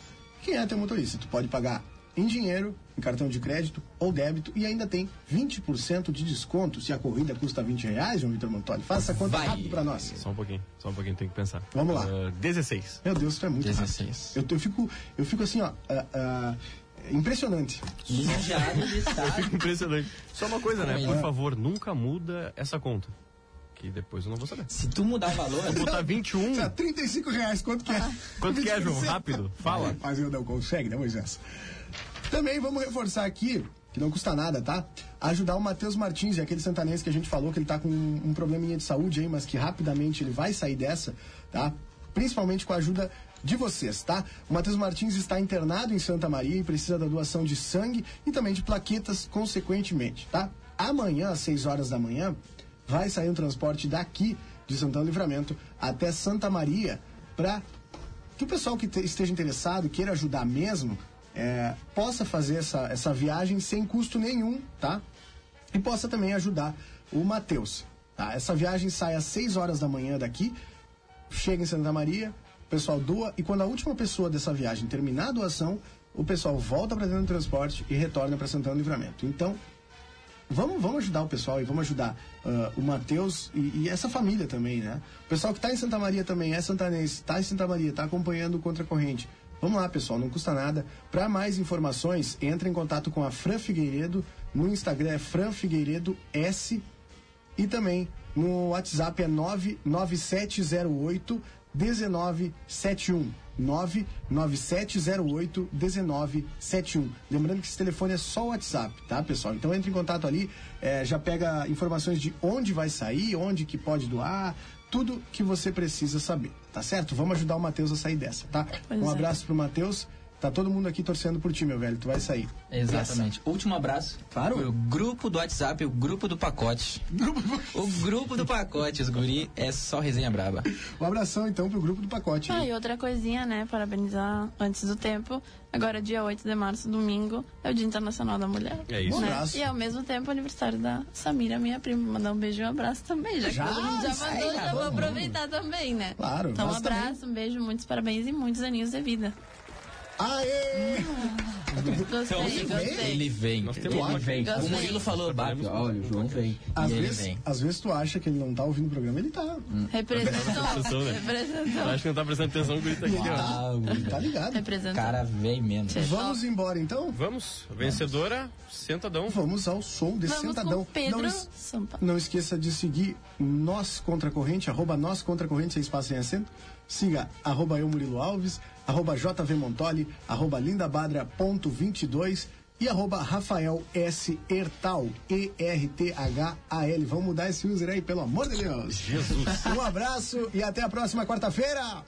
[SPEAKER 1] quem é teu motorista. Tu pode pagar em dinheiro, em cartão de crédito ou débito e ainda tem 20% de desconto se a corrida custa 20 reais, João Vitor Montoli. Faça a conta rápido para nós.
[SPEAKER 2] Só um pouquinho, só um pouquinho, tem que pensar.
[SPEAKER 1] Vamos lá.
[SPEAKER 2] Ah, 16.
[SPEAKER 1] Meu Deus, tu é muito
[SPEAKER 7] 16.
[SPEAKER 1] rápido. Eu, eu, fico, eu fico assim, ó, ah, ah, impressionante.
[SPEAKER 7] Lisonjeado de
[SPEAKER 2] Eu
[SPEAKER 7] estar.
[SPEAKER 2] fico *laughs* impressionante. Só uma coisa, né? Por
[SPEAKER 7] É.
[SPEAKER 2] favor, nunca muda essa conta. Que depois eu não vou saber.
[SPEAKER 7] Se tu mudar o valor,
[SPEAKER 2] Vou botar 21.
[SPEAKER 1] Tá, 35 reais, quanto que é?
[SPEAKER 2] Quanto que é, João? Rápido, fala.
[SPEAKER 1] Mas eu não consegue, né, Moisés? Também vamos reforçar aqui, que não custa nada, tá? Ajudar o Matheus Martins, é aquele santanense que a gente falou que ele tá com um, um probleminha de saúde aí, mas que rapidamente ele vai sair dessa, tá? Principalmente com a ajuda de vocês, tá? O Matheus Martins está internado em Santa Maria e precisa da doação de sangue e também de plaquetas, consequentemente, tá? Amanhã, às 6 horas da manhã, vai sair um transporte daqui de Santão Livramento até Santa Maria para que o pessoal que te- esteja interessado, queira ajudar mesmo, é, possa fazer essa, essa viagem sem custo nenhum, tá? E possa também ajudar o Matheus. Tá? Essa viagem sai às 6 horas da manhã daqui, chega em Santa Maria, o pessoal doa e quando a última pessoa dessa viagem terminar a doação, o pessoal volta para dentro do transporte e retorna para Santana do Livramento. Então, Vamos, vamos ajudar o pessoal e vamos ajudar ah, o Matheus e, e essa família também, né? O pessoal que tá em Santa Maria também, é santanense, tá em Santa Maria, tá acompanhando o Contra Corrente. Vamos lá, pessoal, não custa nada. Para mais informações, entre em contato com a Fran Figueiredo. No Instagram é Fran Figueiredo S. E também no WhatsApp é 99708 1971. 99708 1971. Lembrando que esse telefone é só o WhatsApp, tá, pessoal? Então entre em contato ali, eh, já pega informações de onde vai sair, onde que pode doar, tudo que você precisa saber, tá certo? Vamos ajudar o Matheus a sair dessa, tá?
[SPEAKER 3] Pois
[SPEAKER 1] um
[SPEAKER 3] é.
[SPEAKER 1] abraço pro Matheus Tá todo mundo aqui torcendo por ti, meu velho. Tu vai sair.
[SPEAKER 7] Exatamente.
[SPEAKER 1] Essa.
[SPEAKER 7] Último abraço.
[SPEAKER 1] Claro.
[SPEAKER 7] Foi o grupo do WhatsApp, o grupo do pacote. o grupo do pacote, os guri, é só resenha braba.
[SPEAKER 1] Um abração então pro grupo do pacote.
[SPEAKER 3] Ah, e outra coisinha, né? Parabenizar antes do tempo. Agora, dia 8 de março, domingo, é o Dia Internacional da Mulher.
[SPEAKER 2] É isso.
[SPEAKER 3] né?
[SPEAKER 2] Um abraço.
[SPEAKER 3] E ao mesmo tempo, aniversário da Samira, minha prima. Mandar um beijo e um abraço também. Já, que
[SPEAKER 1] Já?
[SPEAKER 3] todo mundo já
[SPEAKER 1] Isso aí,
[SPEAKER 3] mandou, já
[SPEAKER 1] todo
[SPEAKER 3] vou
[SPEAKER 1] mundo.
[SPEAKER 3] aproveitar também, né?
[SPEAKER 1] Claro,
[SPEAKER 3] Então, um
[SPEAKER 1] nós também.
[SPEAKER 3] abraço, um beijo, muitos parabéns e muitos aninhos de vida.
[SPEAKER 1] Aê!
[SPEAKER 3] Gostei, gostei.
[SPEAKER 7] Ele vem.
[SPEAKER 2] Nós
[SPEAKER 7] Ele
[SPEAKER 2] temos ódio.
[SPEAKER 7] vem. O
[SPEAKER 3] Gostei.
[SPEAKER 7] Murilo falou, "Babi, olha, o João vem.
[SPEAKER 1] Às
[SPEAKER 7] e ele
[SPEAKER 1] vezes,
[SPEAKER 7] vem.
[SPEAKER 1] às vezes tu acha que ele não tá ouvindo o programa, ele tá.
[SPEAKER 3] Representou.
[SPEAKER 2] Atenção, né? Eu
[SPEAKER 3] Representou.
[SPEAKER 2] acho que não tá prestando atenção no grito aqui, ó.
[SPEAKER 7] Uau,
[SPEAKER 1] Ele tá ligado.
[SPEAKER 7] Ah, o
[SPEAKER 3] Representou.
[SPEAKER 7] cara vem mesmo.
[SPEAKER 3] Tchê.
[SPEAKER 1] Vamos embora então?
[SPEAKER 2] Vamos, vencedora, sentadão.
[SPEAKER 1] Vamos ao som de
[SPEAKER 3] Vamos
[SPEAKER 1] Sentadão.
[SPEAKER 3] com Pedro
[SPEAKER 1] Não, es-
[SPEAKER 3] Sampaio.
[SPEAKER 1] não esqueça de seguir Nós Contra a Corrente, arroba Nós Contra a Corrente, vocês passem acento. Siga arroba eu Murilo Alves, arroba JV Montoli, arroba lindabadra.22 e arroba Rafael S. Ertal, E-R-T-H-A-L. Vamos mudar esse user aí, pelo amor de Deus. Jesus. Um abraço e até a próxima quarta-feira.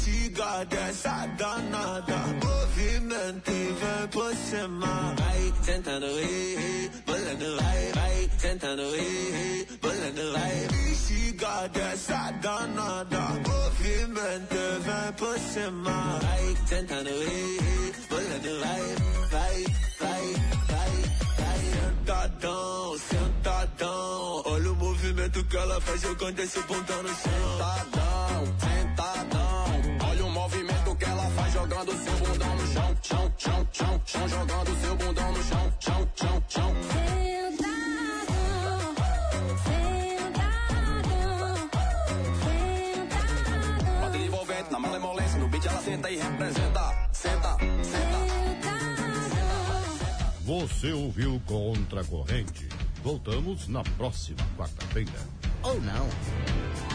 [SPEAKER 11] Siga dessa danada Movimento e vem por cima Vai sentando e bolando Vai, vai sentando e bolando Vai Siga dessa danada Movimento e vem por cima Vai sentando e bolando Vai, vai, vai, vai, vai Sentadão, sentadão Olha o movimento que ela faz jogando esse bundão no chão Sentadão, sentadão Olha o movimento que ela faz jogando seu bundão no chão, chão, chão, chão, chão, jogando seu bundão no chão, chão, chão, chão. Bater envolvente na mala emolência, no beat ela senta e representa. Senta, senta.
[SPEAKER 9] Você ouviu Contra a Corrente. Voltamos na próxima quarta-feira.
[SPEAKER 7] Ou não.